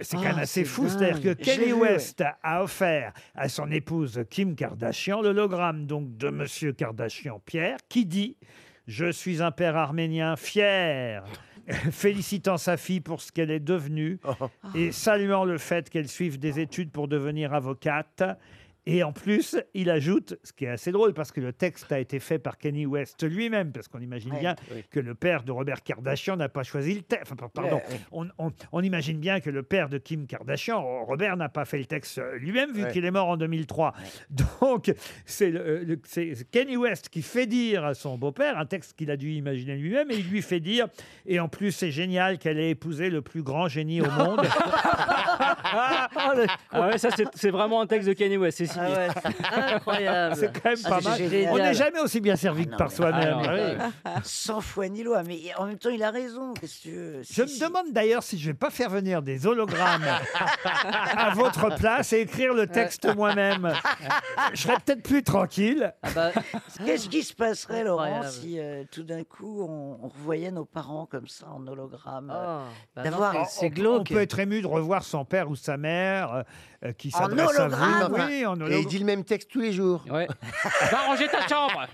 Speaker 4: c'est quand même
Speaker 7: Ah,
Speaker 4: assez
Speaker 7: c'est
Speaker 4: fou.
Speaker 7: dingue.
Speaker 4: C'est-à-dire que
Speaker 7: Je l'ai
Speaker 4: Kelly
Speaker 7: vu,
Speaker 4: West a offert à son épouse Kim Kardashian l'hologramme donc de Monsieur Kardashian Pierre, qui dit Je suis un père arménien fier. Félicitant sa fille pour ce qu'elle est devenue
Speaker 2: Oh.
Speaker 4: et saluant le fait qu'elle suive des études pour devenir avocate. Et en plus, il ajoute, ce qui est assez drôle, parce que le texte a été fait par Kenny West lui-même, parce qu'on imagine
Speaker 2: Ouais.
Speaker 4: bien
Speaker 2: Oui.
Speaker 4: que le père de Robert Kardashian n'a pas choisi le texte. Enfin, par- pardon,
Speaker 2: Ouais, ouais.
Speaker 4: On, on- on imagine bien que le père de Kim Kardashian, Robert, n'a pas fait le texte euh, lui-même, vu
Speaker 2: Ouais.
Speaker 4: qu'il est mort en 2003. Donc, c'est le- le- c'est Kenny West qui fait dire à son beau-père un texte qu'il a dû imaginer lui-même, et il lui fait dire, et en plus, c'est génial qu'elle ait épousé le plus grand génie au monde. Oh,
Speaker 8: Ah ouais, ça c'est- c'est vraiment un texte de Kanye West, c'est
Speaker 4: Ah
Speaker 8: signé.
Speaker 5: Incroyable.
Speaker 4: C'est quand même
Speaker 7: Ah,
Speaker 4: pas
Speaker 7: c'est
Speaker 4: mal.
Speaker 7: génial.
Speaker 4: On n'est jamais aussi bien servi que par soi-même.
Speaker 8: Ah,
Speaker 4: Ah oui.
Speaker 7: Sans foi ni loi. Mais en même temps, il a raison. Qu'est-ce que tu veux
Speaker 4: Je me demande d'ailleurs si je vais pas faire venir des hologrammes à votre place et écrire le texte moi-même. Je serais peut-être plus tranquille.
Speaker 7: Qu'est-ce qui se passerait, Laurent,
Speaker 4: Incroyable.
Speaker 7: si euh, tout d'un coup on, on revoyait nos parents comme ça en hologramme euh,
Speaker 5: Oh, bah non,
Speaker 7: D'avoir
Speaker 5: c'est- c'est
Speaker 4: Ah, On
Speaker 5: glauque.
Speaker 4: peut être ému de revoir son père ou sa mère euh, euh, qui
Speaker 7: En
Speaker 4: s'adresse à vous.
Speaker 7: hologramme.
Speaker 4: Oui, en
Speaker 11: Et il dit le même texte tous les jours.
Speaker 8: Ouais. Va ranger ta chambre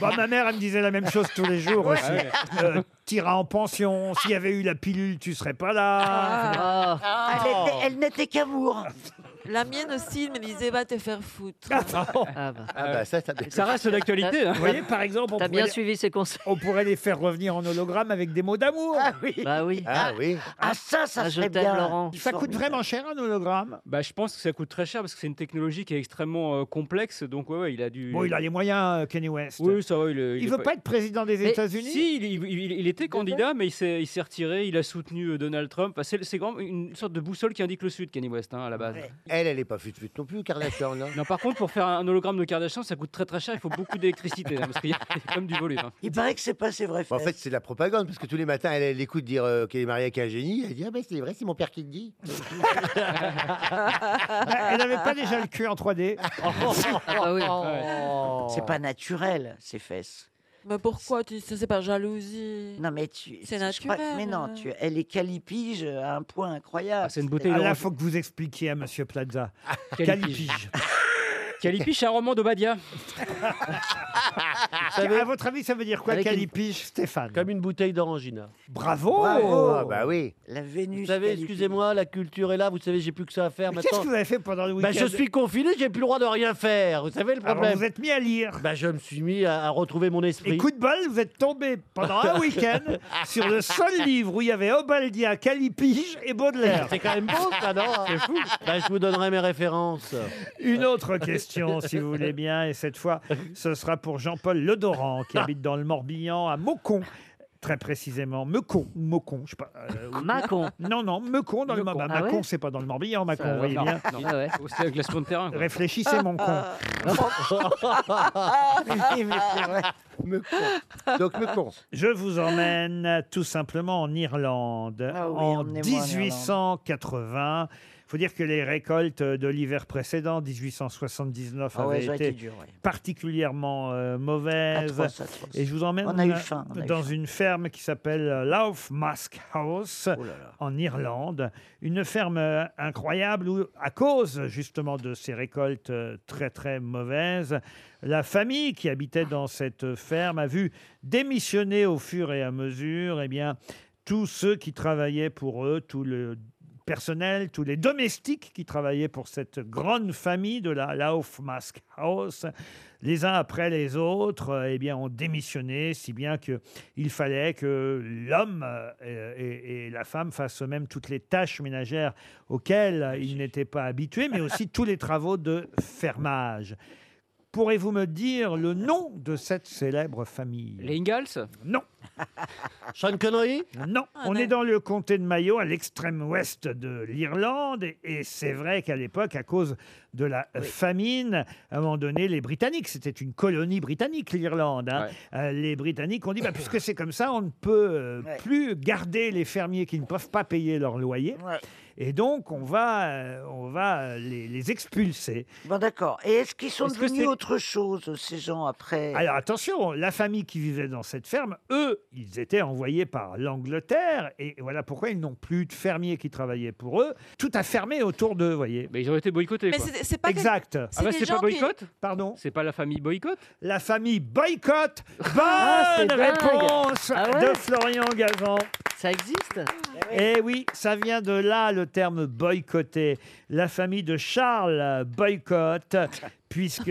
Speaker 4: Bah, ma mère, elle me disait la même chose tous les jours aussi.
Speaker 8: Ouais.
Speaker 4: Euh, T'iras en pension. S'il y avait eu la pilule, tu serais pas là. Ah.
Speaker 7: Elle était- Elle n'était qu'amour.
Speaker 9: La mienne aussi, elle me disait va te faire foutre.
Speaker 5: Ah bah.
Speaker 11: Ah bah, ça, ça,
Speaker 8: Ça reste l'actualité. hein.
Speaker 4: Vous voyez, par exemple, on
Speaker 5: T'as
Speaker 4: pourrait,
Speaker 5: bien
Speaker 4: les-
Speaker 5: suivi ces conseils.
Speaker 4: on pourrait les faire revenir en hologramme avec des mots d'amour.
Speaker 7: Ah oui.
Speaker 5: Bah oui.
Speaker 11: Ah oui.
Speaker 7: Ah ça, ça
Speaker 5: Ah, je
Speaker 7: serait
Speaker 5: t'aime,
Speaker 7: bien.
Speaker 5: Laurent.
Speaker 4: Ça coûte vraiment cher un hologramme.
Speaker 8: Bah, je pense que ça coûte très cher parce que c'est une technologie qui est extrêmement euh, complexe. Donc, ouais, ouais, il a dû.
Speaker 4: Bon, il a les moyens, euh, Kanye West.
Speaker 8: Oui, ça va. Il, est- il
Speaker 4: Il
Speaker 8: est
Speaker 4: veut pas être président des
Speaker 8: Mais
Speaker 4: États-Unis
Speaker 8: Si, il, il- il- il était candidat, mais il s'est il s'est retiré. Il a soutenu euh, Donald Trump. Enfin, c'est c'est quand même une sorte de boussole qui indique le Sud, Kanye West, hein, à la base.
Speaker 11: Elle, elle est pas fut fut non plus, Kardashian. hein.
Speaker 8: Non, par contre, pour faire un hologramme de Kardashian, ça coûte très très cher. Il faut beaucoup d'électricité hein, parce qu'il y a il y a quand même du volume. hein.
Speaker 7: Il paraît que c'est pas ses vrais
Speaker 11: Bon, en
Speaker 7: faits.
Speaker 11: fait, c'est de la propagande, parce que tous les matins, elle, elle écoute dire euh, qu'elle est mariée avec un génie. Elle dit Ah, ben c'est vrai, c'est mon père qui le dit.
Speaker 4: Elle n'avait pas déjà le cul en 3D.
Speaker 5: Ah bah Ah oui.
Speaker 7: C'est pas naturel, ces fesses.
Speaker 9: Mais pourquoi tu ça, c'est par jalousie
Speaker 7: Non, mais tu.
Speaker 9: C'est
Speaker 7: je crois-
Speaker 9: naturel. euh.
Speaker 7: mais non, tu, elle est calipige à un point incroyable.
Speaker 4: Ah, c'est une
Speaker 7: Ah, bouteille
Speaker 4: là,
Speaker 7: orange.
Speaker 4: faut que vous expliquiez à Monsieur Plaza.
Speaker 8: Calipige.
Speaker 4: Calipige.
Speaker 8: Calipige, c'est un roman d'Obadia.
Speaker 4: Ah, à votre avis, ça veut dire quoi,
Speaker 6: Avec une-
Speaker 4: Calipige, Stéphane
Speaker 6: Comme une bouteille d'orangina.
Speaker 4: Bravo
Speaker 6: Bravo.
Speaker 4: Ah bah
Speaker 11: oui.
Speaker 7: La Vénus.
Speaker 6: Vous savez,
Speaker 4: Calipige.
Speaker 6: excusez-moi, la culture est là, vous savez, j'ai plus que ça à faire
Speaker 4: Mais
Speaker 6: maintenant.
Speaker 4: Qu'est-ce que vous avez fait pendant le
Speaker 6: Bah,
Speaker 4: week-end
Speaker 6: je suis confiné, j'ai plus le droit de rien faire. Vous savez le
Speaker 4: Alors,
Speaker 6: problème
Speaker 4: vous êtes mis à lire.
Speaker 6: Bah, je me suis mis à, à retrouver mon esprit.
Speaker 4: Et coup de bol, vous êtes tombé pendant un week-end sur le seul livre où il y avait Obaldia, Calipige et Baudelaire.
Speaker 6: C'est quand même beau, ça, non C'est fou. Bah, je vous donnerai mes références.
Speaker 4: Une autre question, si vous voulez bien, et cette fois, ce sera pour Jean-Paul Ledoran, qui habite dans le Morbihan, à Maucon. Très précisément, Meucon, Maucon, je sais pas. euh, où-
Speaker 5: Mâcon.
Speaker 4: Non, non, Meucon dans le
Speaker 5: Meucon.
Speaker 4: Morbihan.
Speaker 5: Ah ouais
Speaker 4: Mâcon, c'est pas dans le Morbihan, Mâcon,
Speaker 8: Euh,
Speaker 4: vous voyez
Speaker 8: non,
Speaker 4: bien.
Speaker 8: non. C'est un classement de terrain. quoi. Ah
Speaker 4: Réfléchissez, mon con.
Speaker 5: Ah.
Speaker 11: Oui, mais c'est vrai. Me con. Donc me con.
Speaker 4: Je vous emmène tout simplement en Irlande
Speaker 7: Ah
Speaker 11: oui,
Speaker 4: en
Speaker 11: emmenez-moi en Irlande.
Speaker 4: 1880. Il faut dire que les récoltes de l'hiver précédent, 1879,
Speaker 7: Ah ouais,
Speaker 4: avaient
Speaker 7: ça a
Speaker 4: été,
Speaker 7: été dur, ouais.
Speaker 4: particulièrement euh, mauvaises.
Speaker 7: Atroce, atroce.
Speaker 4: Et je vous emmène
Speaker 7: On a eu faim, on a eu
Speaker 4: dans
Speaker 7: faim.
Speaker 4: une ferme qui s'appelle euh, Lauf Mask House
Speaker 7: Oh
Speaker 4: en Irlande. Une ferme euh, incroyable où, à cause justement de ces récoltes euh, très très mauvaises, la famille qui habitait dans cette ferme a vu démissionner au fur et à mesure eh bien, tous ceux qui travaillaient pour eux, tout le personnel, tous les domestiques qui travaillaient pour cette grande famille de la Laufmask House, les uns après les autres, euh, eh bien, ont démissionné, si bien que il fallait que l'homme euh, et, et la femme fassent eux-mêmes toutes les tâches ménagères auxquelles ils n'étaient pas habitués, mais aussi tous les travaux de fermage. Pourrez-vous me dire le nom de cette célèbre famille
Speaker 8: Les Ingalls
Speaker 4: Non. Sean Connery Non. On est dans le comté de Mayo, à l'extrême ouest de l'Irlande. Et, et c'est vrai qu'à l'époque, à cause de la euh, famine, à un moment donné, les Britanniques, c'était une colonie britannique, l'Irlande. hein, euh, les Britanniques ont dit, bah, puisque c'est comme ça, on ne peut euh,
Speaker 7: Ouais.
Speaker 4: plus garder les fermiers qui ne peuvent pas payer leur loyer. Et donc, on va, euh, on va euh, les, les expulser.
Speaker 7: Bon, d'accord. Et est-ce qu'ils sont
Speaker 4: Est-ce que
Speaker 7: devenus
Speaker 4: c'est-
Speaker 7: autre chose, ces gens, après
Speaker 4: Alors attention, la famille qui vivait dans cette ferme, eux, ils étaient envoyés par l'Angleterre et voilà pourquoi ils n'ont plus de fermiers qui travaillaient pour eux. Tout a fermé autour d'eux, vous voyez.
Speaker 8: Mais ils ont été boycottés.
Speaker 9: Mais
Speaker 8: quoi.
Speaker 9: c'est- c'est pas quel-
Speaker 4: Exact.
Speaker 9: c'est Ah bah, des c'est pas gens qui- boycott
Speaker 4: Pardon
Speaker 8: C'est pas la famille boycott
Speaker 4: La famille boycott Bonne
Speaker 8: Ah, c'est dingue.
Speaker 4: réponse
Speaker 8: Ah ouais
Speaker 4: de Florian Gazan.
Speaker 5: Ça existe
Speaker 4: Eh oui, ça vient de là le terme boycotter. La famille de Charles boycotte, puisque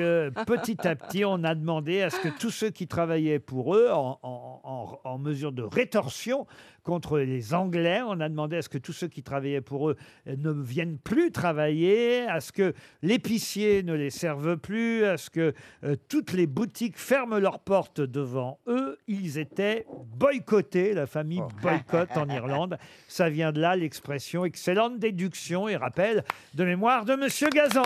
Speaker 4: petit à petit, on a demandé à ce que tous ceux qui travaillaient pour eux, en, en- en- en mesure de rétorsion contre les Anglais, on a demandé à ce que tous ceux qui travaillaient pour eux ne viennent plus travailler, à ce que l'épicier ne les serve plus, à ce que euh, toutes les boutiques ferment leurs portes devant eux. Ils étaient boycottés, la famille boycott en Irlande. Ça vient de là l'expression excellente déduction et rappel de mémoire de Monsieur Gazan.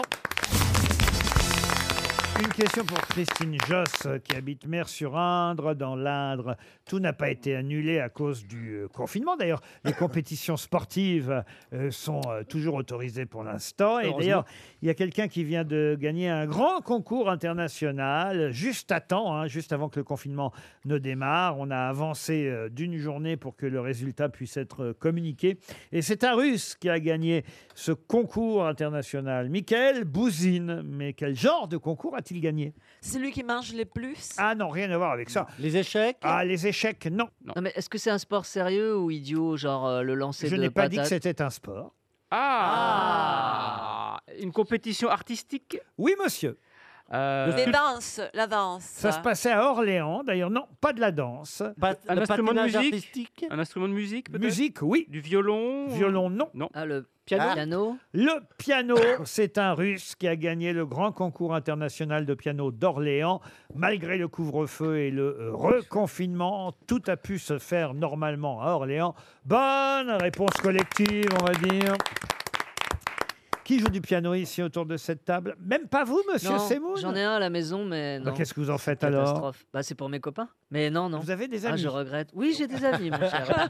Speaker 4: Une question pour Christine Josse euh, qui habite Mer-sur-Indre, dans l'Indre. Tout n'a pas été annulé à cause du euh, confinement. D'ailleurs, les compétitions sportives euh, sont euh, toujours autorisées pour l'instant. Et
Speaker 8: Heureusement.
Speaker 4: d'ailleurs, il y a quelqu'un qui vient de gagner un grand concours international juste à temps, hein, juste avant que le confinement ne démarre. On a avancé euh, d'une journée pour que le résultat puisse être euh, communiqué. Et c'est un Russe qui a gagné ce concours international. Michael Bouzine. Mais quel genre de concours a-t-il gagné
Speaker 9: C'est lui qui mange le plus.
Speaker 4: Ah non, rien à voir avec ça.
Speaker 6: Les échecs
Speaker 4: Ah, les échecs, non.
Speaker 5: Non, mais est-ce que c'est un sport sérieux ou idiot, genre euh, le lancer
Speaker 4: Je
Speaker 5: de
Speaker 4: n'ai pas dit que
Speaker 5: patates
Speaker 4: c'était un sport.
Speaker 8: Ah, Une compétition artistique Euh,
Speaker 4: Oui, monsieur.
Speaker 9: Les danses, la danse.
Speaker 4: Ça se passait à Orléans, d'ailleurs. Non, pas de la danse.
Speaker 8: Un instrument de musique Un instrument de musique peut-être
Speaker 4: Musique, oui.
Speaker 8: Du violon
Speaker 4: Violon, non.
Speaker 8: Non.
Speaker 5: le
Speaker 4: piano Ah.
Speaker 5: piano
Speaker 4: Le piano, c'est un Russe qui a gagné le grand concours international de piano d'Orléans. Malgré le couvre-feu et le euh, reconfinement, tout a pu se faire normalement à Orléans. Bonne réponse collective, on va dire. Qui joue du piano ici autour de cette table Même pas vous, monsieur
Speaker 5: Non,
Speaker 4: Semoun
Speaker 5: J'en ai un à la maison, mais
Speaker 4: Bah,
Speaker 5: non.
Speaker 4: Qu'est-ce que vous en faites alors
Speaker 5: Catastrophe. Bah, c'est pour mes copains. Mais non, non.
Speaker 11: Vous avez des
Speaker 5: Ah,
Speaker 11: amis
Speaker 5: je regrette. Oui, j'ai des amis, mon cher.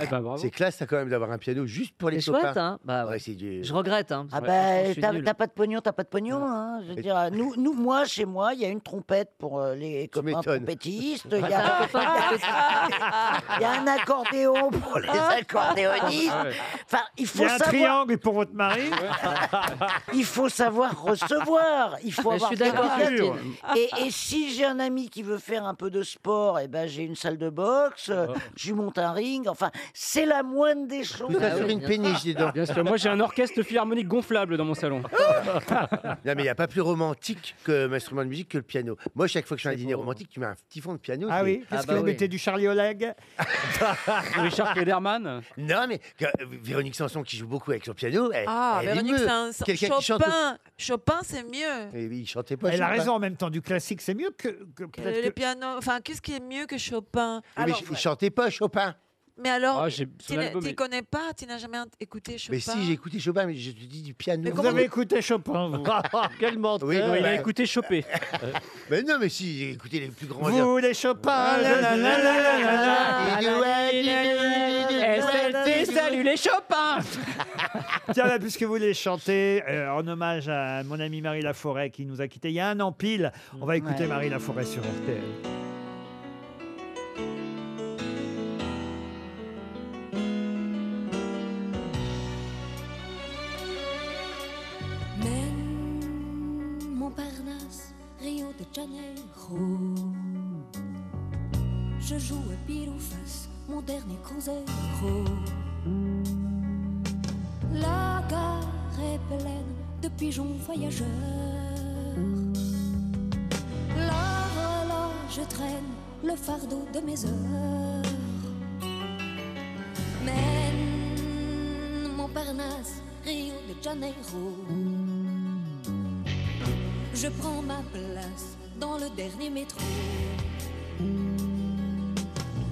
Speaker 11: Eh ben, C'est classe, ça, quand même, d'avoir un piano juste pour les
Speaker 5: C'est chouette,
Speaker 11: copains.
Speaker 5: hein. Bah,
Speaker 11: ouais, c'est du-
Speaker 5: Je regrette. Hein,
Speaker 7: Ah
Speaker 5: parce que je
Speaker 7: ben,
Speaker 5: suis
Speaker 7: t'as
Speaker 5: nul.
Speaker 7: t'as pas de pognon, t'as pas de pognon. Hein. Je veux dire, euh, nous, nous, moi, chez moi, il y a une trompette pour euh, les copains trompettistes.
Speaker 5: Ah,
Speaker 7: Il y, a- il y a un accordéon pour les
Speaker 5: Hein
Speaker 7: accordéonistes.
Speaker 4: Ah ouais.
Speaker 7: Enfin, il faut
Speaker 4: y a un
Speaker 7: savoir.
Speaker 4: triangle pour votre mari.
Speaker 7: Il faut savoir recevoir. Il faut
Speaker 4: Mais je
Speaker 7: avoir
Speaker 4: suis d'accord
Speaker 7: quelqu'un
Speaker 4: avec
Speaker 7: qui-
Speaker 4: toi.
Speaker 7: Et, et si j'ai un ami qui veut faire un peu de sport, et ben j'ai une salle de boxe,
Speaker 4: Ah.
Speaker 7: euh, je lui monte un ring. Enfin, c'est la moindre des choses.
Speaker 8: Bien sûr, moi j'ai un orchestre philharmonique gonflable dans mon salon.
Speaker 11: non, mais il n'y a pas plus romantique que instrument de musique que le piano. Moi, chaque fois que je fais un dîner romantique, tu mets un petit fond de piano.
Speaker 4: Ah oui Qu'est-ce que vous mettez du Charlie Oleg
Speaker 11: Richard Federman Non, mais que- euh, Véronique Sanson qui joue beaucoup avec son piano. Elle,
Speaker 9: Ah,
Speaker 11: elle
Speaker 9: Véronique,
Speaker 11: émeut.
Speaker 9: c'est un sens-
Speaker 11: Quelqu'un
Speaker 9: Chopin.
Speaker 11: qui chante. au-
Speaker 9: Chopin, c'est mieux.
Speaker 11: Et oui, il chantait pas.
Speaker 4: Elle a
Speaker 11: Chopin.
Speaker 4: raison en même temps, du classique c'est mieux que. que
Speaker 9: Que
Speaker 4: peut-être
Speaker 9: le
Speaker 4: que-
Speaker 9: piano. Enfin, qu'est-ce qui est mieux que Chopin
Speaker 11: Oui, Mais
Speaker 9: Alors,
Speaker 11: ch- il chantait pas Chopin.
Speaker 9: Mais alors,
Speaker 11: Ah, j'ai-
Speaker 9: tu
Speaker 11: son
Speaker 9: ne
Speaker 11: album
Speaker 9: t'y
Speaker 11: est-
Speaker 9: connais pas, tu n'as jamais écouté Chopin.
Speaker 11: Mais si, j'ai écouté Chopin, mais je te dis du piano.
Speaker 9: Mais Vous comment avez vous-
Speaker 4: écouté Chopin, vous
Speaker 11: Quel menteur
Speaker 8: Oui, il a
Speaker 11: écouté Chopin. mais non, mais si, j'ai écouté les plus grands.
Speaker 4: Vous, les Chopin
Speaker 11: La, la, la, la, la, la, la.
Speaker 8: SLT, salut les Chopins
Speaker 4: Tiens, là, puisque vous les chantez, euh, en hommage à mon amie Marie Laforêt qui nous a quittés il y a un an pile, on va écouter
Speaker 7: Ouais.
Speaker 4: Marie Laforêt sur RTL.
Speaker 17: Mène Montparnasse, Rio de Janeiro. Je joue à pile ou face mon dernier cruzeiro. La gare est pleine de pigeons voyageurs. La relâche traîne le fardeau de mes heures. Mène Montparnasse, Rio de Janeiro. Je prends ma place dans le dernier métro.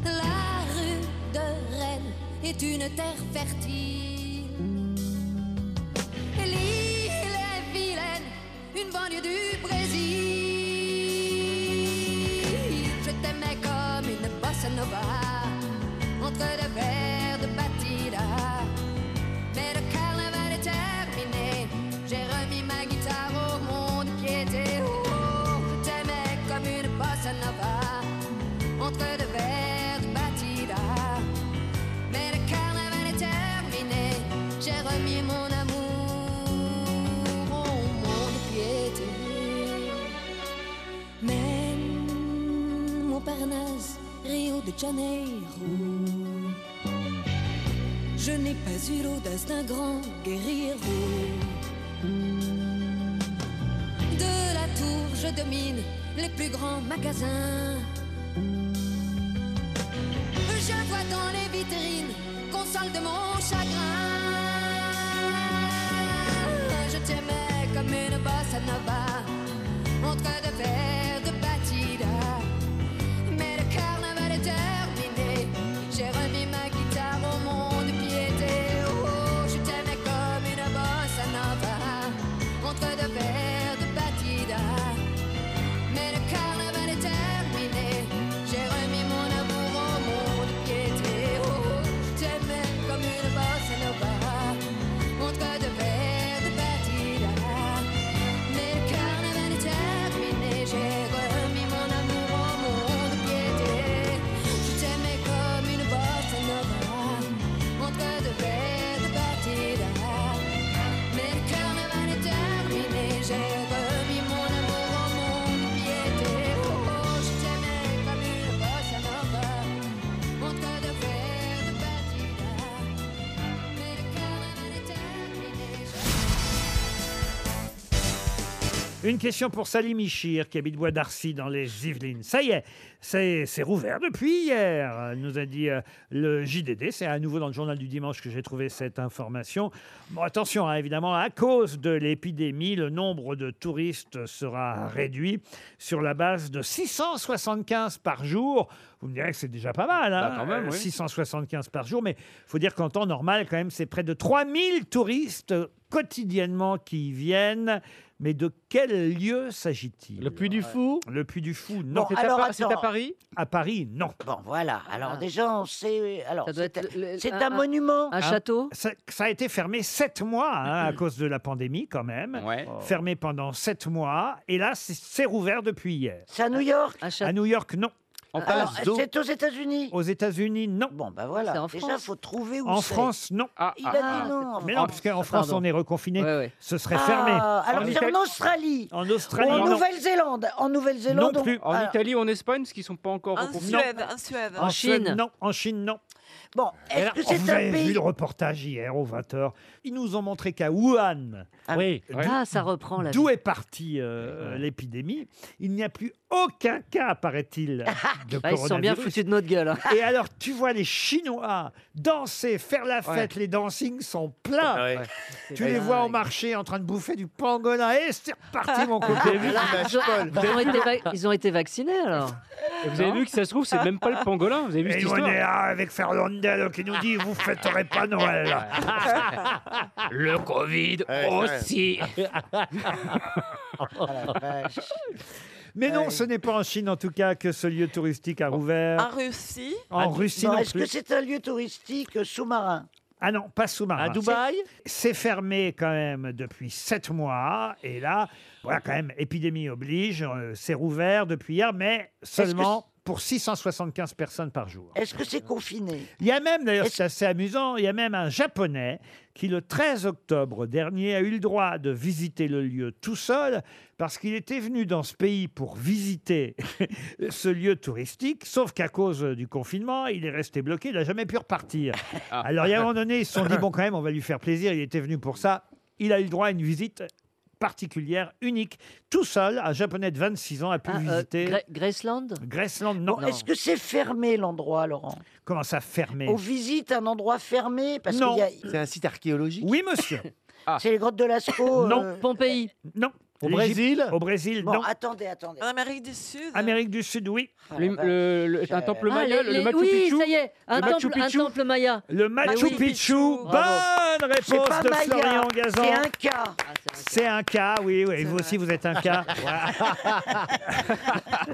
Speaker 17: La rue de Rennes est une terre fertile. L'île est vilaine, une banlieue du Brésil. Je t'aimais comme une bossa nova, entre deux verres de batida. Mais le carnaval est terminé. J'ai remis ma guitare au monde qui était haut. Je t'aimais comme une bossa nova. Entre deux verres de batida. Mais le carnaval est terminé. J'ai remis mon amour au monde qui était Mène Montparnasse, Rio de Janeiro. Je n'ai pas eu l'audace d'un grand guerrier. De la tour, je domine les plus grands magasins. Je vois dans les vitrines console de mon chagrin. Je t'aimais comme une bossa nova entre deux verres de batida. Mais le carnaval est terminé. J'ai remis ma guitare au monde piété. Oh, je t'aimais comme une bossa nova. Entre deux verres de batida. Mais le carnaval est terminé. J'ai remis mon amour au monde piété. Oh, je t'aimais comme une bossa nova. Entre deux verres de batida. Mais le carnaval est terminé. J'ai remis mon amour au monde piété. Je t'aimais comme une bossa nova Entre deux verres de batida Mais le carnaval est terminé J'ai remis mon amour au monde piété Oh, je t'aimais comme une bossa nova Entre deux verres de batida Mais le carnaval est terminé
Speaker 4: Une question pour Salim Michir, qui habite Bois d'Arcy dans les Yvelines. Ça y est, c'est c'est rouvert depuis hier, euh, nous a dit euh, le JDD. C'est à nouveau dans le journal du dimanche que j'ai trouvé cette information. Bon, attention, hein, évidemment, à cause de l'épidémie, le nombre de touristes sera réduit sur la base de 675 par jour. Vous me direz que c'est déjà pas mal, hein,
Speaker 8: Bah, quand même,
Speaker 4: euh,
Speaker 8: oui.
Speaker 4: 675 par jour, mais il faut dire qu'en temps normal, quand même, c'est près de 3000 touristes quotidiennement qui y viennent. Mais de quel lieu s'agit-il Le Puy du Fou Le Puy du Fou, non.
Speaker 7: Bon, C'est à alors, Par- c'est à attends. Paris
Speaker 4: À Paris, non.
Speaker 7: Bon, voilà. Alors déjà, on sait. Alors,
Speaker 4: Ça doit
Speaker 7: c'est
Speaker 4: être le- le-
Speaker 7: c'est
Speaker 4: un-
Speaker 7: un,
Speaker 4: un-
Speaker 7: monument. Hein
Speaker 4: Ah, Ça, ça a été fermé sept mois hein, à cause de la pandémie quand même. Oh. Fermé pendant sept mois. Et là, c'est- c'est rouvert depuis hier.
Speaker 7: C'est à New York
Speaker 4: À New York, non.
Speaker 7: Alors, c'est aux États-Unis.
Speaker 4: Aux États-unis, non.
Speaker 7: Bon, ben voilà.
Speaker 4: C'est en
Speaker 7: Déjà,
Speaker 4: France.
Speaker 7: faut trouver où
Speaker 4: en
Speaker 7: c'est.
Speaker 4: France, non.
Speaker 7: Il a ah, dit non, en
Speaker 4: Mais non,
Speaker 7: France.
Speaker 4: parce qu'en France,
Speaker 7: Pardon.
Speaker 4: on est reconfiné. Ce serait
Speaker 7: Ah,
Speaker 4: fermé.
Speaker 7: alors, c'est
Speaker 4: Italie-
Speaker 7: en Australie.
Speaker 4: En Australie,
Speaker 7: Ou en
Speaker 4: non.
Speaker 7: Nouvelle-Zélande. En Nouvelle-Zélande. on- Ah.
Speaker 8: En
Speaker 7: alors,
Speaker 8: Italie ou en Espagne, parce qu'ils sont pas encore
Speaker 7: En
Speaker 8: reconfinés.
Speaker 7: Suède, en Suède. En
Speaker 4: Suède,
Speaker 7: Chine.
Speaker 4: Non, en Chine, non.
Speaker 7: Bon,
Speaker 4: Et
Speaker 7: est-ce
Speaker 4: là,
Speaker 7: que
Speaker 4: oh,
Speaker 7: c'est
Speaker 4: vous
Speaker 7: un
Speaker 4: avez vu
Speaker 7: pays
Speaker 4: le reportage hier aux 20h. Ils nous ont montré qu'à Wuhan,
Speaker 5: oui.
Speaker 4: d'où-
Speaker 5: Ah, ça reprend la
Speaker 4: d'où est partie euh, l'épidémie, il n'y a plus aucun cas, paraît-il, de
Speaker 5: Ah, ils se sont bien
Speaker 4: coronavirus.
Speaker 5: foutus de notre gueule. hein.
Speaker 4: Et alors, tu vois les Chinois danser, faire la fête, les dancings sont pleins. Tu les
Speaker 5: dingue.
Speaker 4: vois au marché en train de bouffer du pangolin. Et c'est reparti, mon copain.
Speaker 5: ils, ont, ils ont été va- ils ont été vaccinés alors.
Speaker 8: Et vous avez
Speaker 5: Non
Speaker 8: vu que ça se trouve, c'est même pas le pangolin. Vous avez vu
Speaker 4: Et
Speaker 8: cette
Speaker 4: on
Speaker 8: histoire
Speaker 4: est là avec Fernandel qui nous dit Vous fêterez pas Noël.
Speaker 8: Le Covid
Speaker 4: aussi. Mais non, ce n'est pas en Chine en tout cas que ce lieu touristique a
Speaker 9: En
Speaker 4: rouvert.
Speaker 8: Ah.
Speaker 9: Russie
Speaker 4: En Russie
Speaker 7: Ah, Non,
Speaker 4: non
Speaker 7: Est-ce que
Speaker 4: plus.
Speaker 7: c'est un lieu touristique sous-marin
Speaker 4: Ah non, pas sous-marin.
Speaker 7: À Dubaï
Speaker 4: C'est c'est fermé quand même depuis sept mois. Et là, voilà quand même, épidémie oblige, euh, c'est rouvert depuis hier, mais seulement pour 675 personnes par jour.
Speaker 7: Est-ce que c'est confiné
Speaker 4: Il y a même, d'ailleurs, c'est assez amusant, il y a même un Japonais qui, le 13 octobre dernier, a eu le droit de visiter le lieu tout seul parce qu'il était venu dans ce pays pour visiter ce lieu touristique, sauf qu'à cause du confinement, il est resté bloqué, il n'a jamais pu repartir. Alors, il y a un moment donné, ils se sont dit, bon, quand même, on va lui faire plaisir, il était venu pour ça. Il a eu le droit à une visite particulière, unique. Tout seul, un Japonais de 26 ans a pu
Speaker 5: Ah, euh,
Speaker 4: visiter...
Speaker 5: Gra- Graceland
Speaker 4: Graceland, non.
Speaker 7: Bon, Est-ce que c'est fermé l'endroit, Laurent
Speaker 4: Comment ça fermé
Speaker 7: On visite un endroit fermé parce
Speaker 4: Non.
Speaker 7: qu'il y a.
Speaker 4: C'est un site archéologique Oui, monsieur.
Speaker 7: C'est les grottes de Lascaux.
Speaker 4: Non.
Speaker 7: euh,
Speaker 5: Pompéi
Speaker 4: Non.
Speaker 8: Ah. Au
Speaker 4: L'Égypte-
Speaker 8: Brésil
Speaker 4: Au Brésil,
Speaker 7: Bon,
Speaker 4: non.
Speaker 7: attendez, attendez.
Speaker 5: Ah,
Speaker 9: En Amérique du Sud
Speaker 4: Amérique du Sud, oui.
Speaker 8: Le- le-
Speaker 7: Ah,
Speaker 8: le- un temple maya,
Speaker 5: Ah, les-
Speaker 8: le,
Speaker 5: les-
Speaker 8: Machu
Speaker 5: oui,
Speaker 8: Picchu
Speaker 5: ça y est, un
Speaker 8: Le Machu
Speaker 5: temple- un
Speaker 8: Picchu
Speaker 5: temple maya. Bah
Speaker 4: Le
Speaker 7: Bah
Speaker 4: Machu
Speaker 5: Machu
Speaker 4: Picchu.
Speaker 5: bravo.
Speaker 4: Bonne
Speaker 7: C'est
Speaker 4: réponse
Speaker 7: pas
Speaker 4: de
Speaker 7: Maya,
Speaker 4: Florian Gazan.
Speaker 7: C'est un cas.
Speaker 4: C'est un cas, oui, oui. Vous aussi, vous êtes un cas.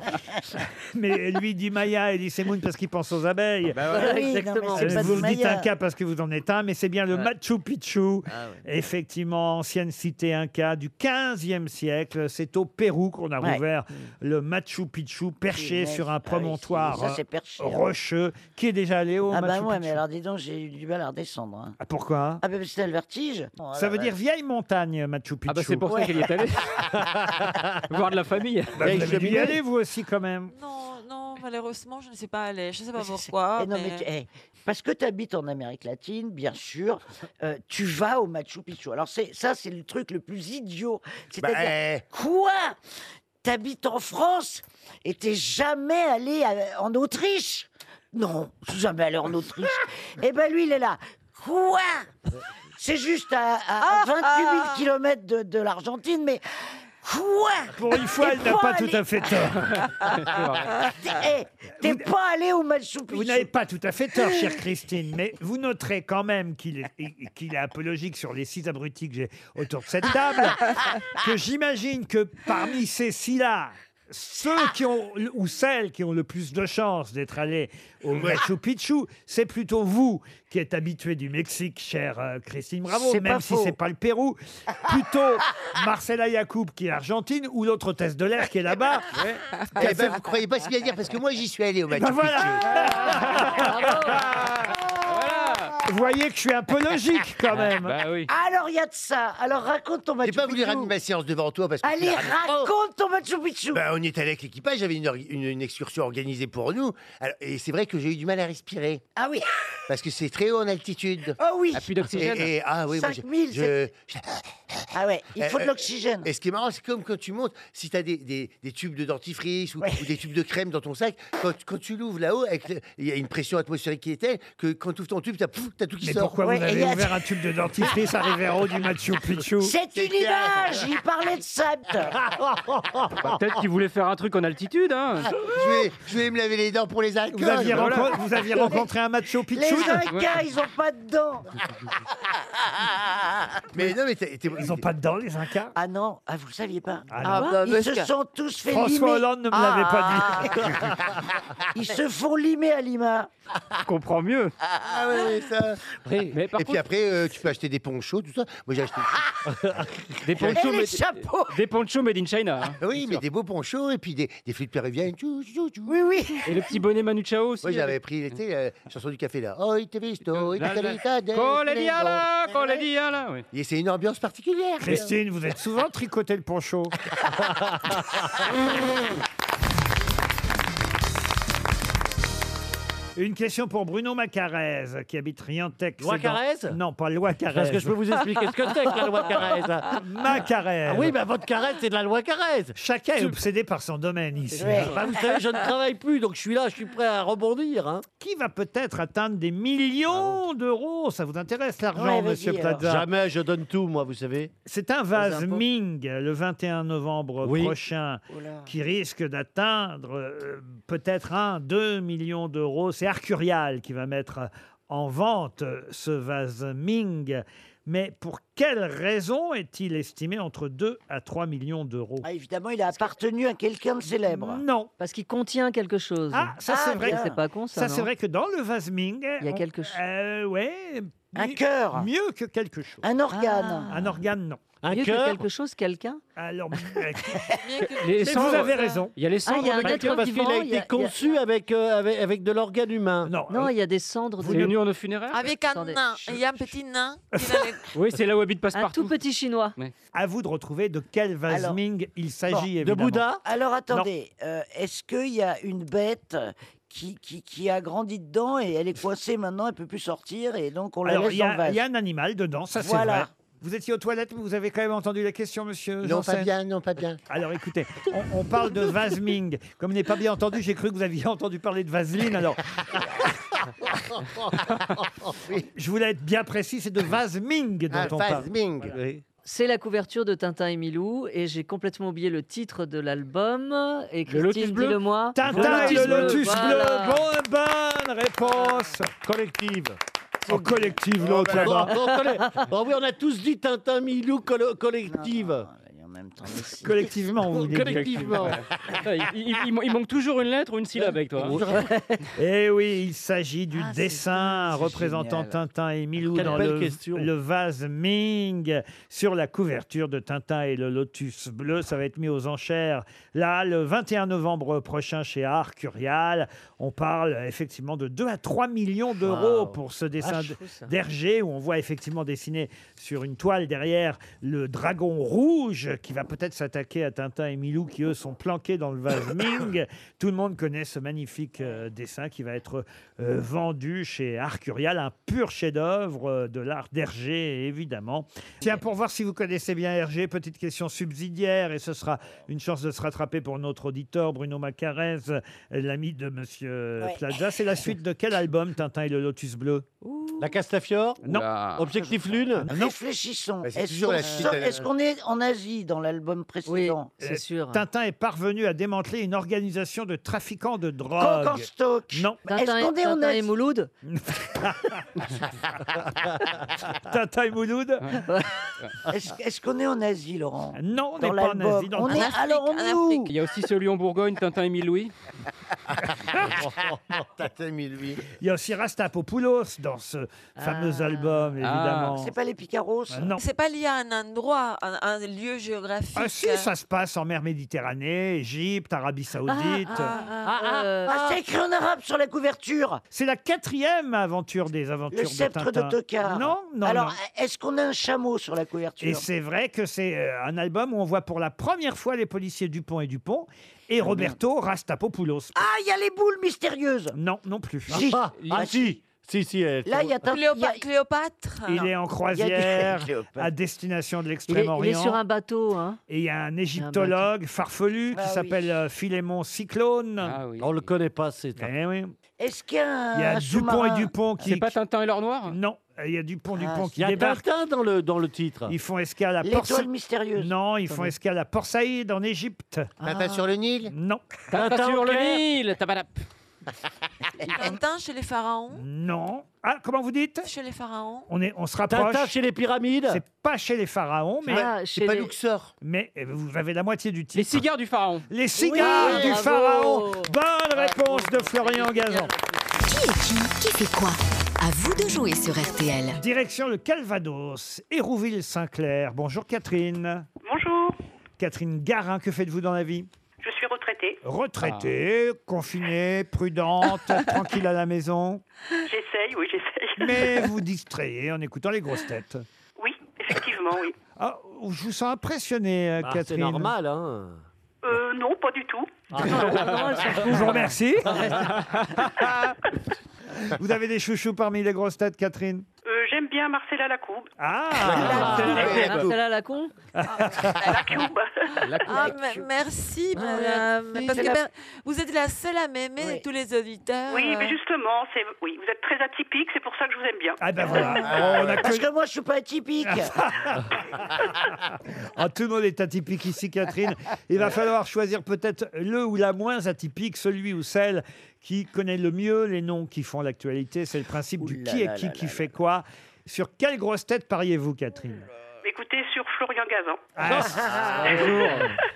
Speaker 4: mais lui dit Maya et dit Semoun parce qu'il pense aux abeilles.
Speaker 5: voilà, Oui, non, mais exactement. c'est
Speaker 4: Euh,
Speaker 5: pas
Speaker 4: vous
Speaker 5: du
Speaker 4: le dites
Speaker 5: Maya.
Speaker 4: un cas parce que vous en êtes un, mais c'est bien le
Speaker 5: Ouais.
Speaker 4: Machu Picchu.
Speaker 5: Ah
Speaker 4: Effectivement, ancienne cité inca du 15e siècle. C'est au Pérou qu'on a
Speaker 7: Ouais.
Speaker 4: rouvert le Machu Picchu, perché
Speaker 7: mais-
Speaker 4: sur un
Speaker 7: ah oui,
Speaker 4: promontoire
Speaker 7: ça, c'est perché, hein.
Speaker 4: rocheux. Qui est déjà allé au
Speaker 7: Ah
Speaker 4: Machu
Speaker 7: bah ouais,
Speaker 4: Picchu
Speaker 7: mais alors dis donc, j'ai eu du mal à redescendre. hein.
Speaker 4: Ah, Pourquoi
Speaker 7: Ah bah c'était le vertige. Oh
Speaker 4: ça veut dire vieille montagne, Machu Picchu.
Speaker 8: Ah bah c'est pour ça qu'il y est allé. Voir de la famille.
Speaker 4: Bah, vous avez dû y aller, vous aussi, quand même.
Speaker 9: Non, non, malheureusement, je ne suis pas allée. Je ne sais pas pourquoi.
Speaker 7: Eh non, mais
Speaker 9: mais-
Speaker 7: tu- eh, parce que tu habites en Amérique latine, bien sûr, euh, tu vas au Machu Picchu. Alors c'est ça, c'est le truc le plus idiot.
Speaker 4: Bah,
Speaker 7: C'est-à-dire
Speaker 11: eh.
Speaker 7: quoi T'habites en France et t'es jamais allé à- en Autriche Non, je suis jamais allé en Autriche. Eh ben lui, il est là. Quoi C'est juste à,
Speaker 9: Ah,
Speaker 7: à 28 000 kilomètres de, de l'Argentine, mais quoi
Speaker 4: Pour une fois,
Speaker 7: T'es
Speaker 4: elle n'a pas
Speaker 7: allé-
Speaker 4: tout à fait tort.
Speaker 7: T'es eh, t'es pas allé au Machu Picchu.
Speaker 4: Vous n'avez pas tout à fait tort, chère Christine, mais vous noterez quand même qu'il est, qu'il est apologique sur les six abrutis que j'ai autour de cette table, que j'imagine que parmi ces six-là, ceux qui ont, ou celles qui ont le plus de chances d'être allés au Machu Picchu, c'est plutôt vous qui êtes habitué du Mexique, chère euh, Christine Bravo,
Speaker 7: C'est
Speaker 4: même
Speaker 7: pas
Speaker 4: si
Speaker 7: faux.
Speaker 4: c'est pas le Pérou, plutôt Marcela Yacoub qui est argentine ou l'autre hôtesse de l'air qui est là-bas.
Speaker 11: Eh ben, vous croyez pas si bien dire parce que moi j'y suis allé au Machu
Speaker 4: Ben voilà.
Speaker 8: Voilà.
Speaker 4: Vous voyez que je suis un peu logique quand même.
Speaker 8: Bah oui.
Speaker 7: Alors, il y a de ça. Alors, raconte ton Machu
Speaker 11: J'ai
Speaker 7: Picchu.
Speaker 11: pas voulu ramener ma séance devant toi parce que. tu
Speaker 7: Allez,
Speaker 11: la ramènes pas.
Speaker 7: raconte ton Machu Picchu.
Speaker 11: Ben, on est allé avec l'équipage, j'avais une, or- une- une excursion organisée pour nous. Alors, et c'est vrai que j'ai eu du mal à respirer.
Speaker 7: Ah oui.
Speaker 11: Parce que c'est très haut en altitude.
Speaker 7: Ah oui.
Speaker 8: Ah, plus d'oxygène.
Speaker 11: Et- et- ah oui, moi, je-
Speaker 7: 5000,
Speaker 11: je-
Speaker 7: Ah ouais, il faut
Speaker 11: Euh,
Speaker 7: de l'oxygène.
Speaker 11: Et ce qui est marrant, c'est comme quand tu montes, si tu as des, des- des tubes de dentifrice ou, ou des tubes de crème dans ton sac, quand, quand tu l'ouvres là-haut, avec le- il y a une pression atmosphérique qui est telle que quand tu ouvres ton tube, tu as, tout qui
Speaker 4: Mais
Speaker 11: sort.
Speaker 4: pourquoi
Speaker 7: Ouais,
Speaker 4: vous
Speaker 7: et
Speaker 4: avez
Speaker 7: y a-
Speaker 4: ouvert un tube de dentifrice à Rivero du Machu Picchu
Speaker 7: C'est une image. Il parlait de ça. putain.
Speaker 8: Bah, Peut-être qu'il voulait faire un truc en altitude. Hein.
Speaker 7: Ah,
Speaker 11: je, vais, je vais me laver les dents pour les alcools.
Speaker 4: vous aviez,
Speaker 11: Voilà.
Speaker 4: rencontré, vous aviez rencontré un Machu Picchu
Speaker 7: Les Incas, ils ont pas de dents.
Speaker 4: Ah,
Speaker 11: Mais non, mais t'es- t'es-
Speaker 4: Ils ont sont pas dedans, les Incas
Speaker 7: Ah non, ah, vous le saviez pas.
Speaker 4: Ah non.
Speaker 7: Ah, Ils
Speaker 4: bah,
Speaker 7: se
Speaker 4: parce que
Speaker 7: sont tous fait
Speaker 4: François
Speaker 7: limer.
Speaker 4: Hollande ne me l'avait pas dit.
Speaker 7: Ils se font limer à Lima.
Speaker 11: Je comprends mieux. Ah oui, ça. Et puis après, euh, tu peux acheter des ponchos, tout ça. Moi, j'ai acheté.
Speaker 8: Des ponchos, made- Des ponchos made in China. hein.
Speaker 11: Oui, mais des beaux ponchos et puis des, des flûtes péruviennes. Tchou, tchou, tchou.
Speaker 7: Oui, oui.
Speaker 8: Et le petit bonnet Manu Chao aussi.
Speaker 11: Moi, j'avais
Speaker 8: avec-
Speaker 11: pris l'été la chanson du café là. Oh, il te visto, il
Speaker 8: La-
Speaker 11: te
Speaker 8: la-
Speaker 11: vita del
Speaker 8: Colediala,
Speaker 11: Plego.
Speaker 8: colediala, oui.
Speaker 11: Et c'est une ambiance particulière.
Speaker 4: Christine, vous êtes souvent tricoté le poncho. Une question pour Bruno Macarez, qui habite Riantec. c'est
Speaker 6: Loi
Speaker 4: dans-
Speaker 6: Carrez
Speaker 4: Non, pas Loi Carrez.
Speaker 6: Parce que je peux vous expliquer ce que c'est que la loi Carrez.
Speaker 4: Macarez.
Speaker 6: Ah oui, bah, votre Carrez, c'est de la loi Carrez.
Speaker 4: Chacun est obsédé par son domaine ici.
Speaker 6: Bah, vous savez, je ne travaille plus, donc je suis là, je suis prêt à rebondir. hein.
Speaker 4: Qui va peut-être atteindre des millions d'euros Ça vous intéresse l'argent, monsieur Plaza
Speaker 6: Jamais, je donne tout, moi, vous savez.
Speaker 4: C'est un vase Ming le 21 novembre
Speaker 6: Oui.
Speaker 4: prochain
Speaker 5: Oh
Speaker 4: qui risque d'atteindre euh, peut-être 1, 2 millions d'euros. C'est Arcurial qui va mettre euh, en vente euh, ce vase Ming. Mais pour quelle raison est-il estimé entre 2 à 3 millions d'euros
Speaker 7: Ah, évidemment, il a appartenu à quelqu'un de célèbre.
Speaker 4: Non.
Speaker 5: Parce qu'il contient quelque chose.
Speaker 4: Ah, ça c'est vrai.
Speaker 5: C'est pas con ça.
Speaker 4: Ça
Speaker 5: non
Speaker 4: c'est vrai que dans le vase Ming,
Speaker 5: Il y a
Speaker 4: on-
Speaker 5: quelque chose.
Speaker 4: euh, ouais,
Speaker 5: Un
Speaker 4: mi-
Speaker 5: cœur.
Speaker 4: Mieux que quelque chose. Ah.
Speaker 7: Un
Speaker 5: organe.
Speaker 4: Un organe, non.
Speaker 5: Un Mieux que cœur. quelque chose, quelqu'un
Speaker 4: Alors,
Speaker 6: Les
Speaker 4: mais
Speaker 6: cendres.
Speaker 4: vous avez raison.
Speaker 6: Il y a
Speaker 5: Ah,
Speaker 6: les cendres de quelqu'un parce qu'il a
Speaker 5: il y a-
Speaker 6: été conçu avec, euh, avec, avec de l'organe humain.
Speaker 4: Non,
Speaker 5: Non, il y a des cendres.
Speaker 8: Vous
Speaker 5: de...
Speaker 8: une urne funéraire
Speaker 9: Avec un
Speaker 5: Attendez.
Speaker 9: nain. Il y a un petit nain.
Speaker 8: Oui, c'est là où habite
Speaker 5: Un
Speaker 8: Passepartout.
Speaker 5: tout petit chinois.
Speaker 4: À vous de retrouver de quel vase
Speaker 7: Alors,
Speaker 4: Ming il
Speaker 7: Bon.
Speaker 4: s'agit. évidemment.
Speaker 7: Alors attendez, euh, est-ce qu'il y a une bête qui, qui, qui a grandi dedans et elle est coincée maintenant, elle peut plus sortir et donc on la
Speaker 4: Alors,
Speaker 7: laisse
Speaker 4: il y,
Speaker 7: dans le
Speaker 4: a-
Speaker 7: vase
Speaker 4: il y a un animal dedans, ça c'est
Speaker 7: Voilà.
Speaker 4: vrai. Vous étiez aux toilettes, mais vous avez quand même entendu la question, monsieur
Speaker 11: Non, pas
Speaker 4: Janssen
Speaker 11: bien, non, pas bien.
Speaker 4: Alors écoutez, on, on parle de Vasming. Comme je n'ai pas bien entendu, j'ai cru que vous aviez entendu parler de Vaseline. Alors, je voulais être bien précis, c'est de Vasming dont
Speaker 11: Ah,
Speaker 4: on parle.
Speaker 5: C'est la couverture de Tintin et Milou et j'ai complètement oublié le titre de l'album. Et Christine, dis-le-moi.
Speaker 4: Tintin et le lotus
Speaker 5: Voilà.
Speaker 4: bleu. Bonne, bonne réponse. Collective. En Oh, collective, l'autre
Speaker 6: Bon,
Speaker 4: là-bas.
Speaker 6: bon, colle- bon, oh, oui, on a tous dit Tintin Milou collo- collective.
Speaker 4: Collectivement, vous voulez dire.
Speaker 8: Collectivement. il, il- il- il manque toujours une lettre ou une syllabe avec toi. hein.
Speaker 4: Eh oui, il s'agit du dessin représentant Tintin et Milou
Speaker 6: Quelle
Speaker 4: dans
Speaker 6: belle
Speaker 4: le,
Speaker 6: question.
Speaker 4: le vase Ming sur la couverture de Tintin et le lotus bleu. Ça va être mis aux enchères là le 21 novembre prochain chez Art Curial. On parle effectivement de 2 à 3 millions d'euros pour ce dessin
Speaker 5: Vache,
Speaker 4: d-
Speaker 5: fou, ça.
Speaker 4: d'Hergé où on voit effectivement dessiner sur une toile derrière le dragon rouge qui va peut-être s'attaquer à Tintin et Milou qui eux sont planqués dans le vase Ming. Tout le monde connaît ce magnifique euh, dessin qui va être euh, vendu chez Arcurial, un pur chef-d'œuvre euh, de l'art d'Hergé évidemment. Tiens, pour voir si vous connaissez bien Hergé, petite question subsidiaire et ce sera une chance de se rattraper pour notre auditeur Bruno Macarez, euh, l'ami de monsieur
Speaker 7: Ouais.
Speaker 4: Plaza. C'est la suite de quel album Tintin et le lotus bleu
Speaker 6: La Castafiore
Speaker 4: Non.
Speaker 6: Objectif Lune
Speaker 7: Réfléchissons.
Speaker 11: Bah, c'est
Speaker 7: Est-ce
Speaker 11: toujours
Speaker 7: qu'on
Speaker 11: la suite à
Speaker 7: sort-
Speaker 11: la-
Speaker 7: est-ce qu'on est en Asie dans l'album précédent
Speaker 4: Euh, Tintin est parvenu à démanteler une organisation de trafiquants de drogue.
Speaker 7: Coq-en-Stock.
Speaker 4: Non.
Speaker 5: Tintin,
Speaker 7: Bah, Est-ce qu'on est en
Speaker 5: Tintin et
Speaker 7: Asie
Speaker 5: Mouloud
Speaker 4: Tintin et Mouloud Euh,
Speaker 7: Est-ce est-ce qu'on est en Asie, Laurent
Speaker 4: Non, on n'est
Speaker 7: Dans
Speaker 4: pas en
Speaker 7: l'album.
Speaker 4: Asie. dans-
Speaker 7: On est- alors on est où
Speaker 8: Il y a aussi celui en Bourgogne, Tintin et Miloui.
Speaker 7: Ah.
Speaker 11: Tintin Miloui.
Speaker 4: Il y a aussi Rastapopoulos dans ce fameux album,
Speaker 11: Ah,
Speaker 4: évidemment.
Speaker 7: Ah. C'est pas les Picaros
Speaker 4: Ah, non.
Speaker 9: C'est pas lié à un endroit, un, un lieu géographique.
Speaker 4: Ah si, ça se passe en mer Méditerranée, Égypte, Arabie Saoudite.
Speaker 7: Ah, c'est écrit en arabe sur la couverture
Speaker 4: C'est la quatrième aventure des aventures
Speaker 7: Le sceptre
Speaker 4: de
Speaker 7: de
Speaker 4: Tintin.
Speaker 7: Tokar.
Speaker 4: Non, non,
Speaker 7: Alors,
Speaker 4: non.
Speaker 7: est-ce qu'on a un chameau sur la couverture
Speaker 4: Et c'est vrai que c'est euh, un album où on voit pour la première fois les policiers Dupont et Dupont et Roberto Rastapopoulos.
Speaker 7: Ah, il y a les boules mystérieuses
Speaker 4: Non, non plus.
Speaker 7: Si.
Speaker 6: Ah, ah, si Si, si. elle-
Speaker 7: Là, il y a... Tintin- il y a-
Speaker 9: Cléopâtre.
Speaker 4: Il est en croisière à destination de
Speaker 5: il est, il est sur
Speaker 4: l'extrême-orient.
Speaker 5: un bah bateau. Hein.
Speaker 4: Et il y a un égyptologue farfelu qui
Speaker 7: Ah oui.
Speaker 4: s'appelle euh, Philémon Cyclone.
Speaker 5: Ah
Speaker 6: On le connaît pas, c'est
Speaker 4: Eh oui.
Speaker 7: Est-ce qu'il y a un
Speaker 4: Il y a
Speaker 7: un
Speaker 4: Dupont et
Speaker 7: sous-marin
Speaker 4: Dupont
Speaker 8: Ah, C'est
Speaker 4: qui.
Speaker 8: pas Tintin et l'or noir
Speaker 4: Non, il y a Dupont
Speaker 7: Ah,
Speaker 6: Il
Speaker 4: Dupont
Speaker 6: y
Speaker 4: qui
Speaker 6: a
Speaker 4: débarque.
Speaker 6: Tintin dans le, dans le titre.
Speaker 4: Ils font escale à Port
Speaker 7: L'étoile mystérieuse.
Speaker 4: Non, ils font escale à Port Saïd en Égypte.
Speaker 11: Tintin sur le Nil
Speaker 4: Non.
Speaker 8: Tintin
Speaker 6: Tintin
Speaker 7: Ah,
Speaker 8: sur
Speaker 6: au
Speaker 8: le
Speaker 6: Caire.
Speaker 8: Nil, tabarap.
Speaker 9: Tintin chez les pharaons
Speaker 4: Non. Ah, comment vous dites
Speaker 9: Chez les pharaons
Speaker 4: On, est, on se rapproche.
Speaker 9: Tintin
Speaker 4: chez les pyramides C'est pas chez les pharaons, mais.
Speaker 9: Ah, C'est chez pas les-
Speaker 4: Luxor. Mais euh, vous avez la moitié du titre. Les
Speaker 8: cigares du pharaon.
Speaker 4: Les cigares
Speaker 8: Oui,
Speaker 4: du
Speaker 8: bravo.
Speaker 4: pharaon Bonne réponse de Florian Gazan.
Speaker 12: Qui est qui Qui fait quoi À vous de jouer sur RTL.
Speaker 4: Direction le Calvados, Hérouville-Saint-Clair. Bonjour Catherine.
Speaker 18: Bonjour,
Speaker 4: Catherine Garin, que faites-vous dans la vie
Speaker 18: je suis retraitée.
Speaker 4: Retraitée, confinée, prudente, tranquille à la maison.
Speaker 18: J'essaye, oui, j'essaye.
Speaker 4: Mais vous distrayez en écoutant les grosses têtes.
Speaker 18: Oui, effectivement, oui.
Speaker 4: Ah, je vous sens impressionné, euh,
Speaker 6: Bah, c'est
Speaker 4: Catherine.
Speaker 6: normal,
Speaker 4: hein
Speaker 18: Euh, non, pas du tout.
Speaker 16: Ah,
Speaker 4: Ah. Je vous remercie. vous avez des chouchous parmi les grosses têtes, Catherine
Speaker 18: Euh, J'aime bien Marcella Lacoupe.
Speaker 4: Ah
Speaker 5: Marcella Lacon
Speaker 9: Ah, me- merci,
Speaker 7: Ah,
Speaker 9: madame. Parce que
Speaker 18: C'est la-
Speaker 9: ben, vous êtes la seule à m'aimer de tous les auditeurs.
Speaker 18: Oui, mais justement, c'est oui, vous êtes très atypique, c'est pour ça que je vous aime bien.
Speaker 4: Ah ben voilà. On a
Speaker 7: Parce
Speaker 4: que-
Speaker 7: que moi, je suis pas atypique.
Speaker 4: Ah, tout le monde est atypique ici, Catherine. Il va falloir choisir peut-être le ou la moins atypique, celui ou celle qui connaît le mieux les noms qui font l'actualité. C'est le principe du
Speaker 18: là
Speaker 4: qui est
Speaker 18: là
Speaker 4: qui
Speaker 18: là
Speaker 4: qui
Speaker 18: là
Speaker 4: fait quoi. Sur quelle grosse tête pariez-vous, Catherine
Speaker 18: Écoutez, sur Florian Gazan.
Speaker 4: Ah, bonjour.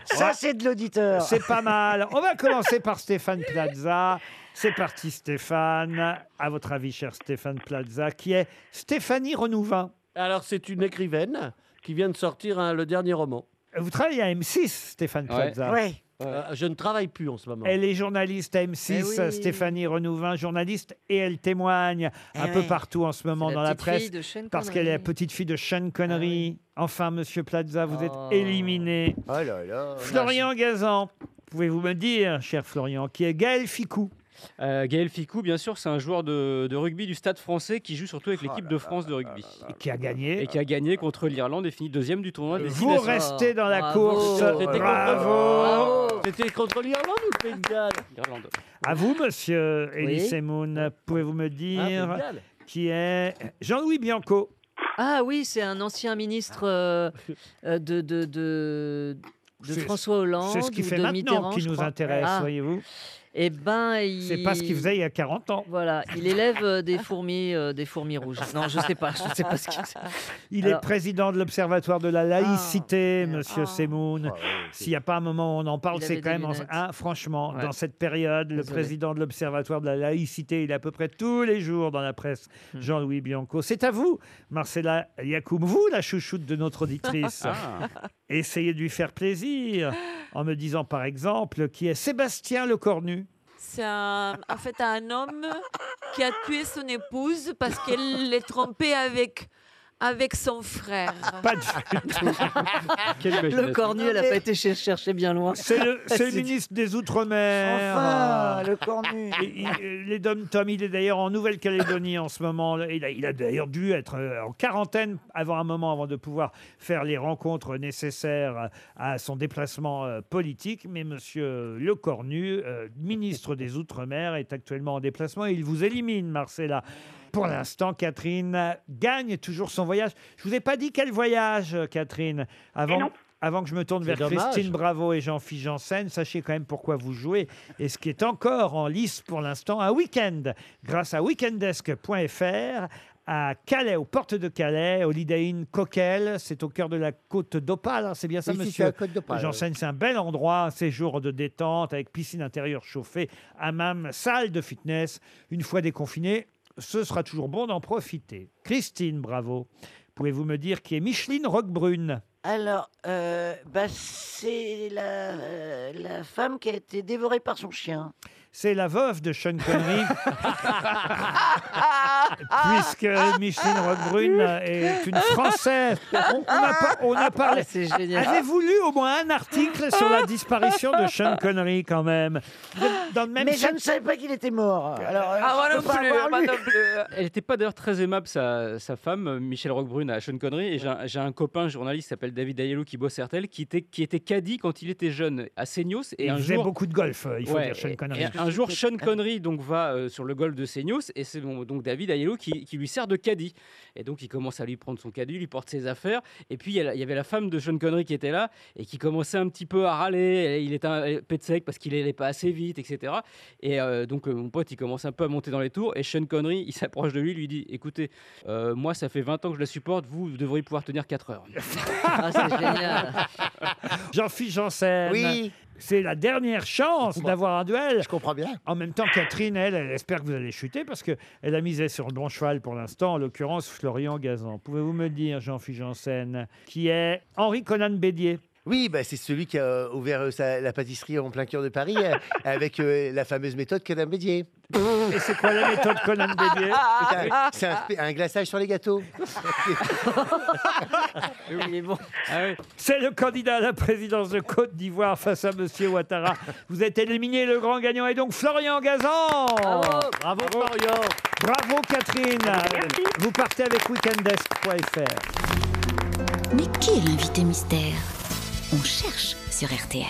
Speaker 7: Ça, c'est de l'auditeur.
Speaker 4: C'est pas mal. On va commencer par Stéphane Plaza. C'est parti, Stéphane. À votre avis, cher Stéphane Plaza, qui est Stéphanie Renouvin
Speaker 6: Alors, c'est une écrivaine qui vient de sortir hein, le dernier roman.
Speaker 4: Vous travaillez à M6, Stéphane Plaza.
Speaker 6: Euh, je ne travaille plus en ce moment.
Speaker 4: Elle est journaliste à M6,
Speaker 6: Eh oui.
Speaker 4: Stéphanie Renouvin, journaliste, et elle témoigne un
Speaker 6: Eh
Speaker 4: peu
Speaker 6: ouais.
Speaker 4: partout en ce moment
Speaker 6: C'est la
Speaker 4: dans la
Speaker 6: petite fille
Speaker 4: presse
Speaker 6: de Sean
Speaker 4: parce qu'elle est la
Speaker 6: Connery. Ah
Speaker 4: petite fille de Sean Connery. Enfin, Monsieur Plaza, vous
Speaker 6: Oh.
Speaker 4: êtes éliminé.
Speaker 11: Oh là là.
Speaker 4: Florian Gazan, pouvez-vous me dire, cher Florian, qui est Gaël Ficou
Speaker 8: Euh, Gaël Ficou, bien sûr, c'est un joueur de, de rugby du Stade français qui joue surtout
Speaker 4: Oh
Speaker 8: avec l'équipe de France de rugby.
Speaker 4: Et qui a gagné.
Speaker 8: Et qui a gagné contre l'Irlande et fini deuxième du tournoi. des Six
Speaker 4: Vous
Speaker 8: Nations.
Speaker 4: restez dans la
Speaker 8: Bravo.
Speaker 4: course.
Speaker 8: C'était contre-
Speaker 4: Bravo.
Speaker 6: C'était contre l'Irlande ou le Pays de Galles
Speaker 8: L'Irlande.
Speaker 4: À vous, monsieur
Speaker 8: Oui.
Speaker 4: Elie Semoun, pouvez-vous me dire
Speaker 5: génial.
Speaker 4: qui est Jean-Louis Bianco
Speaker 5: Ah oui, c'est un ancien ministre euh, euh, de, de, de, de
Speaker 4: C'est-
Speaker 5: François Hollande.
Speaker 4: C'est ce qui
Speaker 5: ou
Speaker 4: fait
Speaker 5: de
Speaker 4: maintenant
Speaker 5: Mitterrand,
Speaker 4: qui
Speaker 5: je
Speaker 4: nous
Speaker 5: crois.
Speaker 4: intéresse,
Speaker 5: Ah,
Speaker 4: voyez-vous.
Speaker 5: Eh ben, il...
Speaker 4: C'est pas ce qu'il faisait il y a 40 ans.
Speaker 5: Voilà, il élève euh, des fourmis, euh, des fourmis rouges. Non, je sais pas, je sais pas ce qu'il faisait.
Speaker 4: Il
Speaker 5: Alors,
Speaker 4: est président de l'Observatoire de la
Speaker 6: Ah.
Speaker 4: laïcité, monsieur Semoun. S'il n'y a pas un moment où on en parle,
Speaker 6: Il
Speaker 4: c'est
Speaker 6: avait
Speaker 4: quand
Speaker 6: des
Speaker 4: même. en-
Speaker 6: lunettes.
Speaker 4: hein, franchement,
Speaker 6: Ouais.
Speaker 4: dans cette période, le
Speaker 6: Désolé.
Speaker 4: président de l'Observatoire de la laïcité, il est à peu près tous les jours dans la presse,
Speaker 6: Hmm.
Speaker 4: Jean-Louis Bianco. C'est à vous, Marcella Yacoum, vous, la chouchoute de notre auditrice.
Speaker 6: Ah.
Speaker 4: Essayez de lui faire plaisir en me disant, par exemple, qui est Sébastien Lecornu.
Speaker 9: C'est un- en fait un homme qui a tué son épouse parce qu'elle l'est trompée avec, avec son frère.
Speaker 4: Pas du tout.
Speaker 5: le cornu, elle n'a pas été cher- chercher bien loin.
Speaker 4: C'est le, c'est le ministre des Outre-mer.
Speaker 5: Enfin,
Speaker 4: le cornu. les dom-tom, il est d'ailleurs en Nouvelle-Calédonie en ce moment. Il a, il a d'ailleurs dû être euh, en quarantaine avant un moment, avant de pouvoir faire les rencontres nécessaires à son déplacement euh, politique. Mais monsieur Le Cornu, euh, ministre des Outre-mer, est actuellement en déplacement et il vous élimine, Marcella. Pour l'instant, Catherine gagne toujours son voyage. Je vous ai pas dit quel voyage, Catherine, avant, avant que je me tourne vers
Speaker 6: C'est dommage.
Speaker 4: Christine Bravo et Jean-Philippe Janssen. Sachez quand même pourquoi vous jouez et ce qui est encore en lice pour l'instant, un week-end grâce à weekendesk.fr à Calais, aux portes de Calais, au Holiday Inn Coquel, c'est au cœur de la côte d'Opale, hein, c'est bien ça
Speaker 11: Oui, si, c'est
Speaker 4: monsieur
Speaker 11: la côte d'Opale,
Speaker 4: Janssen, c'est un bel endroit, un séjour de détente avec piscine intérieure chauffée, hammam, salle de fitness. Une fois déconfiné, ce sera toujours bon d'en profiter. Christine, bravo. Pouvez-vous me dire qui est Micheline Roquebrune
Speaker 7: Alors, euh, bah, c'est la, euh, la femme qui a été dévorée par son chien.
Speaker 4: C'est la veuve de Sean Connery.
Speaker 5: Ah.
Speaker 4: Puisque Micheline Roquebrune est une Française. On, on a, par- on a parlé.
Speaker 5: Ah, C'est génial.
Speaker 4: Avez-vous lu au moins un article sur la disparition de Sean Connery quand même Vous êtes Dans le même
Speaker 7: Mais je
Speaker 4: sens-
Speaker 7: ne savais pas qu'il était mort. Alors, euh,
Speaker 9: Ah, moi
Speaker 7: je peux
Speaker 9: non
Speaker 7: pas
Speaker 9: plus,
Speaker 7: avoir
Speaker 9: moi
Speaker 7: lu.
Speaker 9: non plus.
Speaker 8: Elle n'était pas d'ailleurs très aimable, sa, sa femme, euh, Michel Roquebrune, à Sean Connery. Et j'ai un- j'ai un copain journaliste qui s'appelle David Ayello qui bosse à RTL, qui était, qui était caddie quand il était jeune à Seignos. Et
Speaker 4: Il
Speaker 8: un
Speaker 4: faisait
Speaker 8: jour,
Speaker 4: beaucoup de golf, euh, il faut
Speaker 8: Ouais,
Speaker 4: dire, Sean
Speaker 8: et-
Speaker 4: Connery.
Speaker 8: et un jour, Sean Connery donc, va euh, sur le golf de Seignos. Et c'est bon, donc David Ayello Cayello qui, qui lui sert de caddie. Et donc, il commence à lui prendre son caddie, lui porte ses affaires. Et puis, il y a la- il y avait la femme de Sean Connery qui était là et qui commençait un petit peu à râler. Et Il était un pet de sec parce qu'il n'allait pas assez vite, etc. Et euh, donc, euh, mon pote, il commence un peu à monter dans les tours. Et Sean Connery, il s'approche de lui, lui dit Écoutez, euh, moi, ça fait 20 ans que je la supporte, vous devriez pouvoir tenir 4 heures.
Speaker 5: Ah, c'est génial.
Speaker 4: Jean-Philippe Janssen.
Speaker 11: Oui.
Speaker 4: C'est la dernière chance d'avoir un duel. Je
Speaker 11: comprends bien.
Speaker 4: En même temps, Catherine, elle, elle espère que vous allez chuter parce que elle a misé sur le bon cheval pour l'instant, en l'occurrence Florian Gazan. Pouvez-vous me dire, Jean-Philippe Janssen, qui est Henri Conan Bédier
Speaker 11: Oui, bah, c'est celui qui a ouvert euh, sa- la pâtisserie en plein cœur de Paris euh, avec euh, la fameuse méthode Conan Bédier.
Speaker 4: Et c'est quoi la méthode Conan Bédier
Speaker 11: C'est un, c'est un spé- un glaçage sur les gâteaux.
Speaker 4: Ah C'est le candidat à la présidence de Côte d'Ivoire face à Monsieur Ouattara. Vous êtes éliminé, le grand gagnant est donc Florian Gazan.
Speaker 6: Bravo. Bravo, Florian.
Speaker 4: Bravo Catherine. Vous partez avec weekendesk.fr.
Speaker 12: Mais qui est l'invité mystère On cherche sur RTL.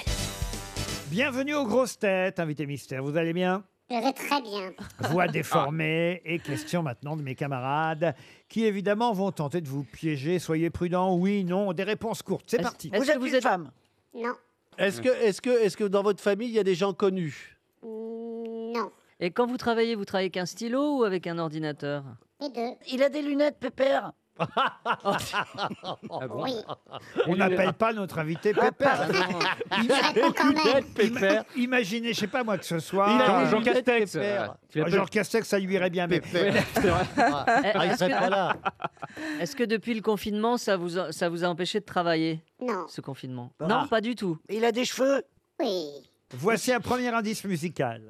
Speaker 4: Bienvenue aux grosses têtes, invité mystère. Vous allez bien
Speaker 19: Je vais très bien.
Speaker 4: Voix déformée et question maintenant de mes camarades qui évidemment vont tenter de vous piéger. Soyez prudents, oui, non, des réponses courtes. C'est parti.
Speaker 7: Vous êtes une femme
Speaker 19: Non.
Speaker 6: Est-ce que, est-ce que, est-ce que dans votre famille il y a des gens connus
Speaker 19: Non.
Speaker 5: Et quand vous travaillez, vous travaillez avec un stylo ou avec un ordinateur
Speaker 19: Les deux.
Speaker 7: Il a des lunettes, Pépère.
Speaker 4: Ah
Speaker 5: bon
Speaker 19: Oui.
Speaker 4: On n'appelle pas notre invité Ah.
Speaker 7: Ah,
Speaker 4: Pépère. Il a des lunettes, Pépère. Imaginez, je sais pas moi que ce soit.
Speaker 8: Il a des Jean lunettes, Castex. Pépère. Tu
Speaker 4: Ah,
Speaker 8: l'appelles-
Speaker 4: Jean Castex, ça lui irait bien. Mais...
Speaker 5: Ah, il serait pas
Speaker 6: là.
Speaker 5: Est-ce que depuis le confinement, ça vous a, ça vous a empêché de travailler
Speaker 19: Non.
Speaker 5: Ce confinement
Speaker 4: Bah.
Speaker 5: Non, pas du tout.
Speaker 7: Il a des cheveux.
Speaker 19: Oui.
Speaker 4: Voici un premier indice musical.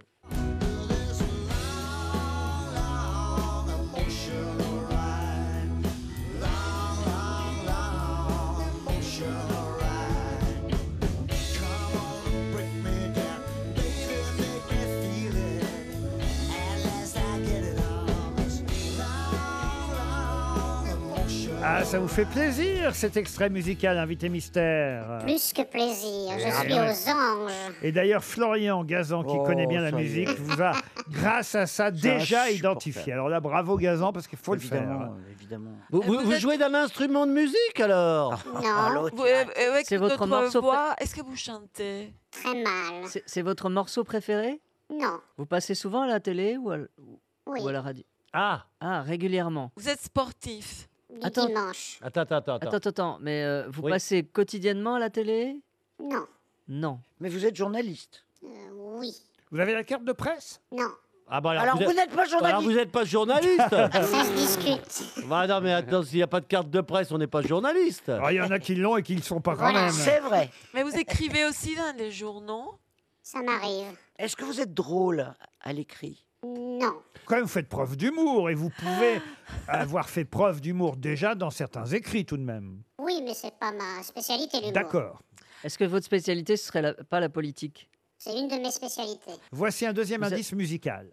Speaker 4: Ah, ça vous fait plaisir cet extrait musical, invité mystère.
Speaker 19: Plus que plaisir. Je
Speaker 4: Ah,
Speaker 19: suis
Speaker 4: bien.
Speaker 19: aux anges.
Speaker 4: Et d'ailleurs, Florian Gazan, qui
Speaker 11: Oh,
Speaker 4: connaît bien la
Speaker 11: ça y est.
Speaker 4: musique, vous a, grâce à ça, déjà identifié. Alors là, bravo Gazan, parce qu'il faut le faire.
Speaker 7: Évidemment.
Speaker 6: Vous, vous- vous jouez d'un instrument de musique alors
Speaker 7: Ah,
Speaker 19: Ah,
Speaker 9: Vous- euh, avec
Speaker 5: C'est votre
Speaker 9: notre
Speaker 5: morceau pré-
Speaker 9: voix, est-ce que vous chantez
Speaker 19: Très mal.
Speaker 5: C'est- C'est votre morceau préféré
Speaker 19: Non.
Speaker 5: Vous passez souvent à la télé ou à, l- ou-
Speaker 19: Oui.
Speaker 5: ou à la radio
Speaker 6: Ah
Speaker 5: Ah, régulièrement.
Speaker 9: Vous êtes sportif
Speaker 19: Du
Speaker 5: Attends.
Speaker 19: dimanche.
Speaker 6: Attends, attends, attends.
Speaker 5: Attends, attends, attends, mais euh, vous
Speaker 6: Oui.
Speaker 5: passez quotidiennement à la télé
Speaker 19: Non.
Speaker 5: Non.
Speaker 7: Mais vous êtes journaliste.
Speaker 19: Euh, oui.
Speaker 4: Vous avez la carte de presse
Speaker 19: Non.
Speaker 6: Ah, bah,
Speaker 7: Alors, vous
Speaker 6: êtes-
Speaker 7: n'êtes pas journaliste.
Speaker 6: Alors vous n'êtes pas journaliste
Speaker 19: Ça se discute.
Speaker 6: Bah non, mais attends, s'il n'y a pas de carte de presse, on n'est pas journaliste.
Speaker 4: Ah, Il y en a qui l'ont et qui ne le sont pas quand
Speaker 19: Voilà,
Speaker 4: même.
Speaker 7: C'est vrai.
Speaker 9: Mais vous écrivez aussi dans les journaux
Speaker 19: Ça m'arrive.
Speaker 7: Est-ce que vous êtes drôle à l'écrit
Speaker 19: Non.
Speaker 4: Quand même, vous faites preuve d'humour et vous pouvez avoir fait preuve d'humour déjà dans certains écrits tout de même.
Speaker 19: Oui, mais c'est pas ma spécialité, l'humour.
Speaker 4: D'accord.
Speaker 5: Est-ce que votre spécialité, ce serait la- pas la politique
Speaker 19: C'est une de mes spécialités.
Speaker 4: Voici un deuxième indice musical.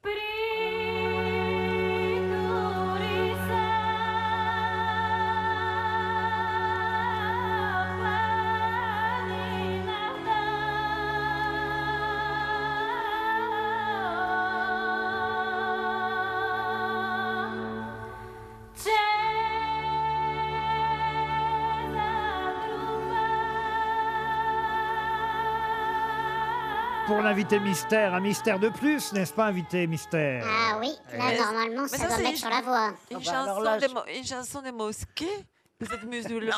Speaker 4: Pour l'invité mystère, un mystère de plus, n'est-ce pas, invité mystère
Speaker 19: Ah oui, là,
Speaker 9: Mais-
Speaker 19: normalement, ça,
Speaker 9: mais ça,
Speaker 19: doit
Speaker 9: c'est
Speaker 19: mettre
Speaker 9: une-
Speaker 19: sur la voie.
Speaker 9: une,
Speaker 19: Ah bah, alors
Speaker 9: chanson
Speaker 19: là,
Speaker 9: de
Speaker 19: je-
Speaker 9: mo- une chanson des mosquées Vous êtes musulman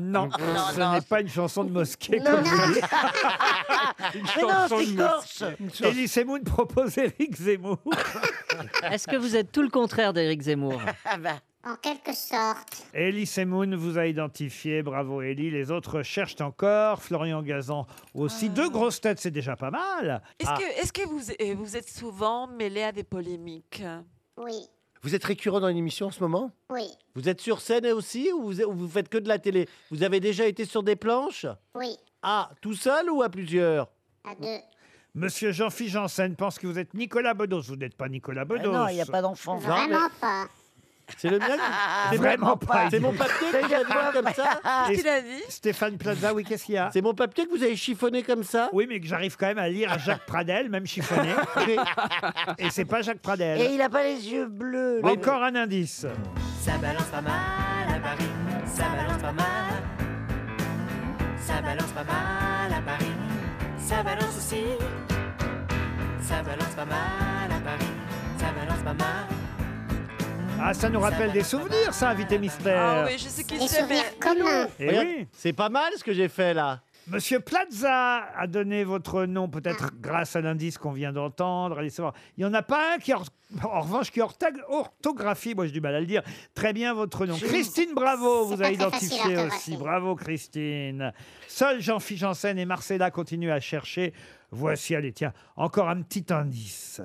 Speaker 4: Non, ce n'est pas une chanson de mosquée,
Speaker 9: Non,
Speaker 4: comme
Speaker 9: non.
Speaker 4: vous dites. Une
Speaker 9: Mais non,
Speaker 4: chanson
Speaker 9: c'est
Speaker 4: de
Speaker 9: corse.
Speaker 4: mosquée. Elie Semoun propose Eric Zemmour.
Speaker 5: Est-ce que vous êtes tout le contraire d'Éric Zemmour
Speaker 7: Ah ben.
Speaker 19: En quelque sorte.
Speaker 4: Elie Semoun vous a identifié, bravo Elie. Les autres cherchent encore. Florian Gazan aussi. Deux grosses têtes, c'est déjà pas mal.
Speaker 9: Ah. Est-ce
Speaker 4: Ah,
Speaker 9: que, est-ce que vous, euh, vous êtes souvent mêlé à des polémiques
Speaker 19: Oui,
Speaker 11: Vous êtes récurrent dans l'émission en ce moment
Speaker 19: oui,
Speaker 6: Vous êtes sur scène aussi ou vous, ou vous faites que de la télé Vous avez déjà été sur des planches
Speaker 19: oui.
Speaker 6: Ah, tout seul ou à plusieurs
Speaker 19: À deux.
Speaker 4: Monsieur Jean-Philippe Janssen pense que vous êtes Nicolas Bedos. Vous n'êtes pas Nicolas Bedos.
Speaker 7: non, il n'y a pas d'enfant.
Speaker 4: Non, mais-
Speaker 19: Vraiment pas.
Speaker 6: C'est le mien qui-
Speaker 7: Ah,
Speaker 6: c'est mon-
Speaker 7: vraiment pas.
Speaker 6: C'est mon papier que vous avez mis comme ça
Speaker 4: Qu'est-ce qu'il
Speaker 6: a
Speaker 9: dit
Speaker 4: Stéphane Plaza, oui, qu'est-ce qu'il y a
Speaker 6: C'est mon papier que vous avez chiffonné comme ça
Speaker 4: Oui, mais que j'arrive quand même à lire à Jacques Pradel, même chiffonné. Et c'est pas Jacques Pradel.
Speaker 7: Et il a pas les yeux bleus. là.
Speaker 4: Encore un indice.
Speaker 10: Ça balance pas mal à Paris, ça balance pas mal. Ça balance pas mal à Paris, ça balance aussi. Ça balance pas mal à Paris, ça balance pas mal.
Speaker 4: Ah, ça nous rappelle des souvenirs, ça, invité mystère.
Speaker 9: Ah oui, je sais qui
Speaker 19: Des
Speaker 9: c'est, mais.
Speaker 19: souvenirs communs.
Speaker 4: Eh
Speaker 6: Regarde,
Speaker 4: oui.
Speaker 6: C'est pas mal ce que j'ai fait là.
Speaker 4: Monsieur Plaza a donné votre nom, peut-être grâce à l'indice qu'on vient d'entendre. Allez savoir. Il n'y en a pas un qui, or- en revanche, qui orthag- orthographie, moi j'ai du mal à le dire, très bien votre nom. Christine Bravo vous
Speaker 19: pas
Speaker 4: a
Speaker 19: très facile
Speaker 4: identifié
Speaker 19: à
Speaker 4: aussi. Bravo Christine. Seul Jean-Philippe Janssen et Marcella continuent à chercher. Voici, allez, tiens, encore un petit indice.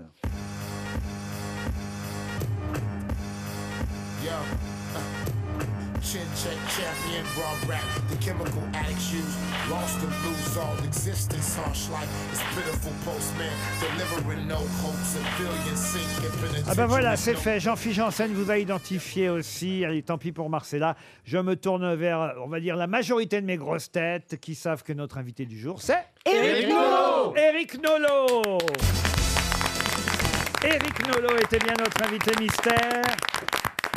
Speaker 20: Yo. Chin check champion, raw rap, the chemical addict's use. Lost and lose all existence, harsh life. It's pitiful postman, delivering no hopes and billions sink in penitentiary.
Speaker 4: Ah ben voilà, c'est fait. Jean-Philippe Janssen vous a identifié aussi. Allez, tant pis pour Marcella. Je me tourne vers, on va dire, la majorité de mes grosses têtes qui savent que notre invité du jour, c'est...
Speaker 10: Éric Nolot
Speaker 4: Éric Nolot Éric Nolot était bien notre invité mystère.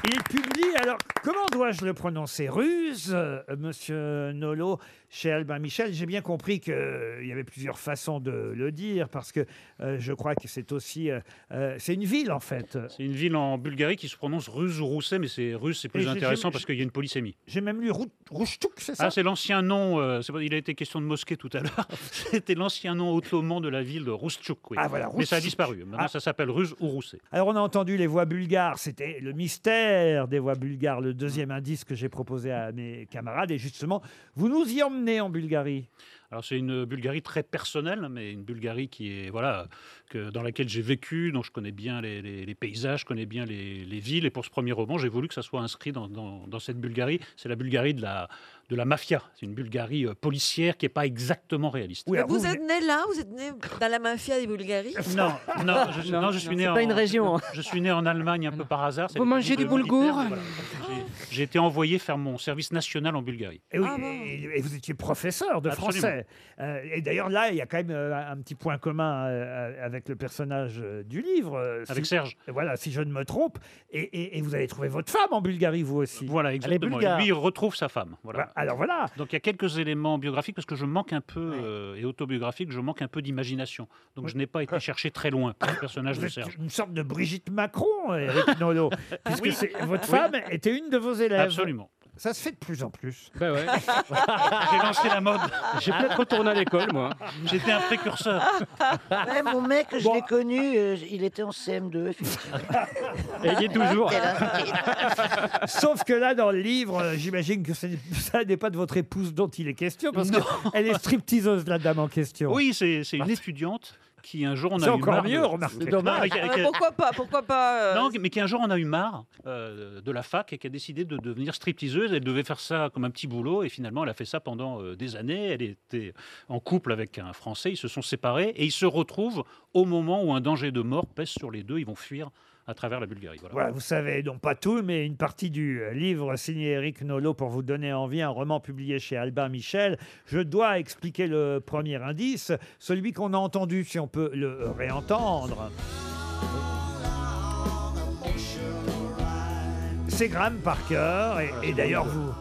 Speaker 4: Il publie, alors, comment dois-je le prononcer Ruse, euh, monsieur Nolot, chez Albin Michel. J'ai bien compris qu'il y avait plusieurs façons de le dire, parce que euh, je crois que c'est aussi. euh, euh, c'est une ville, en fait.
Speaker 21: C'est une ville en Bulgarie qui se prononce Ruse ou Rousset, mais c'est russe, c'est
Speaker 4: Et
Speaker 21: plus
Speaker 4: j'ai-
Speaker 21: intéressant
Speaker 4: j'ai-
Speaker 21: parce qu'il y a une polysémie.
Speaker 4: J'ai même lu Rou- Rouchtouk, c'est ça
Speaker 21: Ah, c'est l'ancien nom, euh, c'est pas- il a été question de mosquée tout à l'heure, c'était l'ancien nom ottoman de la ville de Roustchouk. oui.
Speaker 4: Ah, voilà,
Speaker 21: Mais ça a
Speaker 4: Roustchouk.
Speaker 21: disparu, maintenant
Speaker 4: Ah.
Speaker 21: ça s'appelle Ruse ou Rousset.
Speaker 4: Alors on a entendu les voix bulgares, c'était le mystère des voix bulgares, le deuxième indice que j'ai proposé à mes camarades. Et justement, vous nous y emmenez en Bulgarie.
Speaker 21: Alors c'est une Bulgarie très personnelle, mais une Bulgarie qui est voilà que, dans laquelle j'ai vécu, dont je connais bien les, les- les paysages, je connais bien les, les villes. Et pour ce premier roman, j'ai voulu que ça soit inscrit dans, dans- dans cette Bulgarie. C'est la Bulgarie de la de la mafia. C'est une Bulgarie euh, policière qui n'est pas exactement réaliste.
Speaker 9: Mais vous êtes né là Vous êtes né dans la mafia des Bulgaries
Speaker 21: Non, non, je, suis-
Speaker 9: Non,
Speaker 21: non, je suis
Speaker 9: non,
Speaker 21: né
Speaker 9: c'est
Speaker 21: en,
Speaker 9: pas une région, hein. Ah
Speaker 21: Je suis né en Allemagne un peu par hasard. ça
Speaker 9: Vous
Speaker 21: dépend
Speaker 9: mangez
Speaker 21: de-
Speaker 9: du
Speaker 21: de
Speaker 9: boulgour
Speaker 21: l'hiver, mais voilà. J'ai- J'ai été envoyé faire mon service national en Bulgarie.
Speaker 4: Et, Eh oui, et- et vous étiez professeur de
Speaker 21: Ah Absolument.
Speaker 4: français. Euh, et d'ailleurs, là, il y a quand même euh, un petit point commun euh, avec le personnage euh, du livre. euh,
Speaker 21: Avec
Speaker 4: si-
Speaker 21: Serge.
Speaker 4: Voilà, si je ne me trompe. Et, et- et vous avez trouvé votre femme en Bulgarie, vous aussi.
Speaker 21: Euh, Voilà, Exactement. Et lui, il retrouve sa femme. Voilà.
Speaker 4: Bah, alors voilà.
Speaker 21: Donc il y a quelques éléments biographiques parce que je manque un peu, euh, et autobiographique, je manque un peu d'imagination. Donc je n'ai pas été chercher très loin pour le personnage de Serge.
Speaker 4: Une sorte de Brigitte Macron, euh, Eric Nolot, puisque
Speaker 21: Oui.
Speaker 4: c'est- votre
Speaker 21: Oui.
Speaker 4: femme était une de vos élèves.
Speaker 21: Absolument.
Speaker 4: Ça se fait de plus en plus.
Speaker 8: Ben ouais.
Speaker 21: J'ai lancé la mode.
Speaker 8: J'ai peut-être retourné à l'école, moi.
Speaker 21: J'étais un précurseur.
Speaker 7: Ouais, mon mec, je l'ai connu, euh, il était en CM2. effectivement.
Speaker 4: Et il y est toujours. Sauf que là, dans le livre, euh, j'imagine que ce n'est- ça n'est pas de votre épouse dont il est question, parce qu'elle est stripteaseuse, la dame en question.
Speaker 21: Oui, c'est c'est une étudiante qui un jour on a
Speaker 4: C'est
Speaker 21: eu
Speaker 4: encore
Speaker 21: marre de-
Speaker 4: mieux, remarquez. C'est dommage.
Speaker 21: Non, mais qui-
Speaker 4: Ah,
Speaker 9: mais
Speaker 21: qui-
Speaker 9: pourquoi pas Pourquoi pas euh,
Speaker 21: Non, mais qui un jour on a eu marre euh, de la fac et qui a décidé de devenir stripteaseuse. Elle devait faire ça comme un petit boulot et finalement elle a fait ça pendant euh, des années. Elle était en couple avec un Français, ils se sont séparés et ils se retrouvent au moment où un danger de mort pèse sur les deux. Ils vont fuir à travers la Bulgarie. Voilà.
Speaker 4: Voilà, vous savez, non pas tout, mais une partie du euh, livre signé Eric Nolot pour vous donner envie, un roman publié chez Albin Michel. Je dois expliquer le premier indice, celui qu'on a entendu, si on peut le réentendre. C'est Graham Parker,
Speaker 21: Ah,
Speaker 4: et, et d'ailleurs vous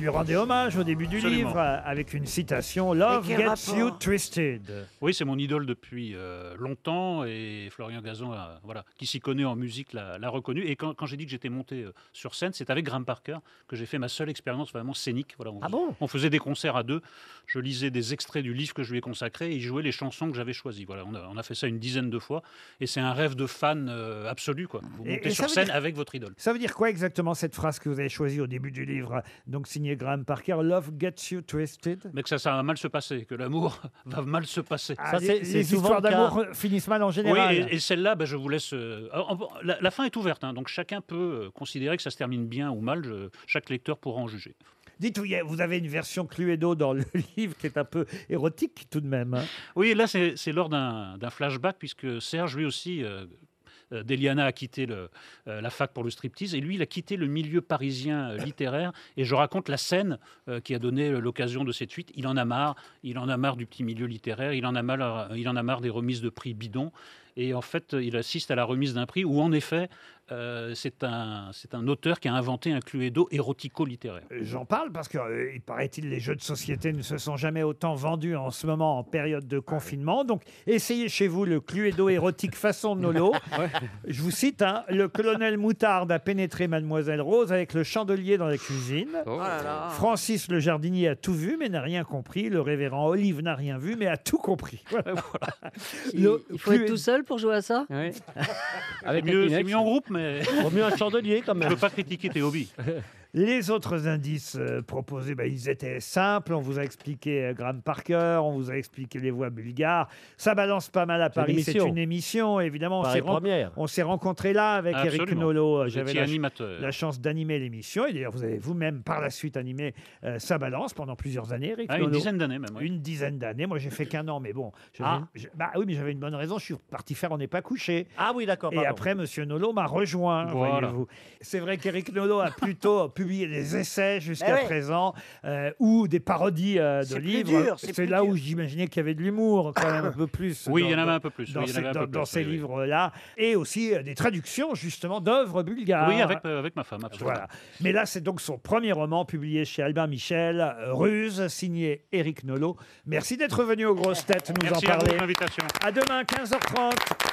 Speaker 4: lui rendez hommage au début du
Speaker 21: Absolument.
Speaker 4: livre euh, avec une citation Love
Speaker 21: Mais
Speaker 4: gets
Speaker 21: quel
Speaker 4: you
Speaker 21: rapport
Speaker 4: twisted.
Speaker 21: Oui, c'est mon idole depuis euh, longtemps et Florian Gazan, a- voilà, qui s'y connaît en musique, l'a l'a reconnu. Et quand, quand j'ai dit que j'étais monté euh, sur scène, c'est avec Graham Parker que j'ai fait ma seule expérience vraiment scénique. Voilà, on,
Speaker 4: Ah
Speaker 21: on faisait des concerts à deux. Je lisais des extraits du livre que je lui ai consacré et il jouait les chansons que j'avais choisies. Voilà, on a, on a fait ça une dizaine de fois et c'est un rêve de fan euh, absolu. Quoi. Vous
Speaker 4: Et-
Speaker 21: montez
Speaker 4: et ça
Speaker 21: sur
Speaker 4: veut
Speaker 21: scène
Speaker 4: dire-
Speaker 21: avec votre idole.
Speaker 4: Ça veut dire quoi exactement cette phrase que vous avez choisie au début du livre, donc signé Graham Parker Love gets you twisted
Speaker 21: Mais que ça, ça va mal se passer, que l'amour va mal se passer.
Speaker 4: Ah, les, les histoires d'amour euh, finissent mal en général.
Speaker 21: Oui, et, et celle-là, ben, je vous laisse. euh, en- en- la, la fin est ouverte, hein, donc chacun peut euh, considérer que ça se termine bien ou mal. je- chaque lecteur pourra en juger.
Speaker 4: Dites, oui, vous avez une version Cluedo dans le livre qui est un peu érotique tout de même. hein.
Speaker 21: Oui, et là, c'est c'est lors d'un d'un flashback, puisque Serge, lui aussi, euh, euh, Deliana a quitté le- euh, la fac pour le striptease, et lui, il a quitté le milieu parisien euh, littéraire. Et je raconte la scène euh, qui a donné l'occasion de cette suite. Il en a marre, il en a marre du petit milieu littéraire, il en a marre, il en a marre des remises de prix bidons. Et en fait, il assiste à la remise d'un prix où, en effet, euh, c'est un, c'est un auteur qui a inventé un cluedo érotico-littéraire.
Speaker 4: J'en parle parce que, euh, il paraît-il, les jeux de société ne se sont jamais autant vendus en ce moment en période de confinement. Donc, essayez chez vous le Cluedo érotique façon Nolo. Je vous cite hein, le colonel Moutarde a pénétré Mademoiselle Rose avec le chandelier dans la cuisine. Francis le jardinier a tout vu mais n'a rien compris. Le révérend Olive n'a rien vu mais a tout compris. Voilà, voilà. Le
Speaker 5: Il faut être
Speaker 4: Cluedo-
Speaker 5: tout seul pour jouer à ça
Speaker 21: C'est
Speaker 4: Avec
Speaker 21: mieux,
Speaker 4: un
Speaker 21: c'est
Speaker 4: Kleenex.
Speaker 21: mieux en groupe, mais.
Speaker 4: Vaut mieux un chandelier, quand même.
Speaker 21: Je ne peux pas critiquer tes hobbies.
Speaker 4: Les autres indices euh, proposés, bah, ils étaient simples. On vous a expliqué euh, Graham Parker, on vous a expliqué les voix bulgares. Ça balance pas mal à
Speaker 6: une
Speaker 4: Paris. C'est
Speaker 6: émission.
Speaker 4: une émission, évidemment. On
Speaker 6: Paris
Speaker 4: s'est ren-
Speaker 6: Première.
Speaker 4: on s'est rencontrés là avec Eric
Speaker 21: Absolument.
Speaker 4: Nolot. euh,
Speaker 21: Vous
Speaker 4: J'avais
Speaker 21: étiez
Speaker 4: la, ch-
Speaker 21: animateur.
Speaker 4: la chance d'animer l'émission. Et d'ailleurs, vous avez vous-même par la suite animé euh, Ça balance pendant plusieurs années, Eric
Speaker 21: Ah, une
Speaker 4: Nolot.
Speaker 21: dizaine d'années même. oui.
Speaker 4: Une dizaine d'années. Moi, j'ai fait qu'un an, mais bon. je-
Speaker 21: Ah.
Speaker 4: je- bah oui, mais j'avais une bonne raison. Je suis parti faire On n'est pas couché.
Speaker 6: Ah oui, d'accord.
Speaker 4: Et
Speaker 6: pardon.
Speaker 4: après, Monsieur Nolo m'a rejoint.
Speaker 6: Voilà.
Speaker 4: voyez-vous. C'est vrai qu'Éric Nolo a plutôt publié des essais jusqu'à
Speaker 21: Eh
Speaker 6: Ben oui.
Speaker 4: présent euh, ou des parodies euh, de
Speaker 6: C'est plus
Speaker 4: livres.
Speaker 6: dur, c'est
Speaker 4: c'est
Speaker 6: plus
Speaker 4: là où j'imaginais qu'il y avait de l'humour quand même un peu plus.
Speaker 21: Oui,
Speaker 4: dans-
Speaker 21: il y en avait
Speaker 4: dans-
Speaker 21: un peu plus,
Speaker 4: dans
Speaker 21: oui, il y en
Speaker 4: ces,
Speaker 21: avait un peu
Speaker 4: dans- dans
Speaker 21: plus,
Speaker 4: ces
Speaker 21: oui, oui.
Speaker 4: livres-là et aussi euh, des traductions justement d'œuvres bulgares.
Speaker 21: Oui, avec, euh, avec ma femme, absolument.
Speaker 4: Ah. Voilà. Mais là, c'est donc son premier roman publié chez Albin Michel, euh, Ruse, signé Éric Nolot. Merci d'être venu aux grosses têtes nous
Speaker 21: Merci
Speaker 4: en
Speaker 21: à vous
Speaker 4: parler.
Speaker 21: de l'invitation.
Speaker 4: À demain, 15h30.